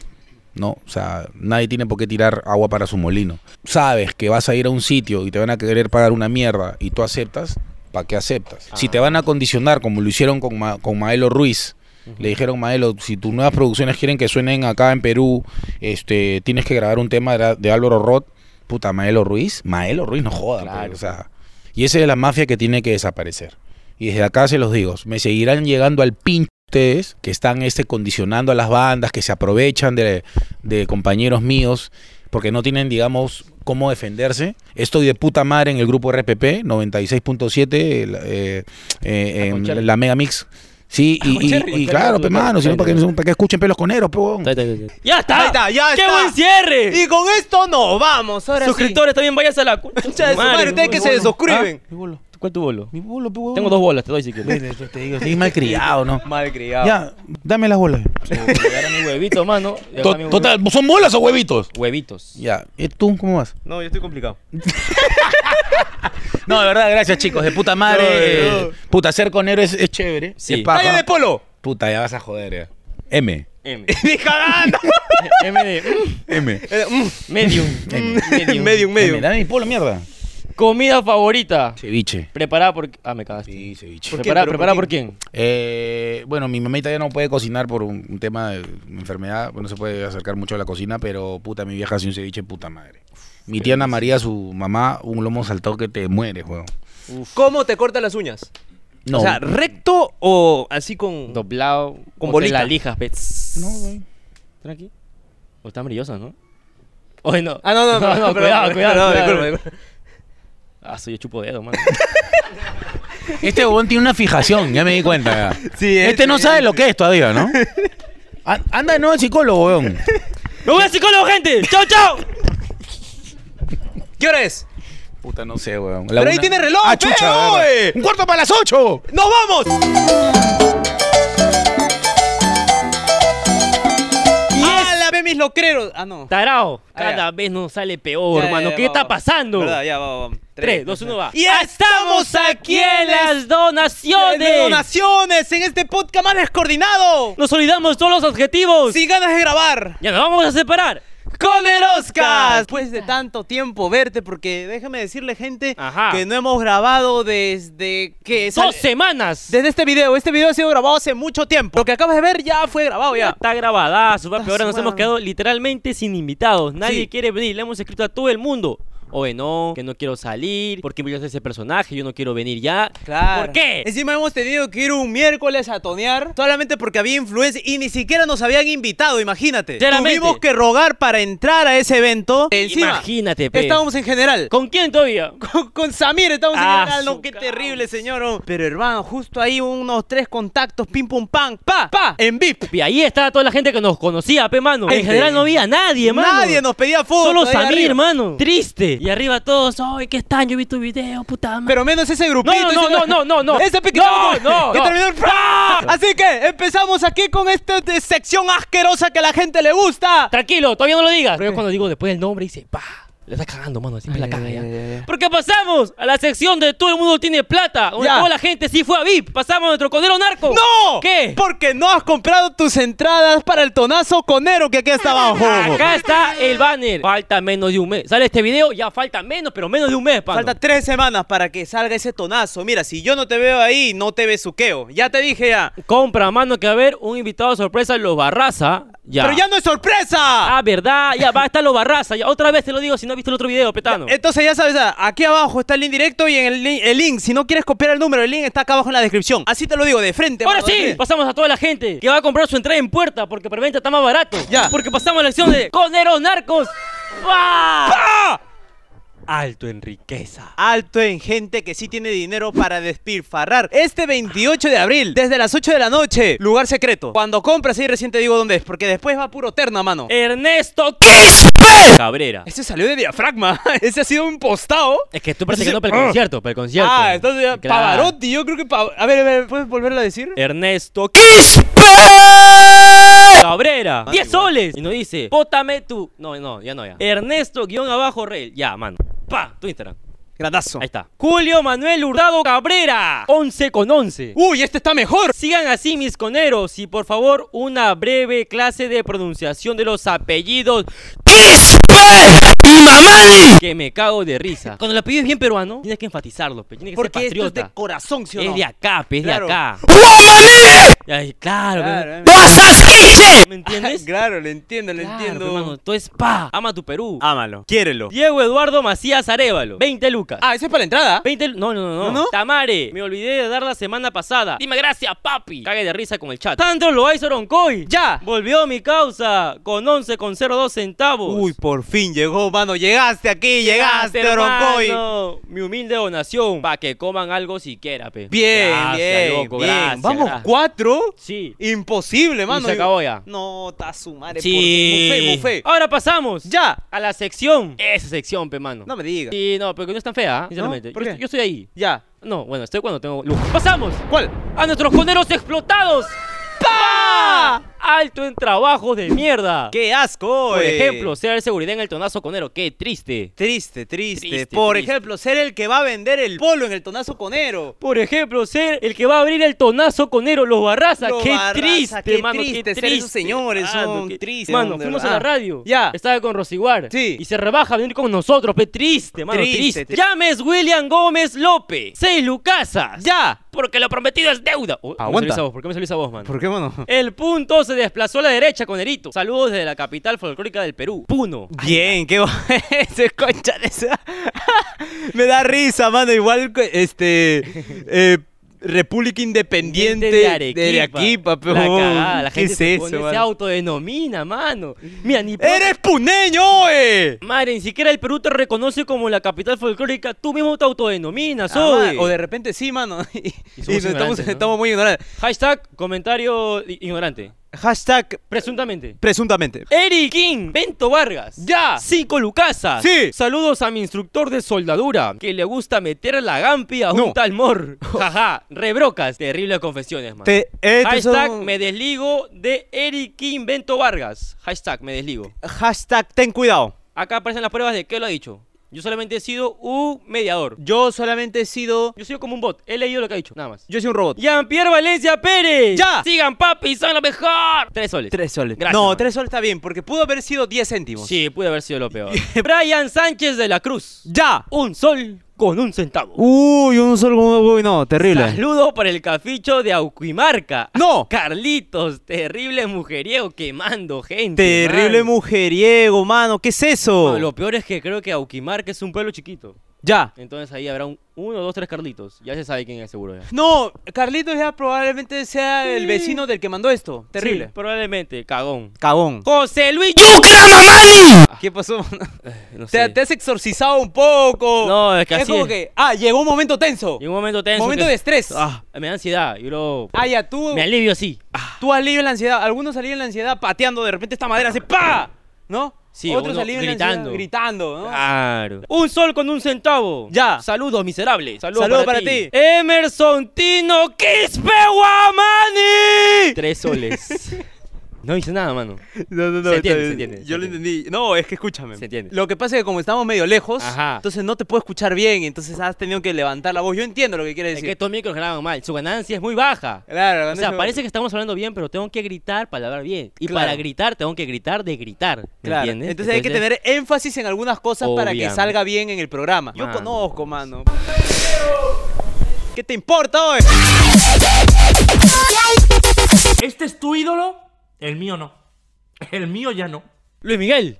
Speaker 3: ¿no? O sea, nadie tiene por qué tirar agua para su molino. Sabes que vas a ir a un sitio y te van a querer pagar una mierda y tú aceptas, ¿para qué aceptas? Si te van a condicionar, como lo hicieron con, Ma- con Maelo Ruiz, le dijeron, Maelo, si tus nuevas producciones quieren que suenen acá en Perú, este, tienes que grabar un tema de, de Álvaro Roth, puta, Maelo Ruiz, Maelo Ruiz no joda, pues, o sea. Y esa es la mafia que tiene que desaparecer. Y desde acá se los digo, me seguirán llegando al pinche ustedes que están este, condicionando a las bandas, que se aprovechan de, de compañeros míos, porque no tienen, digamos, cómo defenderse. Estoy de puta madre en el grupo RPP, 96.7, el, eh, eh, en la Mega Mix. Sí, y, y- y claro, pe, mano, si no, para que, para que escuchen pelos coneros, pe, huevón.
Speaker 4: Está, está, está. ¡Ya está!
Speaker 5: Ahí está, ya
Speaker 4: ¡Qué
Speaker 5: está.
Speaker 4: buen cierre!
Speaker 5: Y con esto nos vamos. Ahora
Speaker 4: Suscriptores, también váyanse a la cu-
Speaker 5: sí. Concha de su madre, ustedes que se desuscriben.
Speaker 4: ¿Ah? ¿Cuál tu bolo?
Speaker 3: Mi bolo, pe, huevón.
Speaker 4: Tengo dos bolas, te doy si quieres.
Speaker 3: Mire, yo Te digo, estoy malcriado, ¿no?
Speaker 5: Malcriado.
Speaker 3: Ya, dame las bolas.
Speaker 4: Ahora mi huevito, mano. Y acá mi huevito.
Speaker 3: Total, ¿son bolas o huevitos?
Speaker 4: Huevitos.
Speaker 3: Ya, ¿y tú cómo vas?
Speaker 5: No, yo estoy complicado.
Speaker 3: No, de verdad, gracias chicos, de puta madre. Eh, Puta, ser conero es, es chévere.
Speaker 4: Sí.
Speaker 3: Es paja.
Speaker 5: ¡Calle de polo!
Speaker 3: Puta, ya vas a joder, ya. M.
Speaker 4: M.
Speaker 5: ¡Ni cagando!
Speaker 4: M de.
Speaker 3: M.
Speaker 5: Eh, mm,
Speaker 4: Medium.
Speaker 5: medium, medium.
Speaker 3: M. Dame mi polo, mierda.
Speaker 4: Comida favorita.
Speaker 3: Ceviche.
Speaker 4: Preparada por. Ah, me cagaste.
Speaker 3: Sí, ceviche.
Speaker 5: ¿Por qué?
Speaker 4: Preparada,
Speaker 5: ¿Pero por
Speaker 4: preparada
Speaker 5: quién?
Speaker 4: por quién?
Speaker 3: Eh, bueno, mi mamita ya no puede cocinar por un, un tema de enfermedad. pues No se puede acercar mucho a la cocina, pero puta, mi vieja hace un ceviche, puta madre. Mi tía Ana María, su mamá, un lomo saltado que te muere, weón.
Speaker 5: ¿Cómo te cortas las uñas?
Speaker 3: No.
Speaker 5: O sea, ¿recto o así con...?
Speaker 4: Doblado.
Speaker 5: Mm. Con
Speaker 4: o
Speaker 5: bolita.
Speaker 4: Te la lijas, pe.
Speaker 3: no, güey.
Speaker 4: ¿Están aquí? O están brillosas, ¿no? Oye, no.
Speaker 5: Ah, no, no, no.
Speaker 4: no, cuidado,
Speaker 5: perdón, perdón,
Speaker 4: cuidado.
Speaker 5: perdón,
Speaker 4: cuidado.
Speaker 5: disculpa, disculpa.
Speaker 4: Ah, soy yo chupo dedo, mano.
Speaker 3: Este huevón tiene una fijación, ya me di cuenta. ya.
Speaker 5: Sí,
Speaker 3: este
Speaker 5: es-
Speaker 3: no sabe lo que es todavía, ¿no? An- Anda de nuevo el psicólogo, weón.
Speaker 4: ¡Me voy al psicólogo, gente! ¡Chao, chao!
Speaker 5: ¿Qué hora es?
Speaker 3: Puta, no sé, weón. La
Speaker 5: Pero ahí
Speaker 3: una-
Speaker 5: tiene reloj,
Speaker 3: ¡Ah,
Speaker 5: pe,
Speaker 3: chucha!
Speaker 5: oye.
Speaker 3: verdad. ¡Un cuarto para las ocho!
Speaker 5: ¡Nos vamos! ¡A la vez mis locreros! Ah, no.
Speaker 4: Tarao,
Speaker 5: Ah,
Speaker 4: cada
Speaker 5: ya.
Speaker 4: vez nos sale peor,
Speaker 5: Ya,
Speaker 4: hermano.
Speaker 5: ya,
Speaker 4: ¿Qué
Speaker 5: va,
Speaker 4: está
Speaker 5: va.
Speaker 4: pasando?
Speaker 5: ¿Verdad? Ya, vamos, vamos.
Speaker 4: 3, 2, 1, va.
Speaker 5: Y estamos aquí en las
Speaker 4: donaciones.
Speaker 5: donaciones en este podcast más descoordinado.
Speaker 4: Nos olvidamos todos los adjetivos.
Speaker 5: Sin ganas de grabar.
Speaker 4: Ya nos vamos a separar.
Speaker 5: Con el Oscar. Después de tanto tiempo verte, porque déjame decirle, gente,
Speaker 4: Ajá.
Speaker 5: que no hemos grabado desde que sal-
Speaker 4: Dos semanas.
Speaker 5: Desde este video. Este video ha sido grabado hace mucho tiempo. Lo que acabas de ver ya fue grabado ya.
Speaker 4: Está grabadazo, papi.
Speaker 5: Ah,
Speaker 4: Ahora nos
Speaker 5: su
Speaker 4: hemos
Speaker 5: madre.
Speaker 4: quedado literalmente sin invitados. Nadie
Speaker 5: Sí.
Speaker 4: quiere venir. Le hemos escrito a todo el mundo. Oye, no, que no quiero salir. Porque yo soy ese personaje. Yo no quiero venir ya.
Speaker 5: Claro.
Speaker 4: ¿Por qué?
Speaker 5: Encima hemos tenido que ir un miércoles a tonear solamente porque había influencia y ni siquiera nos habían invitado, imagínate.
Speaker 4: Sinceramente.
Speaker 5: Tuvimos que rogar para entrar a ese evento. Encima,
Speaker 4: Imagínate, pe.
Speaker 5: estábamos en general. Con,
Speaker 4: ¿Con quién todavía?
Speaker 5: con- con Samir estábamos en
Speaker 4: Ah,
Speaker 5: general. No,
Speaker 4: su
Speaker 5: qué
Speaker 4: causa.
Speaker 5: terrible, señor. oh. Pero hermano, justo ahí unos tres contactos, pim pum pam, pa, pa, en VIP.
Speaker 4: Y ahí estaba toda la gente que nos conocía, pe, mano. En
Speaker 5: Gente.
Speaker 4: general no había nadie, mano.
Speaker 5: Nadie nos pedía fotos.
Speaker 4: Solo
Speaker 5: ahí
Speaker 4: Samir,
Speaker 5: arriba.
Speaker 4: hermano. Triste. Y arriba todos, ¡ay, qué están! Yo vi tu video, puta madre.
Speaker 5: Pero menos ese grupito.
Speaker 4: No, no,
Speaker 5: ese-
Speaker 4: no, no, no, no.
Speaker 5: Ese piquito.
Speaker 4: No, no,
Speaker 5: Que
Speaker 4: no.
Speaker 5: terminó el- Así que empezamos aquí con esta de- sección asquerosa que a la gente le gusta.
Speaker 4: Tranquilo, todavía no lo digas. Pero yo cuando digo después el nombre, dice, pa. Le estás cagando, mano. Siempre la caga ya. Porque pasamos a la sección de todo el mundo tiene plata. Donde
Speaker 5: Ya.
Speaker 4: toda la gente sí fue a VIP. Pasamos a nuestro codero narco.
Speaker 5: ¡No!
Speaker 4: ¿Qué?
Speaker 5: Porque no has comprado tus entradas para el tonazo conero que aquí está abajo.
Speaker 4: Acá está el banner. Falta menos de un mes. Sale este video, ya falta menos, pero menos de un mes, pano.
Speaker 5: Falta tres semanas para que salga ese tonazo. Mira, si yo no te veo ahí, no te besuqueo. Ya te dije ya.
Speaker 4: Compra, mano, que va a haber un invitado sorpresa, los Barraza. Ya.
Speaker 5: Pero ya no es sorpresa.
Speaker 4: Ah, verdad, ya va a estar los Barraza. Ya, otra vez te lo digo si no has visto el otro video, petano.
Speaker 5: Entonces ya sabes, ah, aquí abajo está el link directo y en el, link- el link. Si no quieres copiar el número, el link está acá abajo en la descripción. Así te lo digo de frente.
Speaker 4: Ahora
Speaker 5: mano, de
Speaker 4: sí,
Speaker 5: frente.
Speaker 4: pasamos a toda la gente que va a comprar su entrada en puerta porque preventa está más barato.
Speaker 5: Ya.
Speaker 4: Porque pasamos a la acción de coneros narcos. ¡Pah! alto en riqueza.
Speaker 5: Alto en gente que sí tiene dinero para despilfarrar. Este 28 de abril, desde las 8 de la noche, lugar secreto. Cuando compras ahí recién te digo dónde es, porque después va puro terna, mano. Eh,
Speaker 4: Ernesto Cabrera.
Speaker 5: Ese salió de diafragma. Ese ha sido un postado.
Speaker 4: Es que estoy practicando para el concierto, para el concierto.
Speaker 5: Ah, entonces ya,
Speaker 4: Claro. Eh,
Speaker 5: Pavarotti, yo creo que Pav- A ver, a ver, ¿puedes volverlo a decir?
Speaker 4: Ernesto Cabrera. 10 soles. Y nos dice, pótame tu... No, no, ya no, ya. Ernesto guión abajo rey. Ya, mano. Pa, tu Instagram.
Speaker 5: Gratazo.
Speaker 4: Ahí está. Julio Manuel Hurtado Cabrera. 11 con 11.
Speaker 5: Uy, este está mejor.
Speaker 4: Sigan así mis coneros y por favor una breve clase de pronunciación de los apellidos que me cago de risa. Cuando el apellido es bien peruano, tienes que enfatizarlo, pe. tienes que
Speaker 5: Porque
Speaker 4: ser
Speaker 5: esto es
Speaker 4: patriota.
Speaker 5: de corazón, ¿sí o no?
Speaker 4: Es de acá, pe, es
Speaker 5: Claro.
Speaker 4: de acá. Ay, claro,
Speaker 5: Claro,
Speaker 4: pe.
Speaker 5: eh.
Speaker 4: ¿me entiendes?
Speaker 5: Claro, lo entiendo, lo
Speaker 4: Claro,
Speaker 5: entiendo.
Speaker 4: pe, mano. Entonces, pa, ama tu Perú.
Speaker 5: Ámalo, quiérelo.
Speaker 4: Diego Eduardo Macías Arevalo, 20 lucas.
Speaker 5: Ah, ese es para la entrada.
Speaker 4: 20 lu- no, no, no, no,
Speaker 5: ¿No, no?
Speaker 4: Tamare, me olvidé de dar la semana pasada. Dime gracias, papi. Cague de risa con el chat. Sandro Loaizo Roncoy.
Speaker 5: Ya.
Speaker 4: Volvió mi causa con 11,02 centavos.
Speaker 5: Uy, por fin llegó, mano. Llegaste aquí, llegaste, Orocoy.
Speaker 4: hermano. Mi humilde donación. Para que coman algo siquiera, pe.
Speaker 5: Bien,
Speaker 4: Gracias,
Speaker 5: bien,
Speaker 4: loco,
Speaker 5: bien.
Speaker 4: gracias,
Speaker 5: Vamos,
Speaker 4: gracias.
Speaker 5: cuatro.
Speaker 4: Sí.
Speaker 5: Imposible,
Speaker 4: Y
Speaker 5: mano.
Speaker 4: se acabó ya.
Speaker 5: No, está su madre.
Speaker 4: Sí.
Speaker 5: Por... Bufé, bufé.
Speaker 4: Ahora pasamos.
Speaker 5: Ya.
Speaker 4: A la sección. Esa sección, pe, mano.
Speaker 5: No me digas.
Speaker 4: Sí, no, porque no es tan fea, ¿ah? sinceramente.
Speaker 5: ¿Por
Speaker 4: yo,
Speaker 5: qué?
Speaker 4: yo estoy ahí.
Speaker 5: Ya.
Speaker 4: No, bueno, estoy cuando tengo luz. ¡Pasamos!
Speaker 5: ¿Cuál?
Speaker 4: a nuestros coneros explotados. ¡Pa! Alto en trabajos de mierda.
Speaker 5: ¡Qué asco!
Speaker 4: Por
Speaker 5: eh.
Speaker 4: ejemplo, ser el seguridad en el tonazo conero. Qué triste.
Speaker 5: Triste, triste.
Speaker 4: Triste,
Speaker 5: Por
Speaker 4: triste.
Speaker 5: ejemplo, ser el que va a vender el polo en el tonazo conero.
Speaker 4: Por ejemplo, ser el que va a abrir el tonazo conero, los barraza.
Speaker 5: Los
Speaker 4: qué
Speaker 5: Barraza,
Speaker 4: triste,
Speaker 5: qué
Speaker 4: mano.
Speaker 5: triste
Speaker 4: qué
Speaker 5: ser
Speaker 4: triste.
Speaker 5: esos señores, son
Speaker 4: qué-
Speaker 5: tristes,
Speaker 4: Mano,
Speaker 5: de
Speaker 4: fuimos a
Speaker 5: verdad.
Speaker 4: la radio.
Speaker 5: Ya.
Speaker 4: Estaba con Rosiguar.
Speaker 5: Sí.
Speaker 4: Y se rebaja a venir con nosotros. Pe triste, mano.
Speaker 5: Triste,
Speaker 4: Triste.
Speaker 5: triste.
Speaker 4: Llames William Gómez López. Seis Lucasas.
Speaker 5: ¡Ya!
Speaker 4: Porque lo prometido es deuda. Oh, ¿por qué me salió
Speaker 5: Aguanta.
Speaker 4: esa voz? ¿Por qué me salió esa voz, mano?
Speaker 5: ¿Por qué, mano?
Speaker 4: El punto se desplazó a la derecha, Conerito. Saludos desde la capital folclórica del Perú, Puno.
Speaker 5: Bien, qué bueno. Ese concha de esa- Me da risa, mano. Igual, que, este. eh, República Independiente
Speaker 4: de Arequipa.
Speaker 5: De Arequipa,
Speaker 4: la,
Speaker 5: pero.
Speaker 4: cagada, la
Speaker 5: ¿Qué
Speaker 4: gente
Speaker 5: es
Speaker 4: se,
Speaker 5: eso,
Speaker 4: pone- se
Speaker 5: mano?
Speaker 4: autodenomina, mano. Mira, ni pro-
Speaker 5: ¡Eres puneño, eh!
Speaker 4: Madre, ni siquiera el Perú te reconoce como la capital folclórica. Tú mismo te autodenominas,
Speaker 5: Ah,
Speaker 4: oye.
Speaker 5: o de repente sí, mano. Y,
Speaker 4: Y somos
Speaker 5: nos estamos,
Speaker 4: ignorantes, ¿no?
Speaker 5: estamos muy ignorantes.
Speaker 4: Hashtag comentario i- ignorante.
Speaker 5: Hashtag
Speaker 4: Presuntamente.
Speaker 5: presuntamente.
Speaker 4: Eric King, Bento Vargas.
Speaker 5: ¡Ya!
Speaker 4: Cinco Lucasas.
Speaker 5: Sí.
Speaker 4: Saludos a mi instructor de soldadura, que le gusta meter la gampi a
Speaker 5: No.
Speaker 4: un tal mor. Jaja, rebrocas. Terribles confesiones, man.
Speaker 5: Te- eh, te
Speaker 4: Hashtag
Speaker 5: son-
Speaker 4: me desligo de Eric King Bento Vargas. Hashtag me desligo.
Speaker 5: Hashtag ten cuidado.
Speaker 4: Acá aparecen las pruebas de qué lo ha dicho. Yo solamente he sido un mediador.
Speaker 5: Yo solamente he sido.
Speaker 4: Yo he sido como un bot. He leído lo que ha dicho, nada más.
Speaker 5: Yo soy un robot.
Speaker 4: Jean-Pierre Valencia Pérez.
Speaker 5: ¡Ya!
Speaker 4: Sigan, papi, son lo mejor. Tres soles.
Speaker 5: Tres soles.
Speaker 4: Gracias,
Speaker 5: no,
Speaker 4: man.
Speaker 5: tres soles está bien, porque pudo haber sido 10 céntimos.
Speaker 4: Sí, pude haber sido lo peor. Brian Sánchez de la Cruz.
Speaker 5: ¡Ya!
Speaker 4: Un sol con un centavo.
Speaker 5: Uh, Uy, un sol con uy, no, terrible.
Speaker 4: Saludo por el caficho de Auquimarca.
Speaker 5: ¡No!
Speaker 4: Carlitos, terrible mujeriego quemando gente.
Speaker 5: Terrible
Speaker 4: man.
Speaker 5: mujeriego, mano, ¿qué es eso?
Speaker 4: No, Lo peor es que creo que Auquimarca es un pueblo chiquito.
Speaker 5: Ya.
Speaker 4: Entonces ahí habrá un, uno, dos, tres Carlitos. Ya se sabe quién es seguro. ya.
Speaker 5: No, Carlitos ya probablemente sea el vecino del que mandó esto. Terrible.
Speaker 4: Sí, probablemente, cagón.
Speaker 5: Cagón.
Speaker 4: José Luis
Speaker 5: ¿Qué pasó? mano?
Speaker 4: No sé.
Speaker 5: Te, te has exorcizado un poco.
Speaker 4: Ah, No, es que
Speaker 5: es
Speaker 4: así
Speaker 5: como
Speaker 4: es.
Speaker 5: que. Ah, llegó un momento tenso.
Speaker 4: Y un momento tenso.
Speaker 5: Momento
Speaker 4: que-
Speaker 5: de estrés.
Speaker 4: Ah, me da ansiedad. Yo lo...
Speaker 5: Ah, ya, tú.
Speaker 4: Me alivio así.
Speaker 5: Tú alivias la ansiedad. Algunos alivian la ansiedad pateando de repente esta madera así. ¡Pa! ¿No?
Speaker 4: Sí,
Speaker 5: Otros
Speaker 4: uno
Speaker 5: alivian la
Speaker 4: gritando. Ah,
Speaker 5: ansiedad gritando. ¿no?
Speaker 4: Claro. Un sol con un centavo.
Speaker 5: Ya.
Speaker 4: Saludos, miserables. Saludos,
Speaker 5: Saludos
Speaker 4: para,
Speaker 5: para ti.
Speaker 4: ti. Emerson Tino Quispe Guamani. Tres soles. no dice nada, mano.
Speaker 5: No, no, no.
Speaker 4: Se entiende,
Speaker 5: está
Speaker 4: se
Speaker 5: bien.
Speaker 4: entiende,
Speaker 5: Yo
Speaker 4: se
Speaker 5: lo
Speaker 4: entiende.
Speaker 5: entendí. No, es que escúchame.
Speaker 4: Se entiende.
Speaker 5: Lo que pasa es que como estamos medio lejos,
Speaker 4: Ajá.
Speaker 5: entonces no te puedo escuchar bien, entonces has tenido que levantar la voz. Yo entiendo lo que quieres
Speaker 4: Es
Speaker 5: decir.
Speaker 4: que estos micros graban mal. Su ganancia es muy baja.
Speaker 5: Claro,
Speaker 4: O sea, parece que estamos hablando bien, pero tengo que gritar para hablar bien. Y
Speaker 5: Claro.
Speaker 4: para gritar, tengo que gritar de gritar. ¿Me
Speaker 5: Claro.
Speaker 4: entiendes?
Speaker 5: Entonces hay que tener énfasis en algunas cosas para que
Speaker 4: Obviamente.
Speaker 5: salga bien en el programa. Yo
Speaker 4: Mano.
Speaker 5: conozco, mano. ¿Qué te importa hoy?
Speaker 8: ¿Este es tu ídolo? El mío no. El mío ya no.
Speaker 4: Luis Miguel.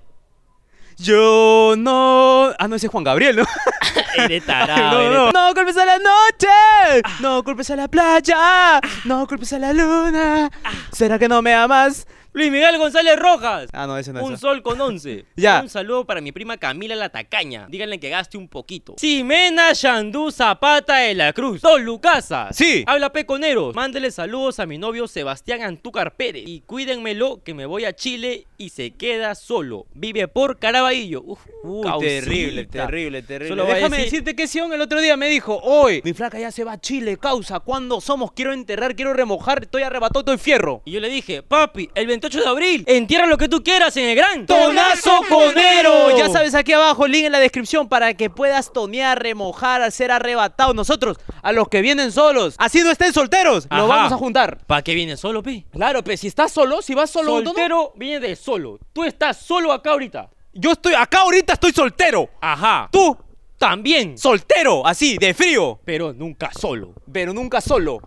Speaker 5: Yo no. Ah, no, ese es Juan Gabriel, ¿no?
Speaker 4: Eres tarado,
Speaker 5: no,
Speaker 4: eres
Speaker 5: no. No culpes a la noche.
Speaker 4: Ah. Ah.
Speaker 5: No culpes a la playa. No culpes a la luna. ¿Será que no me amas?
Speaker 4: Luis Miguel González Rojas.
Speaker 5: Ah, no, ese no es.
Speaker 4: Un sol con once.
Speaker 5: Ya.
Speaker 4: Un saludo para mi prima Camila La Tacaña. Díganle que gaste un poquito. Ximena Shandú Zapata de la Cruz. Don Lucasa.
Speaker 5: Sí.
Speaker 4: Habla Peconeros. Mándele saludos a mi novio Sebastián Antúcar Pérez. Y cuídenmelo que me voy a Chile y se queda solo. Vive por Caraballo. Uf,
Speaker 5: Uy,
Speaker 4: causita.
Speaker 5: terrible, terrible, terrible.
Speaker 4: Solo va a
Speaker 5: Déjame
Speaker 4: decir-
Speaker 5: decirte que Sion el otro día me dijo, hoy, mi flaca ya se va a Chile, causa, ¿cuándo somos? Quiero enterrar, quiero remojar, estoy arrebatado, estoy fierro.
Speaker 4: Y yo le dije, papi, el 28 de abril, entierra lo que tú quieras en el gran
Speaker 5: ¡Tonazo conero!
Speaker 4: Ya
Speaker 5: Ya
Speaker 4: sabes.
Speaker 5: sabes, aquí abajo, el link en la descripción para que puedas tonear, remojar, ser arrebatado. Nosotros, a los que vienen solos, así no estén solteros,
Speaker 4: Ajá.
Speaker 5: lo vamos a juntar.
Speaker 4: ¿Para qué vienes solo, pi?
Speaker 5: Claro, pero si estás solo, si vas solo, ¿no?
Speaker 4: Soltero viene de solo. Tú estás solo acá ahorita.
Speaker 5: yo estoy acá ahorita, estoy soltero.
Speaker 4: Ajá. Tú
Speaker 5: Tú,
Speaker 4: también.
Speaker 5: soltero, así, de frío,
Speaker 4: Pero nunca solo.
Speaker 5: pero nunca solo.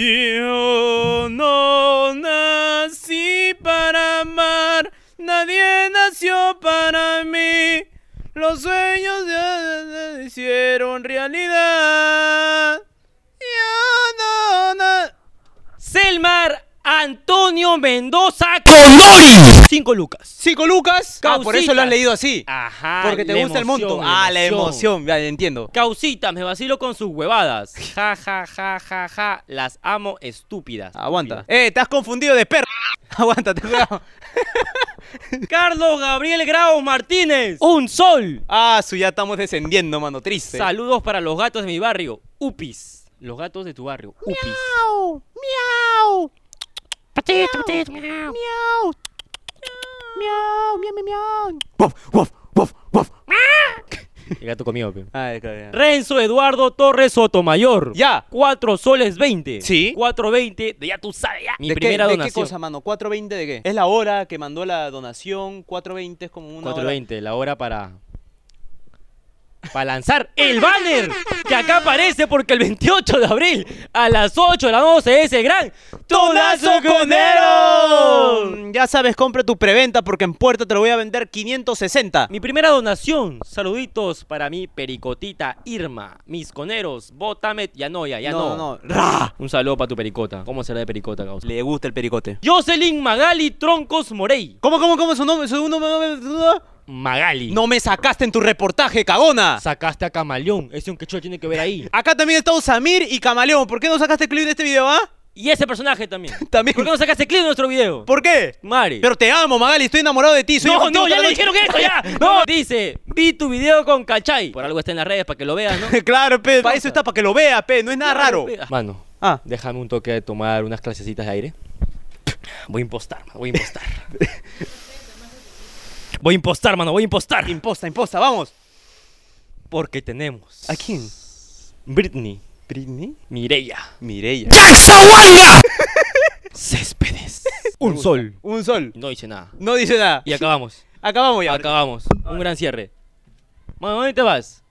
Speaker 9: Yo no nací para amar, nadie nació para mí. Los sueños ya se hicieron realidad. Yo no na-
Speaker 4: Selmar Antonio Mendoza Colori. Cinco lucas.
Speaker 5: Cinco lucas. Ah, por eso lo has
Speaker 4: Causitas.
Speaker 5: leído así.
Speaker 9: Ah,
Speaker 4: Ajá.
Speaker 5: Porque te
Speaker 4: la
Speaker 5: gusta el
Speaker 4: emoción,
Speaker 5: monto. Ah, la emoción, ya entiendo.
Speaker 4: Causitas, me vacilo con sus huevadas. Ja, ja, ja, ja, ja. Las amo estúpidas.
Speaker 5: Aguanta. Eh, te has confundido de perro. Aguántate, cuidado.
Speaker 4: Carlos Gabriel Grau Martínez. Un sol.
Speaker 5: Ah, su ya estamos descendiendo, mano, triste.
Speaker 4: Saludos para los gatos de mi barrio. Upis. Los gatos de tu barrio. Upis.
Speaker 5: Wof, wof, wof, wof.
Speaker 4: El gato comió, pe.
Speaker 5: Ay, cabrón.
Speaker 4: Renzo Eduardo Torres Sotomayor.
Speaker 5: Ya.
Speaker 4: 4 soles 20.
Speaker 5: Sí.
Speaker 4: 4.20 de ya tú sabes ya. Mi
Speaker 5: ¿De qué-
Speaker 4: primera
Speaker 5: de
Speaker 4: donación.
Speaker 5: qué cosa, mano? ¿4.20 de qué? Es la hora que mandó la donación. 4.20 es como una hora.
Speaker 4: 4.20, la hora para. Para lanzar el banner que acá aparece porque el 28 de abril a las 8 de la 12 es el gran
Speaker 5: ¡Tonazo
Speaker 4: Tonazo Conero.
Speaker 5: Ya sabes, compra tu preventa porque en Puerta te lo voy a vender 560.
Speaker 4: Mi primera donación, saluditos para mi pericotita Irma, mis coneros, Botamet, ya no, ya, ya no.
Speaker 5: no. Ra.
Speaker 4: Un saludo para tu pericota. ¿Cómo será de pericota, Gauss?
Speaker 5: Le gusta el pericote.
Speaker 4: Jocelyn Magali Troncos Morey.
Speaker 5: ¿Cómo, cómo, cómo? ¿Su nombre? ¿Su nombre?
Speaker 4: Magali.
Speaker 5: No me sacaste en tu reportaje, cagona.
Speaker 4: Sacaste a Camaleón. Ese un quechua tiene que ver ahí.
Speaker 5: Acá también está Usamir y Camaleón. ¿Por qué no sacaste el clip de este video, ah?
Speaker 4: Y ese personaje también.
Speaker 5: También.
Speaker 4: ¿Por qué no sacaste clip de nuestro video?
Speaker 5: ¿Por qué?
Speaker 4: Mari.
Speaker 5: Pero te amo, Magali. Estoy enamorado de ti. Soy
Speaker 4: no,
Speaker 5: contigo
Speaker 4: no, ya
Speaker 5: toda
Speaker 4: le
Speaker 5: la
Speaker 4: dijeron
Speaker 5: noche.
Speaker 4: esto ya. No. Dice, vi tu video con Cachay. Por algo está en las redes para que lo veas, ¿no?
Speaker 5: claro, pe. Para
Speaker 4: Pausa.
Speaker 5: eso está, para que lo vea, pe. No es nada raro.
Speaker 4: Mano,
Speaker 5: Ah.
Speaker 4: déjame un toque de tomar unas clasecitas de aire. Voy a impostar, mano, voy a impostar. voy a impostar, mano, voy a impostar.
Speaker 5: Imposta, imposta, vamos.
Speaker 4: Porque tenemos
Speaker 5: ¿A quién?
Speaker 4: Britney,
Speaker 5: Britney.
Speaker 4: Mireia,
Speaker 5: Mireya.
Speaker 4: Céspedes. un sol.
Speaker 5: Un sol.
Speaker 4: No hice nada.
Speaker 5: No dice nada.
Speaker 4: Y acabamos.
Speaker 5: Acabamos ya.
Speaker 4: Acabamos. Un gran cierre. Mano, ¿dónde te vas?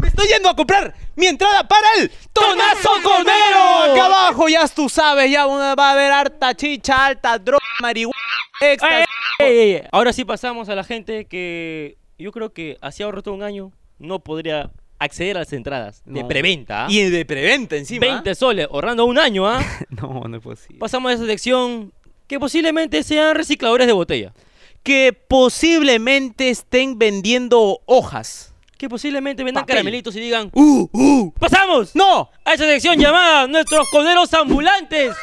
Speaker 5: Me estoy yendo a comprar mi entrada para el Tonazo Conero. Acá abajo, ya tú sabes, ya una- va a haber harta chicha, alta droga, marihuana, éxtasis.
Speaker 4: Ey, ey, ey. Ahora sí pasamos a la gente que yo creo que hacía ahorro todo un año no podría acceder a las entradas de
Speaker 5: No.
Speaker 4: preventa. ¿ah?
Speaker 5: Y de preventa encima.
Speaker 4: 20 soles, ahorrando un año, ¿ah?
Speaker 5: No, no es posible.
Speaker 4: Pasamos a esa sección que posiblemente sean recicladores de botella.
Speaker 5: Que posiblemente estén vendiendo hojas.
Speaker 4: Que posiblemente vendan
Speaker 5: Papel.
Speaker 4: caramelitos y digan uh. ¡Pasamos!
Speaker 5: ¡No!
Speaker 4: A esa sección llamada Nuestros Coneros Ambulantes.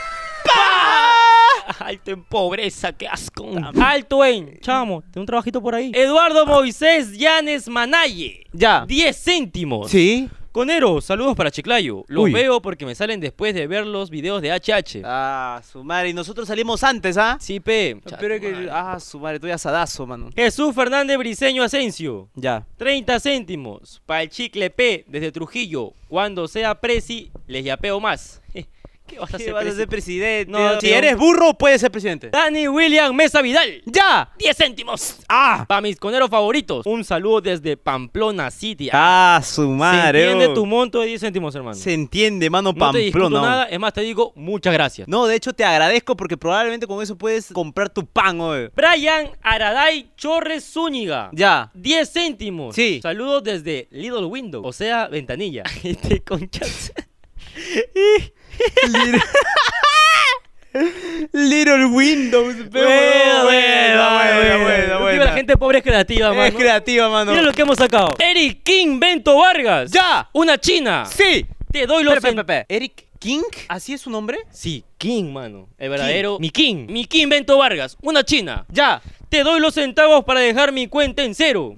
Speaker 4: Alto en pobreza, qué asco. Alto en. Chamo, tengo un trabajito por ahí. Eduardo Moisés Llanes Manaye.
Speaker 5: Ya.
Speaker 4: 10 céntimos.
Speaker 5: ¿Sí?
Speaker 4: Conero, saludos para Chiclayo. Los
Speaker 5: Uy.
Speaker 4: veo porque me salen después de ver los videos de HH.
Speaker 5: Ah, su madre. Y nosotros salimos antes, ¿ah?
Speaker 4: Sí, pe.
Speaker 5: Pero es
Speaker 4: Chato,
Speaker 5: que.
Speaker 4: madre.
Speaker 5: Ah, su madre, tú ya sadazo, mano.
Speaker 4: Jesús Fernández Briceño Asensio.
Speaker 5: Ya.
Speaker 4: 30 céntimos. Para el chicle P desde Trujillo. Cuando sea presi, les yapeo más. ¿Qué vas a
Speaker 5: ¿Qué
Speaker 4: hacer,
Speaker 5: vas a
Speaker 4: presi?
Speaker 5: ser presidente?
Speaker 4: No,
Speaker 5: si
Speaker 4: tío.
Speaker 5: eres burro, puedes ser presidente.
Speaker 4: Dani William Mesa Vidal.
Speaker 5: ¡Ya!
Speaker 4: 10 céntimos.
Speaker 5: ¡Ah!
Speaker 4: Para mis coneros favoritos. Un saludo desde Pamplona City.
Speaker 5: Ah, su madre.
Speaker 4: Se entiende
Speaker 5: oh.
Speaker 4: tu monto de 10 céntimos, hermano.
Speaker 5: Se entiende, mano
Speaker 4: no te discuto
Speaker 5: Pamplona. oh.
Speaker 4: nada. Es más, te digo muchas gracias.
Speaker 5: No, de hecho te agradezco porque probablemente con eso puedes comprar tu pan, oh. oye.
Speaker 4: Brian Araday Chorres Zúñiga.
Speaker 5: Ya.
Speaker 4: 10 céntimos.
Speaker 5: Sí.
Speaker 4: Saludos desde Little Window. O sea, ventanilla. este conchas.
Speaker 5: Little Windows, pe,
Speaker 4: Buena,
Speaker 5: huevón.
Speaker 4: buena, buena,
Speaker 5: buena, buena.
Speaker 4: La gente pobre es creativa, mano.
Speaker 5: Es creativa, mano.
Speaker 4: Mira lo que hemos sacado. Eric King Bento Vargas.
Speaker 5: ¡Ya!
Speaker 4: Una china.
Speaker 5: Sí.
Speaker 4: Te doy los...
Speaker 5: Pe, pe,
Speaker 4: en-
Speaker 5: pe, pe. Eric King. ¿Así es su nombre?
Speaker 4: Sí, King, mano. El verdadero. Mi King. Mi King Bento Vargas. Una china.
Speaker 5: Ya.
Speaker 4: Te doy los centavos para dejar mi cuenta en cero.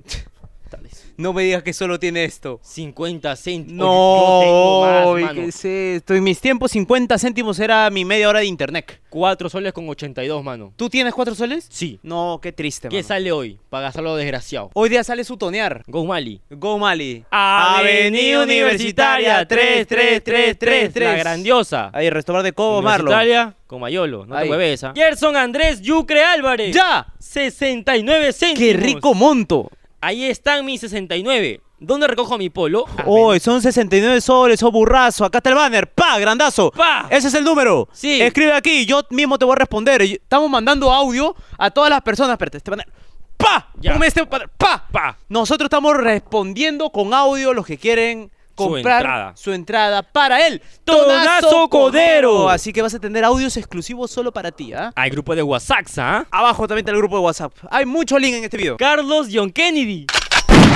Speaker 5: No me digas que solo tiene esto.
Speaker 4: 50 céntimos.
Speaker 5: No,
Speaker 4: yo tengo
Speaker 5: ¿y
Speaker 4: más,
Speaker 5: ¿qué
Speaker 4: mano.
Speaker 5: es esto? En mis tiempos 50 céntimos era mi media hora de internet.
Speaker 4: 4 soles con 82, mano.
Speaker 5: ¿Tú tienes cuatro soles?
Speaker 4: Sí.
Speaker 5: No, qué triste,
Speaker 4: ¿Qué
Speaker 5: mano.
Speaker 4: sale hoy? Para gastarlo desgraciado.
Speaker 5: Hoy día sale su tonear.
Speaker 4: Go Mali.
Speaker 5: Go Mali.
Speaker 4: Avenida Universitaria 3333. La grandiosa.
Speaker 5: Ahí, restaurar de Cobo, Marlo.
Speaker 4: Universitaria con Mayolo. No
Speaker 5: Ahí.
Speaker 4: te hueves, ¿ah? Gerson Andrés Yucre Álvarez.
Speaker 5: ¡Ya!
Speaker 4: 69 céntimos.
Speaker 5: ¡Qué rico monto!
Speaker 4: Ahí están mis 69. ¿Dónde recojo mi polo?
Speaker 5: Hoy son 69 soles, oh burrazo. Acá está el banner. ¡Pa! ¡Grandazo!
Speaker 4: Pa.
Speaker 5: Ese es el número.
Speaker 4: Sí.
Speaker 5: Escribe aquí, yo mismo te voy a responder. Y- Estamos mandando audio a todas las personas. Espérate, este banner. ¡Pa!
Speaker 4: Ya.
Speaker 5: Ponme este banner. ¡Pa!
Speaker 4: Pa.
Speaker 5: Nosotros estamos respondiendo con audio los que quieren comprar
Speaker 4: entrada.
Speaker 5: su entrada para él.
Speaker 4: Tonazo Codero.
Speaker 5: Así que vas a tener audios exclusivos solo para ti, ¿ah?
Speaker 4: Al grupo de WhatsApp, ¿ah?
Speaker 5: Abajo también está el grupo de WhatsApp. Hay mucho link en este video.
Speaker 4: Carlos John Kennedy.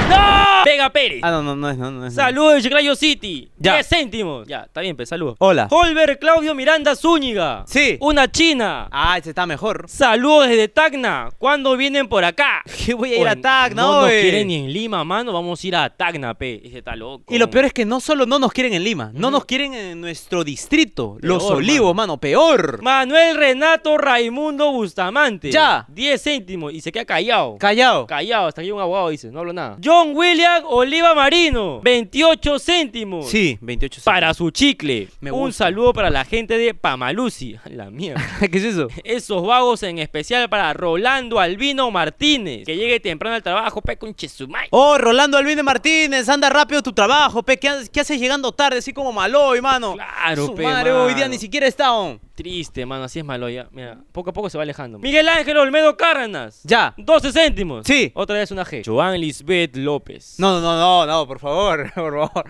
Speaker 4: ¡No! Pega Pérez.
Speaker 5: Ah, no, no, no es, no, no es. no.
Speaker 4: Saludos de Chiclayo City.
Speaker 5: Ya.
Speaker 4: 10 céntimos. Ya, está bien, pues, saludos.
Speaker 5: Hola.
Speaker 4: Holber Claudio Miranda Zúñiga.
Speaker 5: Sí.
Speaker 4: Una china.
Speaker 5: Ah, este está mejor.
Speaker 4: Saludos desde Tacna. ¿Cuándo vienen por acá?
Speaker 5: Que voy a ir a
Speaker 4: Oye,
Speaker 5: Tacna
Speaker 4: No nos
Speaker 5: hoy.
Speaker 4: quieren ni en Lima, mano. Vamos a ir a Tacna, pe. Ese está loco.
Speaker 5: Y lo peor es que no solo no nos quieren en Lima, no nos quieren en nuestro distrito. Los
Speaker 4: Peor,
Speaker 5: olivos, mano, peor.
Speaker 4: Manuel Renato Raimundo Bustamante.
Speaker 5: Ya.
Speaker 4: 10 céntimos. Y se queda callado.
Speaker 5: Callao.
Speaker 4: Callado, hasta aquí un abogado dice, no hablo nada. John William Oliva Marino, 28 céntimos.
Speaker 5: Sí, 28
Speaker 4: Para su chicle.
Speaker 5: Me
Speaker 4: un
Speaker 5: gusta.
Speaker 4: saludo para la gente de Pamalusi. La mierda.
Speaker 5: ¿Qué es eso?
Speaker 4: Esos vagos en especial para Rolando Albino Martínez. Que llegue temprano al trabajo, pe con Chesumay.
Speaker 5: Oh, Rolando Albine Martínez, anda rápido tu trabajo, pe. ¿Qué, ha- qué haces llegando tarde, así como malo, mano?
Speaker 4: Claro,
Speaker 5: Su
Speaker 4: pe,
Speaker 5: madre, hoy día
Speaker 4: mano.
Speaker 5: ni siquiera está on.
Speaker 4: Triste, mano, así es malo ya. Mira, poco a poco se va alejando. Miguel Ángel Olmedo Cárdenas.
Speaker 5: Ya.
Speaker 4: 12 céntimos.
Speaker 5: Sí.
Speaker 4: Otra vez una G. Joan Lisbeth López.
Speaker 5: No, no, no, no, no, por favor, por favor.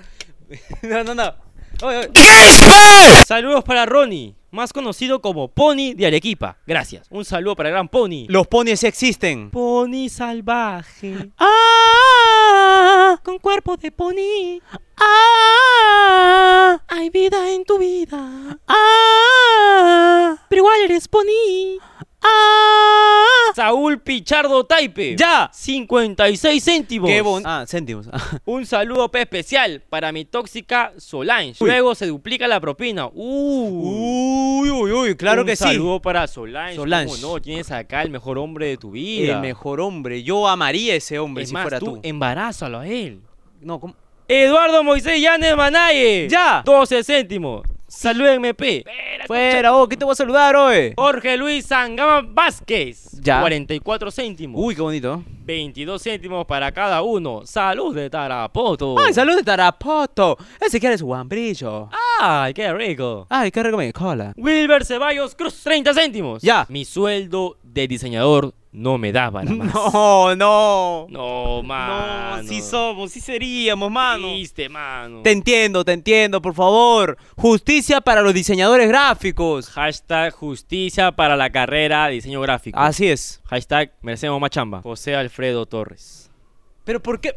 Speaker 5: No, no, no. Oye, oye.
Speaker 4: Saludos para Ronnie, más conocido como Pony de Arequipa. Gracias. Un saludo para el gran Pony.
Speaker 5: Los ponies sí existen.
Speaker 4: Pony salvaje,
Speaker 5: Ah,
Speaker 4: con cuerpo de pony.
Speaker 5: ah,
Speaker 4: Hay vida en tu vida,
Speaker 5: ah.
Speaker 4: pero igual eres pony. Saúl Pichardo Taipe.
Speaker 5: Ah. ¡Ya!
Speaker 4: 56 céntimos.
Speaker 5: Qué bon- Ah, céntimos.
Speaker 4: Un saludo pe, especial para mi tóxica Solange. Luego se duplica la propina. Uh.
Speaker 5: uy, uy, uy, claro que
Speaker 4: un saludo para Solange.
Speaker 5: Solange.
Speaker 4: ¿Cómo no? Tienes acá el mejor hombre de tu
Speaker 5: sí.
Speaker 4: vida.
Speaker 5: El mejor hombre. Yo amaría a ese hombre
Speaker 4: es
Speaker 5: si
Speaker 4: más,
Speaker 5: fuera
Speaker 4: tú,
Speaker 5: tú.
Speaker 4: embarázalo a él.
Speaker 5: No, ¿cómo?
Speaker 4: Eduardo Moisés Yanes Manaye.
Speaker 5: ¡Ya!
Speaker 4: 12 céntimos. Salúdenme, P.
Speaker 5: Fuera, oh, ¿qué te voy a saludar hoy?
Speaker 4: Jorge Luis Sangama Vázquez.
Speaker 5: Ya. Uh.
Speaker 4: 44 céntimos.
Speaker 5: Uy, qué bonito.
Speaker 4: 22 céntimos para cada uno. Salud de Tarapoto.
Speaker 5: Ay, salud de Tarapoto. Ese que eres Juan Brillo.
Speaker 4: Ay, qué rico.
Speaker 5: Ay, qué rico mi cola.
Speaker 4: Wilber Ceballos Cruz, 30 céntimos.
Speaker 5: Ya.
Speaker 4: Mi sueldo de diseñador no me da para más.
Speaker 5: No, no.
Speaker 4: No, mano.
Speaker 5: No, sí somos, sí seríamos, mano.
Speaker 4: Triste, mano.
Speaker 5: Te entiendo, te entiendo, por favor. Justicia para los diseñadores gráficos.
Speaker 4: Hashtag justicia para la carrera de diseño gráfico.
Speaker 5: Así es.
Speaker 4: Hashtag merecemos más chamba. José Alfredo Torres.
Speaker 5: Pero ¿por qué?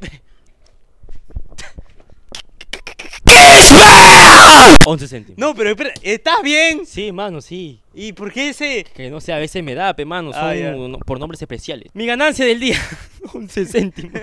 Speaker 4: 11 céntimos.
Speaker 5: No, pero espera, ¿estás bien?
Speaker 4: Sí, mano, sí.
Speaker 5: ¿Y por qué ese?
Speaker 4: Que no sé, a veces me da, pe, mano. Son
Speaker 5: Ah, ya.
Speaker 4: no- por nombres especiales. Mi ganancia del día, 11 céntimos.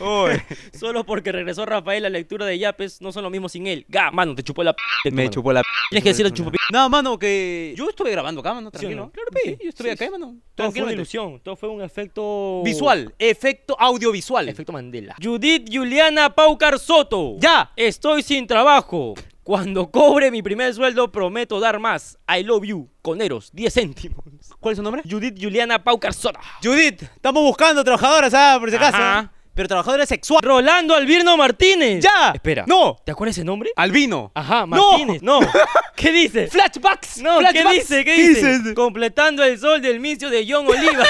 Speaker 5: Uy,
Speaker 4: Solo porque regresó Rafael a la lectura de Yapes, no son lo mismo sin él. Ga, mano, te chupó la p. de tu
Speaker 5: me
Speaker 4: mano.
Speaker 5: chupó la.
Speaker 4: Tienes que decir el chupo p.
Speaker 5: No, mano, que yo estuve grabando acá,
Speaker 4: ¿Sí
Speaker 5: mano,
Speaker 4: o
Speaker 5: tranquilo.
Speaker 4: no?
Speaker 5: Claro, pe,
Speaker 4: Sí,
Speaker 5: yo estuve
Speaker 4: sí,
Speaker 5: acá,
Speaker 4: sí.
Speaker 5: mano.
Speaker 4: Todo fue
Speaker 5: Tranquilo.
Speaker 4: una ilusión, todo fue un efecto.
Speaker 5: Visual, efecto audiovisual.
Speaker 4: Efecto Mandela. Judith Juliana Paucar Soto.
Speaker 5: Ya.
Speaker 4: Estoy sin trabajo. Cuando cobre mi primer sueldo, prometo dar más. I love you. Coneros, 10 céntimos.
Speaker 5: ¿Cuál es su nombre?
Speaker 4: Judith Juliana Paucar Soto.
Speaker 5: Judith, estamos buscando trabajadoras, ah, por si acaso.
Speaker 4: Ajá.
Speaker 5: Pero trabajadoras sexuales.
Speaker 4: Rolando Albirno Martínez.
Speaker 5: Ya.
Speaker 4: Espera.
Speaker 5: No.
Speaker 4: ¿Te acuerdas ese nombre?
Speaker 5: Albino.
Speaker 4: Ajá,
Speaker 5: No.
Speaker 4: Martínez. No. ¿Qué dice?
Speaker 5: Flashbacks.
Speaker 4: No, ¿qué
Speaker 5: flashbacks.
Speaker 4: dice? ¿Qué dice?
Speaker 5: ese?
Speaker 4: Completando el sol del micio de John Oliva.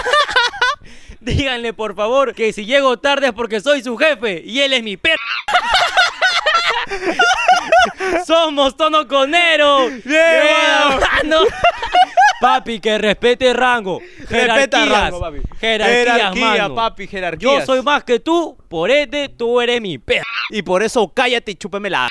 Speaker 4: Díganle, por favor, que si llego tarde es porque soy su jefe y él es mi perro. Somos Tono Conero. Yeah, mano. Papi, que respete rango.
Speaker 5: Respeta
Speaker 4: Jerarquías.
Speaker 5: rango, papi.
Speaker 4: Jerarquías,
Speaker 5: Jerarquía,
Speaker 4: mano.
Speaker 5: papi, jerarquía.
Speaker 4: Yo soy más que tú, por ende tú eres mi perro.
Speaker 5: Y por eso cállate y chúpeme la.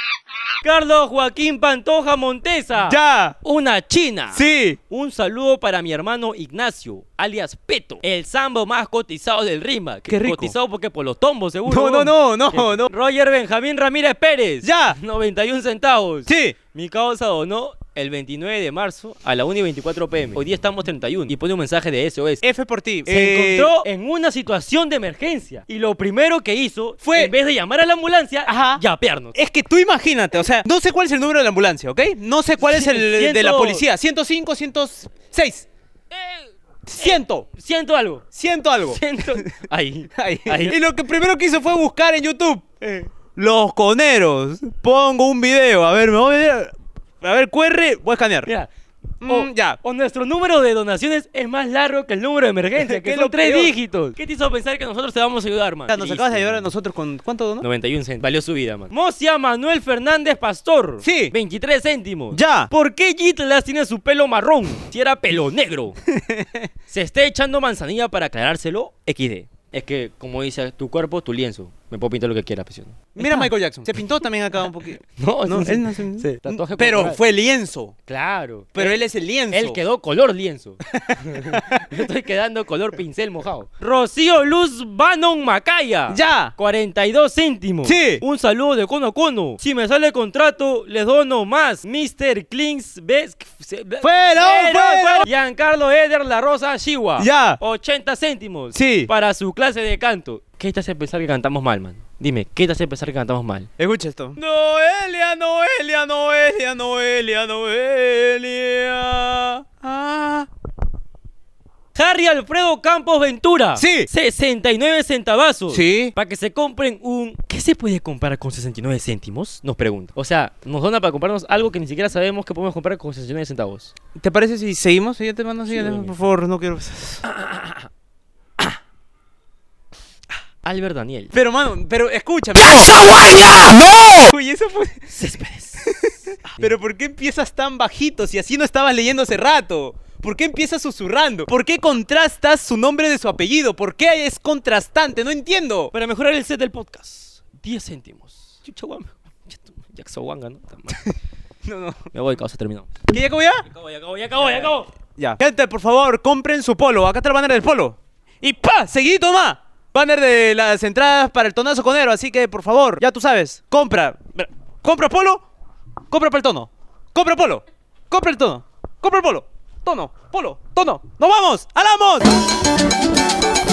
Speaker 4: Carlos Joaquín Pantoja Montesa.
Speaker 5: ¡Ya!
Speaker 4: Una china.
Speaker 5: ¡Sí!
Speaker 4: Un saludo para mi hermano Ignacio, alias Peto, el sambo más cotizado del Rima.
Speaker 5: Qué rico.
Speaker 4: Cotizado porque por los tombos, seguro.
Speaker 5: No, no, no, no,
Speaker 4: Que-
Speaker 5: no.
Speaker 4: Roger Benjamín Ramírez Pérez.
Speaker 5: Ya.
Speaker 4: 91 centavos.
Speaker 5: ¡Sí!
Speaker 4: Mi causa donó el 29 de marzo a la 1 y 24 pm. Hoy día estamos 31 y pone un mensaje de SOS.
Speaker 5: F por ti.
Speaker 4: Se
Speaker 5: Eh,
Speaker 4: encontró en una situación de emergencia y lo primero que hizo
Speaker 5: Fue-
Speaker 4: fue, Eh, en vez de llamar a la ambulancia,
Speaker 5: Ajá.
Speaker 4: yapearnos.
Speaker 5: Es que tú imagínate, o sea, no sé cuál es el número de la ambulancia, ¿ok? No sé cuál es el de la
Speaker 4: Ciento- Eh.
Speaker 5: policía. 105, 106. 100.
Speaker 4: Siento algo.
Speaker 5: 100 algo.
Speaker 4: Siento. Ahí.
Speaker 5: Ahí.
Speaker 4: Ahí.
Speaker 5: Y lo que primero que hizo fue buscar en YouTube. Los coneros. Pongo un video. A ver, me voy a ver. A ver, QR, voy a escanear.
Speaker 4: Mira.
Speaker 5: Mm,
Speaker 4: o,
Speaker 5: ya.
Speaker 4: o nuestro número de donaciones es más largo que el número de emergencia,
Speaker 5: ¿Qué
Speaker 4: que
Speaker 5: es
Speaker 4: son
Speaker 5: lo
Speaker 4: tres
Speaker 5: peor?
Speaker 4: dígitos. ¿Qué te hizo pensar que nosotros te vamos a ayudar, man?
Speaker 5: O sea, nos acabas de ayudar a nosotros con cuánto, ¿no?
Speaker 4: 91 céntimos. Valió su vida, man. Mocia Manuel Fernández Pastor.
Speaker 5: Sí.
Speaker 4: 23 céntimos.
Speaker 5: Ya.
Speaker 4: ¿Por qué Gitlas tiene su pelo marrón si era pelo negro? ¿Se está echando manzanilla para aclarárselo? XD. Es que, como dice, tu cuerpo, tu lienzo. Me puedo pintar lo que quiera, pues, presión.
Speaker 5: Mira Michael Jackson. Se pintó también acá un poquito.
Speaker 4: No,
Speaker 5: No,
Speaker 4: sí,
Speaker 5: él
Speaker 4: sí.
Speaker 5: no se-
Speaker 4: Sí, tatuaje
Speaker 5: Pero
Speaker 4: corporal. Eh,
Speaker 5: fue lienzo.
Speaker 4: Claro.
Speaker 5: Pero él es el lienzo.
Speaker 4: Él quedó color lienzo. Yo estoy quedando color pincel mojado. Rocío Luz Bannon Macaya.
Speaker 5: ¡Ya!
Speaker 4: 42 céntimos.
Speaker 5: Sí.
Speaker 4: Un saludo de Cono a Cono. Si me sale contrato, les dono más. Mr. Klings Best. Fuera,
Speaker 5: fuera.
Speaker 4: Giancarlo Eder La Rosa Chihuahua.
Speaker 5: Ya.
Speaker 4: 80 céntimos.
Speaker 5: Sí.
Speaker 4: Para su clase de canto. ¿Qué te hace pensar que cantamos mal, man? Dime, ¿qué te hace pensar que cantamos mal?
Speaker 5: Escucha esto. Noelia, Noelia, Noelia, Noelia, Noelia. Ah.
Speaker 4: Harry Alfredo Campos Ventura.
Speaker 5: Sí.
Speaker 4: 69 centavazos.
Speaker 5: Sí.
Speaker 4: Para que se compren un... ¿Qué se puede comprar con 69 céntimos? Nos pregunta. O sea, nos dona para comprarnos algo que ni siquiera sabemos que podemos comprar con 69 centavos.
Speaker 5: ¿Te parece si seguimos? Siguiente mano, siguiente.
Speaker 4: dale.
Speaker 5: por favor, no quiero.
Speaker 4: Albert Daniel.
Speaker 5: Pero, mano, pero escúchame. ¡No! Uy, eso fue.
Speaker 4: Céspedes.
Speaker 5: Pero, ¿por qué empiezas tan bajito si así no estabas leyendo hace rato? ¿Por qué empiezas susurrando? ¿Por qué contrastas su nombre de su apellido? ¿Por qué es contrastante? No entiendo.
Speaker 4: Para mejorar el set del podcast. 10 céntimos. Chucha guanga. Jackson ¿no?
Speaker 5: No, no.
Speaker 4: Me voy, causa, terminó.
Speaker 5: ¿Qué ya acabó ya?
Speaker 4: Acabo, ya acabo, ya acabo, ya acabo.
Speaker 5: Ya. Gente, por favor, compren su polo. Acá está el banner del polo. Y pa, seguidito más. Banner de las entradas para el tonazo conero. Así que, por favor, ya tú sabes. Compra. Mira, Compra polo. Compra para el tono. Compra polo. Compra el tono. Compra el polo. Tono. Polo. Tono. ¡Nos vamos! ¡Alamos!